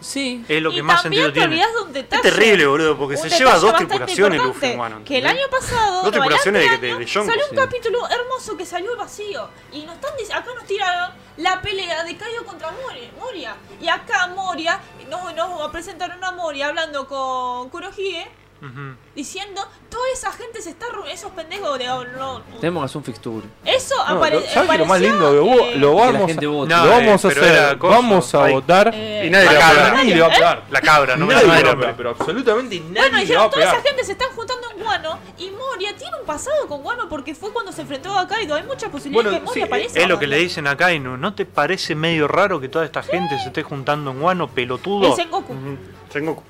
Speaker 1: Sí.
Speaker 5: Es lo
Speaker 4: y
Speaker 5: que más
Speaker 4: también
Speaker 5: sentido
Speaker 4: te
Speaker 5: tiene.
Speaker 4: olvidás de un
Speaker 3: Es
Speaker 4: detalle.
Speaker 3: terrible, boludo, porque
Speaker 4: un
Speaker 3: se lleva
Speaker 4: detalle
Speaker 3: dos
Speaker 4: bastante
Speaker 3: tripulaciones
Speaker 4: importante,
Speaker 3: Luffy, humano.
Speaker 4: Que el año pasado,
Speaker 3: Dos
Speaker 4: no, el
Speaker 3: tripulaciones
Speaker 4: anteaño,
Speaker 3: de- de- de Yonko,
Speaker 4: salió un
Speaker 1: sí.
Speaker 4: capítulo hermoso que salió al vacío. Y nos están dic- acá nos tiraron la pelea de Kaido contra Mori- Moria. Y acá Moria, nos, nos presentaron a Moria hablando con Kurohige,
Speaker 5: Ujú.
Speaker 4: diciendo, toda esa gente se está arru- esos pendejos de... no,
Speaker 1: Tenemos que hacer un fixture.
Speaker 4: eso
Speaker 2: No,
Speaker 4: apare-
Speaker 2: lo- ¿Sabes que lo más
Speaker 4: apareció,
Speaker 2: lindo que hubo?
Speaker 4: eh,
Speaker 2: Lo
Speaker 1: que la
Speaker 2: vamos,
Speaker 1: gente
Speaker 2: a-
Speaker 1: vote.
Speaker 5: No,
Speaker 2: lo vamos a
Speaker 5: eh, pero era
Speaker 2: hacer.
Speaker 5: cosa.
Speaker 2: Vamos a
Speaker 5: Ay.
Speaker 2: votar.
Speaker 4: eh,
Speaker 3: Y nadie la va
Speaker 5: La
Speaker 3: a
Speaker 5: cabra.
Speaker 3: pegar.
Speaker 2: Nadie le va a
Speaker 4: ¿eh?
Speaker 2: pegar.
Speaker 5: La cabra, no me
Speaker 2: Nadie le va a
Speaker 5: acuerdo el
Speaker 2: pegar,
Speaker 5: nombre.
Speaker 2: pero absolutamente
Speaker 4: Bueno,
Speaker 2: nadie
Speaker 4: y
Speaker 2: le va a
Speaker 4: toda esa
Speaker 2: pegar.
Speaker 4: gente se están juntando en Guano y Moria tiene un pasado con Guano porque fue cuando se enfrentó a Kaido. Hay muchas posibilidades
Speaker 2: Bueno,
Speaker 4: que Moria
Speaker 2: sí,
Speaker 4: aparezca.
Speaker 5: Es lo que le dicen a Kainu. ¿No te parece medio raro que toda esta gente se esté juntando en guano, pelotudo?
Speaker 4: El Sengoku.
Speaker 5: Mm,
Speaker 3: Tengo.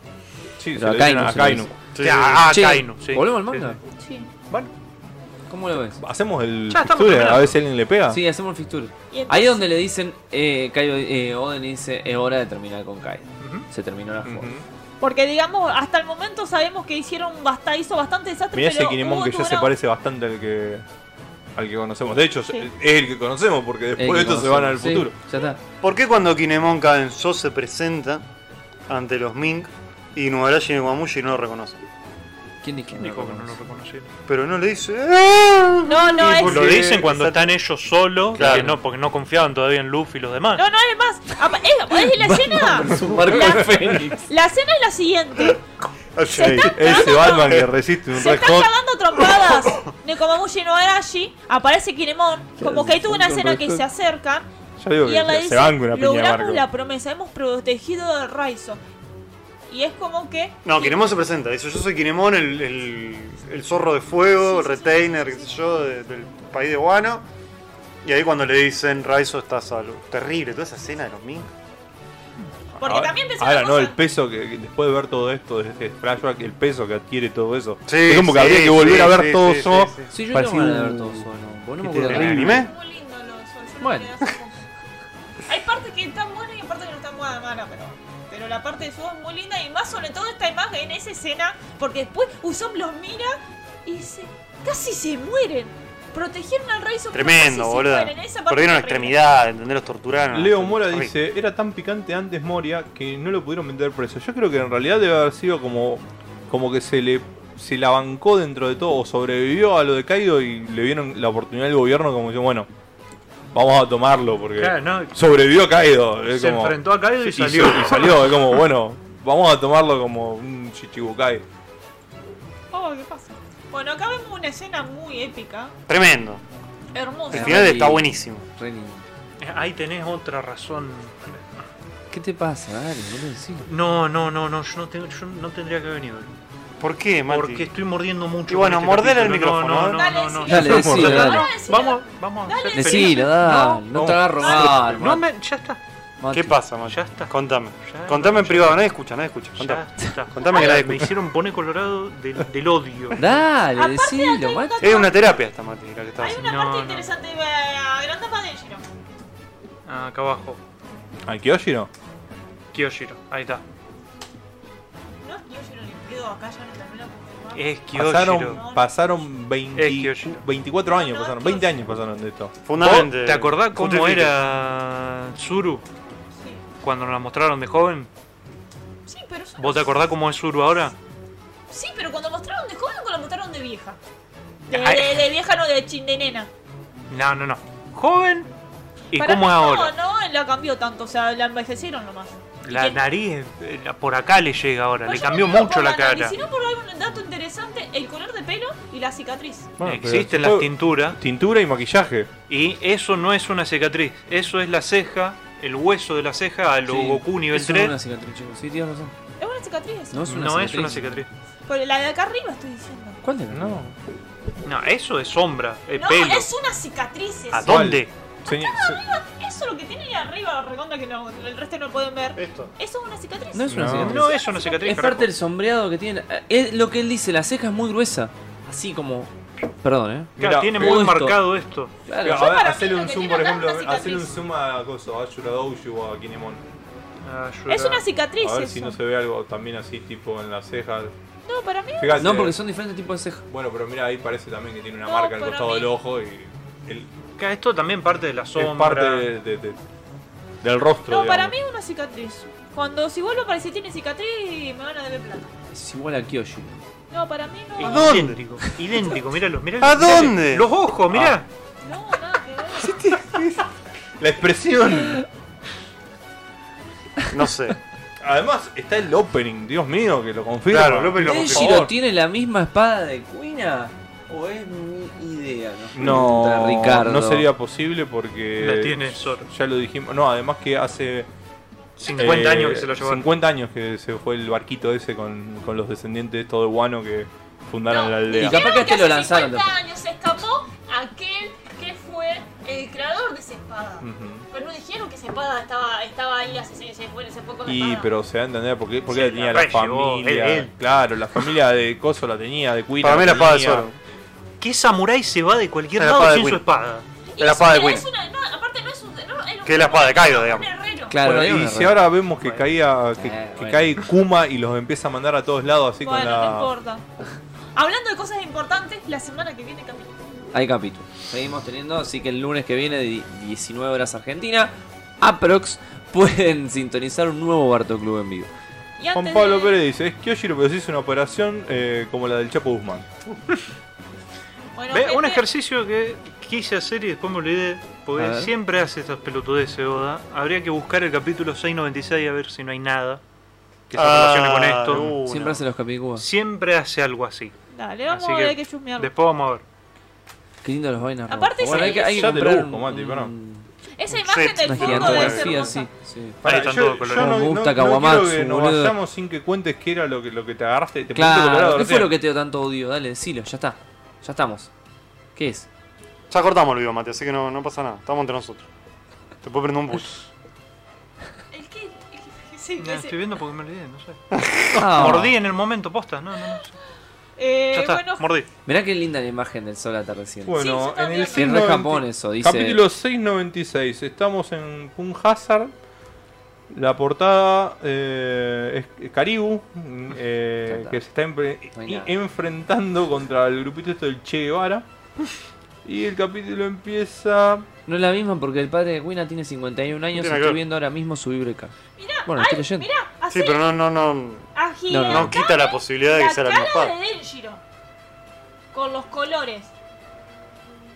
Speaker 2: Sí,
Speaker 1: Pero
Speaker 2: se
Speaker 1: a
Speaker 2: le dicen
Speaker 1: Kainu
Speaker 2: a
Speaker 1: se lo
Speaker 2: Kainu.
Speaker 1: dicen.
Speaker 5: o sea, ah,
Speaker 1: Che,
Speaker 5: Kainu, sí.
Speaker 1: ¿Volvemos al
Speaker 5: Sí,
Speaker 1: manga?
Speaker 4: Sí.
Speaker 2: Bueno,
Speaker 1: ¿Cómo lo ves?
Speaker 2: hacemos el
Speaker 5: Ya estamos
Speaker 2: fixture, a
Speaker 5: terminando.
Speaker 2: ver si alguien le pega.
Speaker 1: Sí, hacemos el fixture.
Speaker 4: Y entonces-
Speaker 1: Ahí es donde le dicen, eh, Kaido, eh, Oden dice, es hora de terminar con Kaido.
Speaker 5: Ujú.
Speaker 1: Se terminó la Eh,
Speaker 2: Ujú.
Speaker 1: fuerza.
Speaker 4: Porque digamos, hasta el momento sabemos que hicieron basta, hizo bastante desastre.
Speaker 2: Mirá ese
Speaker 4: pero
Speaker 2: Kinemon
Speaker 4: hubo-
Speaker 2: que ya se
Speaker 4: tuvieron-
Speaker 2: parece bastante al que al que conocemos. De hecho,
Speaker 4: Sí.
Speaker 2: es el que conocemos porque después de esto se van al futuro.
Speaker 1: ya está.
Speaker 3: ¿Por qué cuando Kinemon Kadenso se presenta ante los Mink y Nubarashi y Wamushi no lo reconoce?
Speaker 1: ¿Quién dijo?
Speaker 5: ¿Quién dijo que no lo reconocieron?
Speaker 3: Pero no le dice. "Ah".
Speaker 4: No, no, es.
Speaker 5: Lo
Speaker 3: Sí,
Speaker 5: dicen cuando
Speaker 3: exacto.
Speaker 5: están ellos solos,
Speaker 3: Claro.
Speaker 5: que no, porque no confiaban todavía en Luffy y los demás.
Speaker 4: No, no, es más. apa- Es, es la escena.
Speaker 1: Marco Fénix.
Speaker 4: La escena es la siguiente.
Speaker 3: Así.
Speaker 2: Ese Batman que resiste un
Speaker 4: Se
Speaker 2: red
Speaker 4: están
Speaker 2: hot.
Speaker 4: cagando a trompadas Nekomamushi y Noarashi. Aparece Kinemon. Como que ahí tuvo una escena que se acercan.
Speaker 2: Ya digo
Speaker 4: Y él le
Speaker 2: que
Speaker 4: dice,
Speaker 2: se van con una piña de
Speaker 4: logramos
Speaker 2: Marco.
Speaker 4: la promesa, hemos protegido a Raizo. Y es como que...
Speaker 3: No, Kinemon se presenta. Dice: Yo soy Kinemon, el, el, el zorro de fuego,
Speaker 4: Sí, sí,
Speaker 3: retainer,
Speaker 4: sí,
Speaker 3: qué
Speaker 4: sí,
Speaker 3: sé
Speaker 4: sí.
Speaker 3: yo, de- del país de Guano. Y ahí cuando le dicen Raizo está salvo. Terrible, toda esa escena de los Mink.
Speaker 4: Porque
Speaker 2: Ahora-
Speaker 4: también pensé
Speaker 2: Ahora
Speaker 4: una
Speaker 2: no,
Speaker 4: cosa.
Speaker 2: el peso que, que después de ver todo esto, de este flashback, el peso que adquiere todo eso.
Speaker 3: Sí,
Speaker 2: es como que
Speaker 3: sí,
Speaker 2: habría que volver
Speaker 3: sí,
Speaker 2: a ver
Speaker 3: sí,
Speaker 2: todo
Speaker 3: sí,
Speaker 2: eso.
Speaker 3: sí, sí.
Speaker 1: Sí, yo
Speaker 2: Parecía
Speaker 1: tengo ganas de
Speaker 2: un-
Speaker 1: ver todo eso, ¿no? Porque no me
Speaker 3: ¿Qué
Speaker 1: acuerdo
Speaker 3: te-
Speaker 1: de
Speaker 3: el
Speaker 1: nada.
Speaker 3: anime?
Speaker 4: Muy lindo lo son, yo no
Speaker 1: Bueno.
Speaker 4: quería hacer como- Hay partes que están buenas y partes que no están buenas, mala, pero... Pero la parte de su voz es muy linda y más sobre todo esta imagen, esa escena, porque después Usopp los mira y se... casi se mueren. Protegieron al Raizo. pero
Speaker 3: Tremendo,
Speaker 4: casi se
Speaker 3: boludo.
Speaker 4: mueren. Esa parte
Speaker 3: Perdieron la
Speaker 4: es terrible.
Speaker 3: extremidad, ¿entendés? Los torturaron.
Speaker 2: Ah, Leo Mora
Speaker 3: Horrible.
Speaker 2: dice, era tan picante antes Moria que no lo pudieron meter preso. Yo creo que en realidad debe haber sido como, como que se le se la bancó dentro de todo, o sobrevivió a lo de Kaido y le vieron la oportunidad del gobierno como diciendo, bueno, vamos a tomarlo porque
Speaker 5: Claro, no,
Speaker 2: sobrevivió a Kaido. Es
Speaker 5: se
Speaker 2: como-
Speaker 5: enfrentó a Kaido y
Speaker 2: y
Speaker 5: salió.
Speaker 2: se- y salió, es como, bueno, vamos a tomarlo como un chichibukai.
Speaker 4: Oh, todo lo que pasa. Bueno, acá vemos una escena muy épica,
Speaker 3: Tremendo. El
Speaker 4: hermosa.
Speaker 1: Bien.
Speaker 3: final
Speaker 1: y-
Speaker 3: está buenísimo.
Speaker 1: Re lindo.
Speaker 5: Ahí tenés otra razón.
Speaker 1: ¿Qué te pasa, Dale, boludo? Sí.
Speaker 5: No, no, no, no, yo no, tengo, yo no tendría que haber venido.
Speaker 3: ¿Por qué, Mati?
Speaker 5: Porque estoy mordiendo mucho.
Speaker 3: Y bueno,
Speaker 5: con este
Speaker 3: morder el
Speaker 5: capítulo.
Speaker 3: micrófono,
Speaker 5: No,
Speaker 3: ¿eh?
Speaker 5: no,
Speaker 4: Dale,
Speaker 5: no, no,
Speaker 4: sí.
Speaker 1: Dale, decilo, dale.
Speaker 5: Vamos, vamos.
Speaker 4: Dale,
Speaker 5: ya está.
Speaker 1: Decilo, dale. No,
Speaker 2: No,
Speaker 1: te agarro mal,
Speaker 5: No me, ya está.
Speaker 1: Mati.
Speaker 3: ¿Qué pasa, Mati?
Speaker 5: Ya está.
Speaker 3: Contame.
Speaker 5: Ya,
Speaker 3: Contame en
Speaker 5: ya.
Speaker 3: privado, nadie escucha, nadie escucha.
Speaker 5: Ya
Speaker 3: Contame.
Speaker 5: está.
Speaker 3: Contame que nadie
Speaker 5: Me
Speaker 3: escucha.
Speaker 5: hicieron poner colorado del, del odio.
Speaker 1: Dale,
Speaker 4: Aparte, acá
Speaker 1: decilo,
Speaker 4: hay
Speaker 1: Mati.
Speaker 4: un
Speaker 3: Es una terapia esta, Mati, la que estás
Speaker 4: Hay
Speaker 3: haciendo.
Speaker 4: una
Speaker 5: No,
Speaker 4: parte
Speaker 5: no.
Speaker 4: interesante, eh, agrandá para Denjiro.
Speaker 5: Ah, acá abajo.
Speaker 2: ¿Al Kyoshiro?
Speaker 5: Kyoshiro. Ahí está.
Speaker 4: No es Kyojiro ni en pedo, acá ya no termino de confirmar.
Speaker 5: Es Kyoshiro.
Speaker 2: Pasaron, pasaron 20
Speaker 5: Es Ah, Kyoshiro.
Speaker 2: 24 años, pasaron 20 años pasaron de esto.
Speaker 5: ¿Vos
Speaker 3: Fundamente.
Speaker 5: ¿Te acordás cómo
Speaker 3: Justifique.
Speaker 5: era Zuru
Speaker 4: Sí.
Speaker 5: cuando nos la mostraron de joven?
Speaker 4: Sí, pero yo no
Speaker 5: ¿Vos te
Speaker 4: sé.
Speaker 5: acordás cómo es Zuru ahora?
Speaker 4: Sí, pero cuando mostraron de joven, cuando la mostraron de vieja. De,
Speaker 5: Ay.
Speaker 4: de- de vieja no, de chin de nena.
Speaker 5: No, no, no. ¿Joven? ¿Y
Speaker 4: Para
Speaker 5: cómo
Speaker 4: mí
Speaker 5: es ahora?
Speaker 4: No, no, la cambió tanto, o sea, la envejecieron nomás.
Speaker 5: La
Speaker 4: ¿Quién?
Speaker 5: nariz eh, la- por acá le llega ahora.
Speaker 4: Pues yo
Speaker 5: le
Speaker 4: no
Speaker 5: cambió
Speaker 4: digo
Speaker 5: mucho
Speaker 4: por
Speaker 5: la
Speaker 4: nariz,
Speaker 5: cara.
Speaker 4: Sino por algún dato interesante, el color de pelo y la cicatriz.
Speaker 1: Ah,
Speaker 2: Bueno, pero
Speaker 5: Existen
Speaker 2: fue
Speaker 5: las tinturas
Speaker 2: Tintura y maquillaje.
Speaker 5: y eso no es una cicatriz. Eso es la ceja, el hueso de la ceja a lo
Speaker 1: Sí,
Speaker 5: Goku nivel
Speaker 1: eso no es
Speaker 5: 3.
Speaker 1: una cicatriz, chico. Sí, tienes razón.
Speaker 4: Es una cicatriz.
Speaker 1: No es una
Speaker 5: No
Speaker 1: cicatriz.
Speaker 5: es una cicatriz.
Speaker 4: Por la de acá arriba estoy diciendo.
Speaker 1: ¿Cuál era?
Speaker 2: No.
Speaker 5: No, eso es sombra, es
Speaker 4: No,
Speaker 5: pelo.
Speaker 4: es una cicatriz.
Speaker 5: ¿A
Speaker 4: Eso.
Speaker 2: ¿Cuál?
Speaker 5: dónde?
Speaker 2: Señor-
Speaker 4: eso lo que tiene ahí arriba, redonda que no, el resto no pueden ver.
Speaker 3: Esto.
Speaker 4: Eso es una cicatriz.
Speaker 1: No es una
Speaker 2: No.
Speaker 1: cicatriz.
Speaker 5: No es una cicatriz.
Speaker 1: Es
Speaker 5: carajo.
Speaker 1: parte del sombreado que tiene. eh, Es lo que él dice, la ceja es muy gruesa. Así como. Perdón, eh.
Speaker 5: Mira,
Speaker 2: Mira,
Speaker 5: tiene
Speaker 1: todo
Speaker 5: muy
Speaker 1: esto.
Speaker 5: marcado esto.
Speaker 1: Claro,
Speaker 2: Mira,
Speaker 4: yo
Speaker 2: a ver,
Speaker 4: para mí
Speaker 2: hacerle
Speaker 4: lo
Speaker 2: un
Speaker 4: que
Speaker 2: zoom,
Speaker 4: tiene
Speaker 2: por
Speaker 4: acá
Speaker 2: ejemplo,
Speaker 4: es una
Speaker 2: hacerle un
Speaker 4: cicatriz.
Speaker 2: zoom a Gozo, a Yuradouji o a Kinemon.
Speaker 5: Ah, yo
Speaker 4: Es
Speaker 5: era-
Speaker 4: una cicatriz.
Speaker 2: A ver
Speaker 4: eso.
Speaker 2: si no se ve algo también así, tipo en las cejas.
Speaker 4: No, para mí.
Speaker 2: Fíjate.
Speaker 1: no, porque son diferentes tipos de ceja.
Speaker 2: Bueno, pero mira, ahí parece también que tiene una
Speaker 4: No,
Speaker 2: marca al
Speaker 4: para
Speaker 2: costado
Speaker 4: mí-
Speaker 2: del ojo y el-
Speaker 5: Acá, Esto también parte de la sombra.
Speaker 2: es parte de- de- de- del rostro.
Speaker 4: No, para
Speaker 2: digamos.
Speaker 4: mí es una cicatriz. Cuando si vuelvo a aparecer tiene cicatriz, me van a deber plata.
Speaker 1: Es igual a Kyoshi.
Speaker 4: No, para mí no.
Speaker 5: Es
Speaker 3: ¿A dónde?
Speaker 5: Idéntico, idéntico, míralo, míralo.
Speaker 3: ¿A
Speaker 5: mirá.
Speaker 3: dónde?
Speaker 5: Los ojos, mirá.
Speaker 4: No, nada que ver.
Speaker 2: La expresión.
Speaker 3: No sé.
Speaker 2: Además, está el opening, Dios mío, que lo confirma.
Speaker 3: Claro, López lo confirmó.
Speaker 1: ¿Denjiro tiene la misma espada de Kuina? ¿O es mi idea?
Speaker 2: No,
Speaker 1: Pregunta Ricardo.
Speaker 2: no sería posible porque.
Speaker 5: La tiene Zoro.
Speaker 2: Ya lo dijimos. No, además que hace.
Speaker 5: 50
Speaker 2: eh,
Speaker 5: años que se lo llevaron.
Speaker 2: 50 años que se fue el barquito ese con, con los descendientes todo de Wano que fundaron
Speaker 4: No,
Speaker 2: la
Speaker 1: Y
Speaker 2: aldea.
Speaker 1: capaz que
Speaker 4: Creo
Speaker 1: este lo
Speaker 4: hace
Speaker 1: lanzaron
Speaker 4: 50 años se escapó aquel que fue el creador de esa espada.
Speaker 2: Ujú.
Speaker 4: Pero no dijeron que esa espada estaba, estaba ahí hace seis se fue, se fue con la
Speaker 2: Y
Speaker 4: espada.
Speaker 2: pero se va a entender porque, porque
Speaker 5: Sí,
Speaker 2: la tenía
Speaker 5: la
Speaker 2: la,
Speaker 5: re llevó,
Speaker 2: familia.
Speaker 5: él, él.
Speaker 2: Claro, la familia de Coso la tenía, de Queen.
Speaker 3: Para mí la espada de Zoro.
Speaker 5: ¿Qué samurái se va de cualquier
Speaker 3: La
Speaker 5: lado
Speaker 3: espada de
Speaker 5: sin su
Speaker 3: Will.
Speaker 5: espada?
Speaker 4: Y
Speaker 3: la
Speaker 4: es
Speaker 3: espada de
Speaker 4: una-
Speaker 3: Queen.
Speaker 4: es una- no, aparte no es un. No, es lo
Speaker 3: Que es la espada de Kaido, digamos.
Speaker 4: Un herrero.
Speaker 1: Claro,
Speaker 2: Bueno,
Speaker 1: era
Speaker 2: y
Speaker 1: una
Speaker 2: si
Speaker 1: re-
Speaker 2: ahora vemos que
Speaker 5: Bueno.
Speaker 2: caía que,
Speaker 1: Eh,
Speaker 2: que
Speaker 1: bueno.
Speaker 2: cae Kuma y los empieza a mandar a todos lados así
Speaker 4: Bueno,
Speaker 2: con
Speaker 4: no
Speaker 2: la
Speaker 4: importa. Hablando de cosas importantes, la semana que viene camino.
Speaker 1: Hay capítulo. Seguimos teniendo, así que el lunes que viene, di- 19 horas Argentina, aprox, pueden sintonizar un nuevo Barto Club en vivo.
Speaker 4: Y antes
Speaker 2: Juan Pablo
Speaker 4: de-
Speaker 2: Pérez dice, es Kyoshiro, pero si es una operación eh, como la del Chapo Guzmán.
Speaker 4: Bueno,
Speaker 5: Ve, Un
Speaker 4: gente,
Speaker 5: ejercicio que quise hacer y después me olvidé.
Speaker 1: A
Speaker 5: Porque
Speaker 1: ver.
Speaker 5: siempre hace estas pelotudeces, Oda. Habría que buscar el capítulo 696 a ver si no hay nada que se relacione con
Speaker 3: Ah,
Speaker 5: esto.
Speaker 3: uh,
Speaker 1: Siempre
Speaker 3: no.
Speaker 1: hace los capicúas.
Speaker 5: Siempre hace algo así.
Speaker 4: Dale, vamos
Speaker 5: Así
Speaker 4: a ver
Speaker 5: que
Speaker 4: que chusmearlo.
Speaker 5: Después vamos a ver.
Speaker 1: Qué lindo los vainas.
Speaker 4: Aparte,
Speaker 1: rojas. Bueno, hay que, hay que
Speaker 2: ya te lo
Speaker 1: comprar
Speaker 2: busco,
Speaker 1: un-
Speaker 2: Mati, pará.
Speaker 1: un-
Speaker 4: Esa
Speaker 3: Sí,
Speaker 4: imagen
Speaker 1: una
Speaker 4: del fondo de ese
Speaker 1: gigantografía,
Speaker 4: hermosa.
Speaker 1: sí. sí.
Speaker 5: Ahí
Speaker 2: Pará,
Speaker 5: están
Speaker 2: yo-
Speaker 5: todos
Speaker 2: yo
Speaker 5: coloreados.
Speaker 2: no,
Speaker 1: Me gusta
Speaker 2: no- no
Speaker 1: Kawamatsu,
Speaker 2: quiero que nos
Speaker 1: boludo.
Speaker 2: vayamos sin que cuentes qué era lo que, lo que te agarraste. Te pusiste
Speaker 1: Claro,
Speaker 2: colorado
Speaker 1: ¿qué fue
Speaker 2: recién.
Speaker 1: lo que te dio tanto odio? Dale, decilo, ya está. Ya estamos. ¿Qué es?
Speaker 3: Ya cortamos el video, Mati, así que no, no pasa nada. Estamos entre nosotros. Te puedo prender un bus.
Speaker 4: El que. el que- Sí,
Speaker 5: No,
Speaker 4: ese.
Speaker 5: estoy viendo porque me olvidé, no sé.
Speaker 1: Ah.
Speaker 5: Mordí en el momento, posta. No, no, no.
Speaker 4: Eh,
Speaker 5: Ya está,
Speaker 4: bueno,
Speaker 5: mordí.
Speaker 1: Mirá qué linda la imagen del sol atardeciente.
Speaker 4: Sí,
Speaker 2: Bueno,
Speaker 4: yo
Speaker 2: en
Speaker 4: también.
Speaker 2: el
Speaker 4: Es
Speaker 1: re
Speaker 2: 690
Speaker 1: Japón eso, dice-
Speaker 2: Capítulo 696. Estamos en Pun Hazard. La portada eh, es Caribou, mm, eh,
Speaker 1: Ya está.
Speaker 2: que se está empre-
Speaker 1: No hay nada.
Speaker 2: y- enfrentando contra el grupito esto del Che Guevara. Y el capítulo empieza.
Speaker 1: No es la misma porque el padre de Wina tiene 51 años y
Speaker 3: Tiene que
Speaker 1: estoy
Speaker 3: ver.
Speaker 1: viendo ahora mismo su biblioteca.
Speaker 4: mirá,
Speaker 1: Bueno,
Speaker 4: ay,
Speaker 1: estoy leyendo.
Speaker 4: mirá, así.
Speaker 3: Sí, pero no, no, no.
Speaker 4: agilantá
Speaker 1: No,
Speaker 3: No quita la posibilidad de que
Speaker 4: la
Speaker 3: sea la misma
Speaker 4: cara
Speaker 3: espada.
Speaker 4: de Denjiro. Con los colores.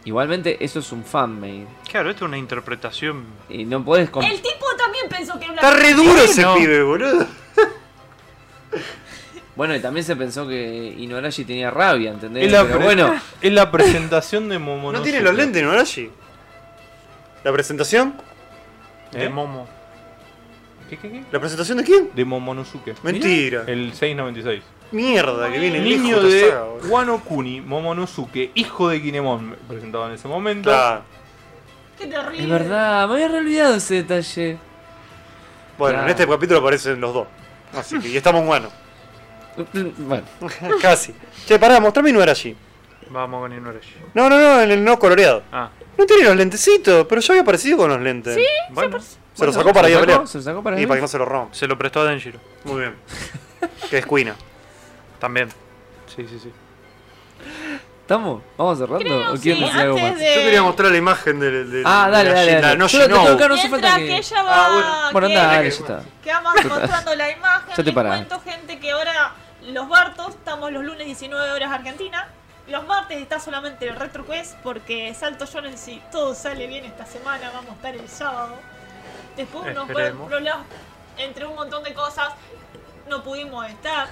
Speaker 1: Igualmente, eso es un fanmade.
Speaker 5: Claro, esto es una interpretación.
Speaker 1: Y no podés. com-
Speaker 4: El tipo también pensó que era una.
Speaker 3: Está re duro ese
Speaker 5: no.
Speaker 3: pibe, boludo.
Speaker 1: Bueno, y también se pensó que Inuarashi tenía rabia, ¿entendés?
Speaker 2: Es la,
Speaker 1: Pero
Speaker 2: pre-
Speaker 1: bueno,
Speaker 2: es la presentación de
Speaker 3: No,
Speaker 2: Momonosuke.
Speaker 3: tiene los lentes, ¿no, Arashi? ¿La presentación?
Speaker 5: De
Speaker 2: ¿Eh?
Speaker 5: Momo.
Speaker 2: ¿Qué, qué, qué?
Speaker 3: ¿La presentación de quién?
Speaker 2: De Momonosuke.
Speaker 3: Mentira.
Speaker 2: El 696.
Speaker 3: Mierda que viene
Speaker 2: El
Speaker 3: el
Speaker 2: niño
Speaker 3: hijo
Speaker 2: de
Speaker 3: Tazaga, boludo.
Speaker 2: Wano Kuni, Momonosuke, hijo de Kinemon, me presentaba en ese momento.
Speaker 3: Claro.
Speaker 4: Qué terrible.
Speaker 1: es verdad, me había re olvidado ese detalle.
Speaker 3: Bueno,
Speaker 1: Claro.
Speaker 3: en este capítulo aparecen los dos. Así que, y estamos buenos.
Speaker 1: Bueno,
Speaker 3: Casi. Che, pará, mostrame Inuarashi.
Speaker 5: Vamos con Inuarashi.
Speaker 3: No, no, no, en el no coloreado.
Speaker 5: Ah,
Speaker 3: No tiene los lentecitos, pero yo había aparecido con los lentes. ¿Sí?
Speaker 5: bueno.
Speaker 3: Se los sacó para ir a
Speaker 1: ¿Se
Speaker 3: pelear.
Speaker 1: sacó? ¿Se lo sacó para
Speaker 3: Y
Speaker 1: ir?
Speaker 3: para que no se los rompa.
Speaker 5: Se lo prestó a Denjiro.
Speaker 3: Muy bien. que es cuina.
Speaker 5: También. Sí, sí, sí.
Speaker 1: ¿Estamos? ¿Vamos cerrando?
Speaker 4: Creo,
Speaker 1: ¿O
Speaker 4: sí,
Speaker 1: quieren decir algo
Speaker 4: antes
Speaker 1: más?
Speaker 4: de...
Speaker 3: Yo quería mostrar la imagen del. del-
Speaker 1: Ah,
Speaker 3: de
Speaker 1: dale,
Speaker 3: la
Speaker 1: dale,
Speaker 3: Shin-
Speaker 1: dale.
Speaker 3: la no
Speaker 1: Yo lo
Speaker 3: Shinobu.
Speaker 1: tengo acá, no hace
Speaker 4: Mientras
Speaker 1: falta
Speaker 4: que
Speaker 1: que...
Speaker 4: ella va...
Speaker 3: Ah, bueno.
Speaker 1: Bueno,
Speaker 4: que-
Speaker 1: anda, dale, ya está.
Speaker 4: que vamos mostrando la imagen.
Speaker 1: Ya te
Speaker 4: Les
Speaker 1: parás.
Speaker 4: cuento, gente, que ahora los Bartos estamos los lunes 19 horas Argentina. Los martes está solamente el Retro Quest porque Salto Shonen, si todo sale bien esta semana, vamos a estar el sábado. Después unos
Speaker 5: Esperemos.
Speaker 4: problemas entre un montón de cosas, no pudimos estar.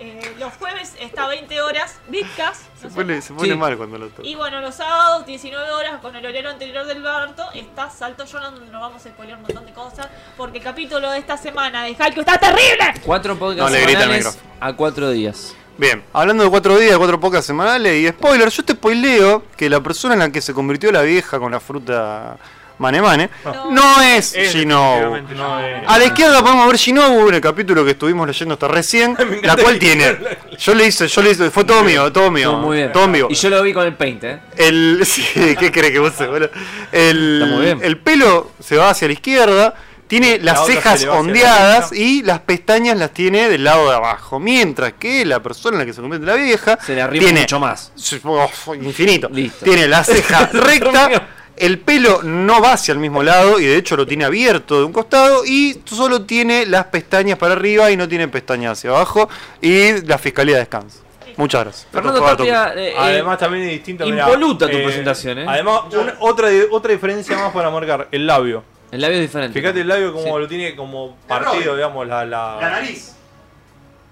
Speaker 4: Eh, los jueves está 20 horas, Bitcast.
Speaker 3: Se pone, se pone
Speaker 1: Sí.
Speaker 3: mal cuando lo toca.
Speaker 4: Y bueno, los sábados, 19 horas, con el horario anterior del Barto, está Salto Jonan, donde nos vamos a spoiler un montón de cosas, porque el capítulo de esta semana de Hulk está terrible.
Speaker 1: Cuatro podcasts
Speaker 3: No le grita al
Speaker 1: semanales a cuatro días.
Speaker 3: Bien, hablando de cuatro días, cuatro pocas semanales y spoiler, yo te spoileo que la persona en la que se convirtió la vieja con la fruta Mane Mane
Speaker 4: No.
Speaker 3: no, es Shinobu.
Speaker 5: Eh, definitivamente no eh. es.
Speaker 3: A la izquierda podemos ver Shinobu en el capítulo que estuvimos leyendo hasta recién, la cual tiene. Yo le hice, yo le hice, fue todo mío, todo mío.
Speaker 1: Estuvo muy bien.
Speaker 3: Todo mío.
Speaker 1: Y yo lo vi con el paint, ¿eh?
Speaker 3: El, sí, ¿Qué crees que vos seas, boludo?
Speaker 1: Está muy
Speaker 3: El,
Speaker 1: bien.
Speaker 3: el pelo se va hacia la izquierda, tiene las
Speaker 2: otra
Speaker 3: cejas
Speaker 2: se le va hacia la
Speaker 3: ondeadas
Speaker 2: derecha.
Speaker 3: y las pestañas las tiene del lado de abajo. Mientras que la persona en la que se convierte la vieja
Speaker 1: Se le arriba
Speaker 3: tiene
Speaker 1: mucho más.
Speaker 3: Sí, uf, infinito.
Speaker 1: Listo.
Speaker 3: Tiene la ceja
Speaker 1: mío.
Speaker 3: recta, el pelo no va hacia el mismo lado y de hecho lo tiene abierto de un costado y solo tiene las pestañas para arriba y no tiene pestañas hacia abajo y la fiscalía descansa. Muchas gracias.
Speaker 1: Fernando
Speaker 3: Esto fue
Speaker 1: Tapia, eh, eh,
Speaker 2: Además también es distinto. mirá,
Speaker 1: impoluta tu presentación, eh.
Speaker 2: Además, una- otra, di- otra diferencia más para marcar, el labio.
Speaker 1: el labio es diferente.
Speaker 2: Fíjate el labio como
Speaker 1: Sí.
Speaker 2: lo tiene como partido, digamos, la... la...
Speaker 3: nariz.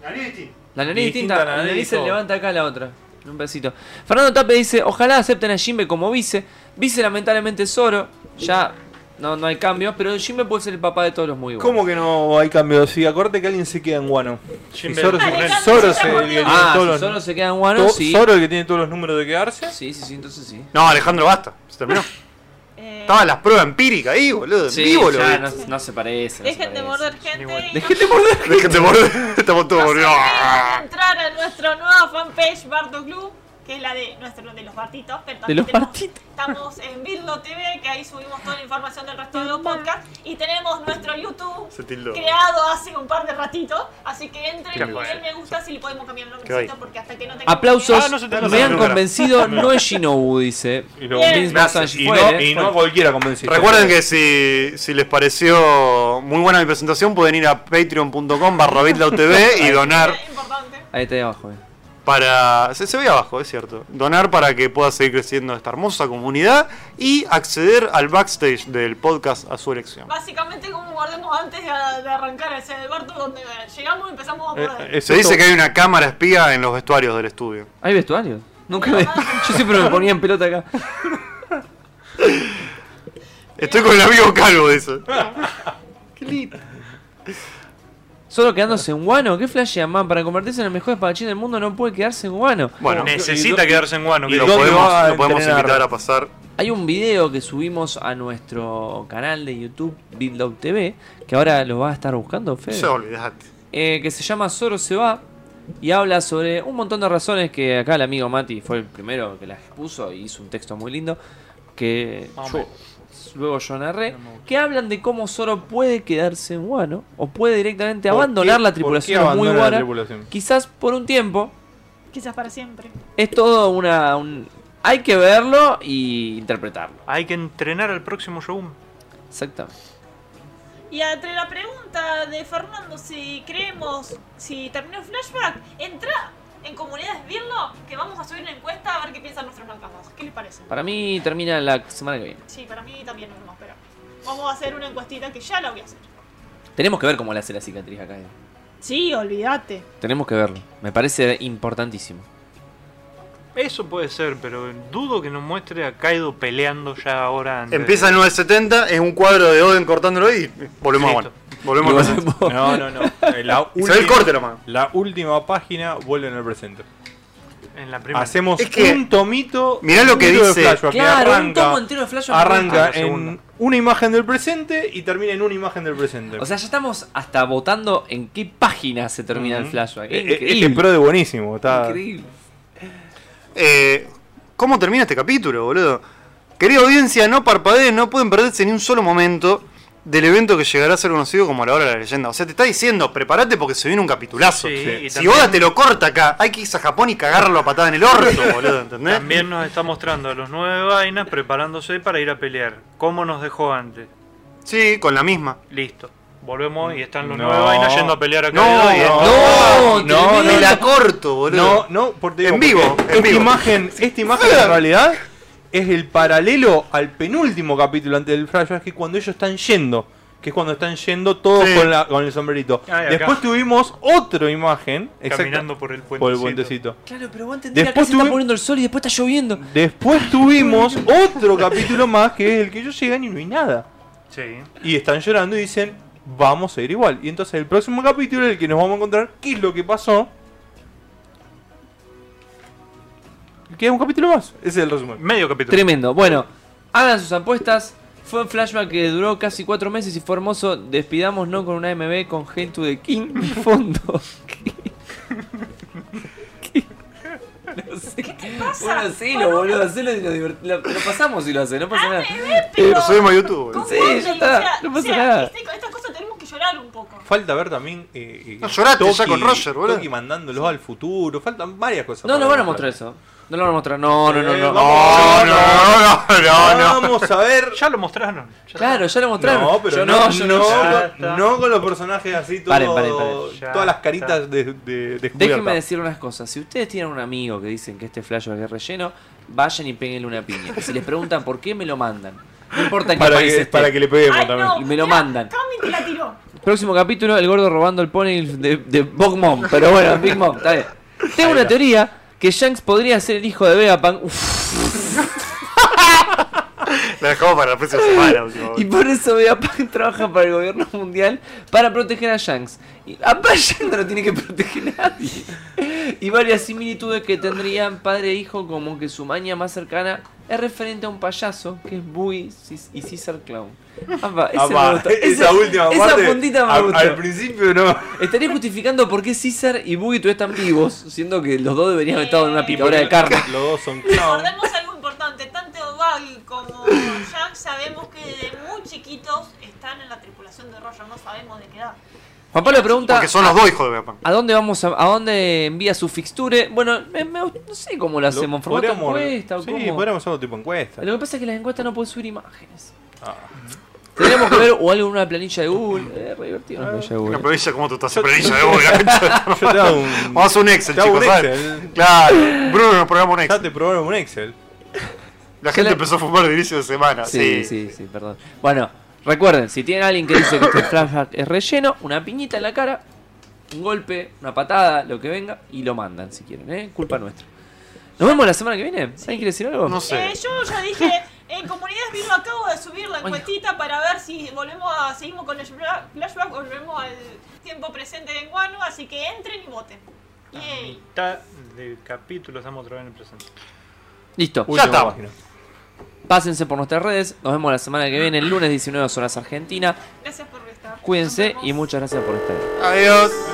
Speaker 3: La nariz distinta.
Speaker 1: La nariz
Speaker 2: Distinta
Speaker 1: distinta,
Speaker 2: la
Speaker 1: la
Speaker 2: nariz
Speaker 1: nariz
Speaker 2: y
Speaker 1: se
Speaker 2: todo.
Speaker 1: levanta acá la otra. Un besito. Fernando Tape dice, ojalá acepten a Jimbe como vice. Vice lamentablemente es Zoro. Ya no, no hay cambios, pero Jimbe puede ser el papá de todos los muy buenos.
Speaker 2: ¿Cómo que no hay cambio? Si acordate que alguien se queda en Wano. Y
Speaker 5: Jinbe
Speaker 2: Zoro
Speaker 5: es
Speaker 2: se-
Speaker 5: Morel.
Speaker 2: Zoro es
Speaker 4: se
Speaker 2: el que
Speaker 4: murió.
Speaker 2: tiene
Speaker 1: Ah,
Speaker 2: todos
Speaker 1: si
Speaker 2: los-
Speaker 1: Zoro se queda en Wano,
Speaker 2: to-
Speaker 1: sí.
Speaker 2: Zoro el que tiene todos los números de quedarse.
Speaker 1: Sí, sí, sí, entonces sí.
Speaker 3: No, Alejandro, basta. Se terminó.
Speaker 4: Eh,
Speaker 3: Estaban las pruebas empíricas ahí, boludo. en
Speaker 1: Sí,
Speaker 3: vivo, lo
Speaker 1: ya
Speaker 3: vi.
Speaker 1: no, no se parece. no se
Speaker 4: Dejen
Speaker 1: parece.
Speaker 4: de morder gente. y
Speaker 1: Dejate morder.
Speaker 3: Déjate morder. Estamos todos
Speaker 4: no se
Speaker 3: mordidos.
Speaker 4: olviden de entrar a nuestra nueva fanpage Barto Club, que es la de nuestro de los Bartitos, pero también
Speaker 1: los
Speaker 4: tenemos-
Speaker 1: Bartitos.
Speaker 4: Estamos en Bildo TV, que ahí subimos toda la información del resto de los podcasts y tenemos nuestro YouTube
Speaker 3: Se tildó.
Speaker 4: creado hace un par de ratitos, así que entren
Speaker 5: Qué
Speaker 4: y
Speaker 5: bueno.
Speaker 4: den me gusta si le podemos cambiar el
Speaker 3: Qué
Speaker 4: nombrecito
Speaker 3: bueno.
Speaker 4: porque hasta que no tengamos
Speaker 1: Aplausos.
Speaker 5: Ah, no se te
Speaker 1: me
Speaker 5: pasa
Speaker 1: han
Speaker 5: nunca.
Speaker 1: convencido, no es Shinobu, dice.
Speaker 2: Y lo-
Speaker 1: Mismo
Speaker 3: Gracias.
Speaker 1: Sanji
Speaker 2: Y
Speaker 1: fue,
Speaker 2: no,
Speaker 1: ¿eh?
Speaker 2: y no
Speaker 1: Fue.
Speaker 2: a cualquiera convenciste.
Speaker 3: Recuerden que si, si les pareció muy buena mi presentación, pueden ir a patreon.com barra bitlautv y donar
Speaker 4: Es importante.
Speaker 1: Ahí está ahí abajo. eh.
Speaker 3: para... Se, se ve abajo, es cierto. Donar para que pueda seguir creciendo esta hermosa comunidad y acceder al backstage del podcast a su elección.
Speaker 4: Básicamente como guardemos antes de, de arrancar ese Barto donde eh, llegamos y empezamos a
Speaker 1: eh.
Speaker 4: morder.
Speaker 3: Se dice que hay una cámara espía en los vestuarios del estudio.
Speaker 1: ¿Hay vestuario? Nunca me...
Speaker 4: Ah.
Speaker 1: Yo siempre me ponía en pelota acá.
Speaker 3: Estoy con el amigo calvo de eso. Qué lindo.
Speaker 1: Solo quedándose en Guano, ¿qué flashea, man? Para convertirse en el mejor espadachín del mundo no puede quedarse en Guano.
Speaker 3: Bueno,
Speaker 5: Necesita quedarse en Wano.
Speaker 3: y
Speaker 5: que
Speaker 3: lo
Speaker 5: lo-
Speaker 2: dónde va
Speaker 3: podemos,
Speaker 2: a
Speaker 3: lo podemos
Speaker 2: entrenar?
Speaker 3: invitar a pasar.
Speaker 1: Hay un video que subimos a nuestro canal de YouTube, BitLove TV, que ahora lo va a estar buscando, Fede.
Speaker 3: Ya olvidate.
Speaker 1: eh, que se llama Zoro se va y habla sobre un montón de razones que acá el amigo Mati fue el primero que las puso y hizo un texto muy lindo que yo- luego yo narré que hablan de cómo Zoro puede quedarse en Wano o puede directamente
Speaker 2: ¿Por
Speaker 1: abandonar
Speaker 2: qué-
Speaker 1: la
Speaker 2: por qué
Speaker 1: tripulación muy
Speaker 2: abandona la
Speaker 1: Wara
Speaker 2: tripulación?
Speaker 1: quizás por un tiempo
Speaker 4: Quizás para siempre.
Speaker 1: es todo una un- hay que verlo y interpretarlo
Speaker 5: Hay que entrenar al próximo Shogun.
Speaker 1: exactamente
Speaker 4: Y entre la pregunta de Fernando si creemos, si terminó el flashback, entra en comunidades, Virlo, que vamos a subir una encuesta a ver qué piensan nuestros fantasmas. ¿Qué les parece?
Speaker 1: para mí termina la semana que viene
Speaker 4: Sí, para mí también no más, pero vamos a hacer una encuestita que ya la voy a hacer.
Speaker 1: tenemos que ver cómo le hace la cicatriz acá eh.
Speaker 4: Sí, olvídate.
Speaker 1: Tenemos que verlo. Me parece importantísimo.
Speaker 5: Eso puede ser, pero dudo que nos muestre a Kaido peleando ya ahora. antes
Speaker 3: Empieza
Speaker 5: de-
Speaker 3: en 970, es un cuadro de Oden cortándolo y volvemos a
Speaker 5: Listo.
Speaker 3: Wano. Volvemos al presente.
Speaker 2: No, no, no. Eh, La
Speaker 3: Y se ve el
Speaker 2: última-
Speaker 3: corte nomás.
Speaker 2: La última página vuelve en el presente.
Speaker 5: en la primera.
Speaker 2: Hacemos
Speaker 3: Es que-
Speaker 2: un tomito.
Speaker 3: Mirá lo que
Speaker 2: un hilo de
Speaker 3: dice.
Speaker 2: flashback que
Speaker 1: Claro, un
Speaker 2: arranca-
Speaker 1: tomo entero de flashback.
Speaker 2: Arranca
Speaker 5: Ah, la segunda.
Speaker 2: en una imagen del presente y termina en una imagen del presente.
Speaker 1: O sea, ya estamos hasta votando en qué página se termina el
Speaker 2: Ujú.
Speaker 1: flashback.
Speaker 2: Eh,
Speaker 1: Es
Speaker 2: eh,
Speaker 1: increíble.
Speaker 2: Este pro de buenísimo. Está...
Speaker 1: Increíble.
Speaker 3: Eh, ¿Cómo termina este capítulo, boludo? Querida audiencia, no parpadeen, no pueden perderse ni un solo momento del evento que llegará a ser conocido como la hora de la leyenda. O sea, te está diciendo, prepárate porque se viene un capitulazo.
Speaker 5: Sí, y
Speaker 3: Si
Speaker 5: también-
Speaker 3: Oda te lo corta acá, hay que irse a Japón y cagarlo a patada en el orto, boludo, ¿entendés?
Speaker 5: También nos está mostrando a los nueve vainas preparándose para ir a pelear. ¿Cómo nos dejó antes?
Speaker 3: Sí, con la misma.
Speaker 5: Listo. Volvemos y están los
Speaker 2: No.
Speaker 5: nueve vainas yendo a pelear a
Speaker 3: No,
Speaker 5: Kaido. y-
Speaker 3: no.
Speaker 1: No,
Speaker 2: no,
Speaker 3: Me
Speaker 1: tremendo.
Speaker 3: la corto, boludo.
Speaker 2: No, no, por- te
Speaker 3: En
Speaker 2: digo,
Speaker 3: vivo,
Speaker 2: porque
Speaker 3: en
Speaker 2: esta
Speaker 3: vivo.
Speaker 2: imagen, esta imagen en realidad es el paralelo al penúltimo capítulo antes del flashback, que es cuando ellos están yendo, que es cuando están yendo todos
Speaker 3: Sí.
Speaker 2: con, la- con el sombrerito.
Speaker 5: Ah, y acá.
Speaker 2: Después tuvimos otra imagen, exacta-
Speaker 5: Caminando por el puente.
Speaker 2: por el puentecito.
Speaker 1: Claro, pero vos entendés
Speaker 2: Después
Speaker 1: que se está
Speaker 2: tuve-
Speaker 1: poniendo el sol y después está lloviendo.
Speaker 2: Después tuvimos otro capítulo más, que es el que ellos llegan y no hay nada.
Speaker 5: Sí.
Speaker 2: Y están llorando y dicen, vamos a ir igual. Y entonces el próximo capítulo es el que nos vamos a encontrar qué es lo que pasó. Queda un capítulo más. Ese es el resumen.
Speaker 5: Medio capítulo.
Speaker 1: Tremendo. Bueno, hagan sus apuestas. Fue un flashback que duró casi cuatro meses y fue hermoso. Despidamos no con una MB con Hate to the King de fondo. ¿Qué? No sé. Bueno, hacelo, boludo, hacelo y lo, divert- lo- lo pasamos si lo hace, no
Speaker 4: Ah,
Speaker 1: pasa nada.
Speaker 3: Lo subimos a YouTube, boludo.
Speaker 1: Sí, ya está, no pasa nada.
Speaker 4: este- estas cosas tenemos que llorar un poco.
Speaker 2: Falta ver también. eh, eh,
Speaker 3: No lloraste ya con Roger, boludo.
Speaker 2: Toki mandándolos al futuro. Faltan varias cosas.
Speaker 1: No
Speaker 2: para
Speaker 1: nos van a
Speaker 2: ver.
Speaker 1: mostrar eso. No lo van a mostrar. No, no, no,
Speaker 2: Eh,
Speaker 1: no.
Speaker 2: vamos.
Speaker 3: No, no, no, no, no.
Speaker 2: Vamos a ver.
Speaker 5: Ya lo mostraron. Ya
Speaker 1: Claro, ya lo mostraron.
Speaker 2: No, pero
Speaker 1: Yo
Speaker 2: no,
Speaker 1: yo
Speaker 2: no,
Speaker 5: Ya
Speaker 2: con-
Speaker 5: está.
Speaker 2: no con los personajes así, todo,
Speaker 1: Paren, paren, paren.
Speaker 5: Ya
Speaker 2: todas las
Speaker 5: está.
Speaker 2: caritas de, de,
Speaker 1: Déjenme
Speaker 2: descubiertas.
Speaker 1: decir unas cosas. Si ustedes tienen un amigo que dicen que este flashback es relleno, vayan y péguenle una piña. Si les preguntan por qué, me lo mandan. No importa en qué
Speaker 2: Para
Speaker 1: país
Speaker 2: que,
Speaker 1: esté.
Speaker 2: para que le peguemos
Speaker 4: Ay,
Speaker 2: también.
Speaker 4: no,
Speaker 1: Y me lo
Speaker 4: mirá,
Speaker 1: mandan.
Speaker 4: Cami te la tiró.
Speaker 1: Próximo capítulo, el gordo robando el pony de, de Bog Mom. Pero bueno, Big Mom, está bien. Tengo una teoría que Shanks podría ser el hijo de Vegapunk. Uf,
Speaker 3: La dejamos para la próxima semana, boludo.
Speaker 1: y por eso Vegapunk trabaja para el gobierno mundial para proteger a Shanks. Y aparte Shanks no lo tiene que proteger nadie. Y varias similitudes que tendrían padre e hijo, como que su maña más cercana es referente a un payaso que es Bowie Cis- y Caesar Clown. Apa, ese me
Speaker 2: Apa,
Speaker 1: gusta.
Speaker 2: esa,
Speaker 1: Ese-
Speaker 2: última
Speaker 1: esa
Speaker 2: parte.
Speaker 1: puntita me
Speaker 2: a-
Speaker 1: gusta.
Speaker 2: Al principio no.
Speaker 1: Estaría justificando por qué César y Boogie todavía están vivos, siendo que los dos deberían haber estado en una
Speaker 4: Y
Speaker 1: picadora de carne.
Speaker 2: Los dos son clown.
Speaker 4: Recordemos algo importante, tanto Baggy como Jack sabemos que desde muy chiquitos están en la tripulación de Roger, no sabemos de qué edad.
Speaker 1: Juan Pablo pregunta
Speaker 3: Porque son los dos hijos de Vegapunk.
Speaker 1: ¿A dónde vamos a, a dónde envía su fixture? Bueno, me- me- no sé cómo lo hacemos, en formato
Speaker 2: Podríamos-
Speaker 1: encuesta o
Speaker 2: Sí,
Speaker 1: cómo.
Speaker 2: podríamos hacer otro tipo de encuesta.
Speaker 1: Lo que pasa es que las encuestas no pueden subir imágenes.
Speaker 2: Ah.
Speaker 1: Tendríamos que ver o algo en una planilla de Google. Eh, re divertido una planilla de
Speaker 3: Una
Speaker 1: Google.
Speaker 3: provincia como tú estás en provincia de vos, la concha de tu
Speaker 2: Yo te hago
Speaker 3: madre.
Speaker 2: un.
Speaker 3: Vamos a hacer un Excel,
Speaker 2: Te hago
Speaker 3: chicos,
Speaker 2: un
Speaker 3: ¿sabes?
Speaker 2: Excel.
Speaker 3: Claro, Bruno nos programa un
Speaker 2: Ya
Speaker 3: Excel.
Speaker 2: te probaron un Excel.
Speaker 3: La gente
Speaker 1: la-
Speaker 3: empezó a fumar de inicio de semana.
Speaker 1: Sí, sí, sí, perdón. Bueno, recuerden, si tienen alguien que dice que este flashback es relleno, una piñita en la cara, un golpe, una patada, lo que venga, y lo mandan si quieren, ¿eh? Culpa nuestra. Nos vemos la semana que viene. ¿Alguien quiere decir algo?
Speaker 3: No sé.
Speaker 4: Eh, yo ya dije, en comunidades vino acabo de subir la encuestita para ver si volvemos a, seguimos con el fla- flashback, volvemos al tiempo presente de Guano, así que entren y voten. Yay.
Speaker 5: Mitad del capítulo estamos otra vez en el presente.
Speaker 1: Listo.
Speaker 2: Última
Speaker 3: está.
Speaker 2: página.
Speaker 1: Pásense por nuestras redes. Nos vemos la semana que viene, el lunes 19 horas Argentina.
Speaker 4: Gracias por estar.
Speaker 1: Cuídense
Speaker 4: Nos vemos.
Speaker 1: y muchas gracias por estar.
Speaker 3: Adiós.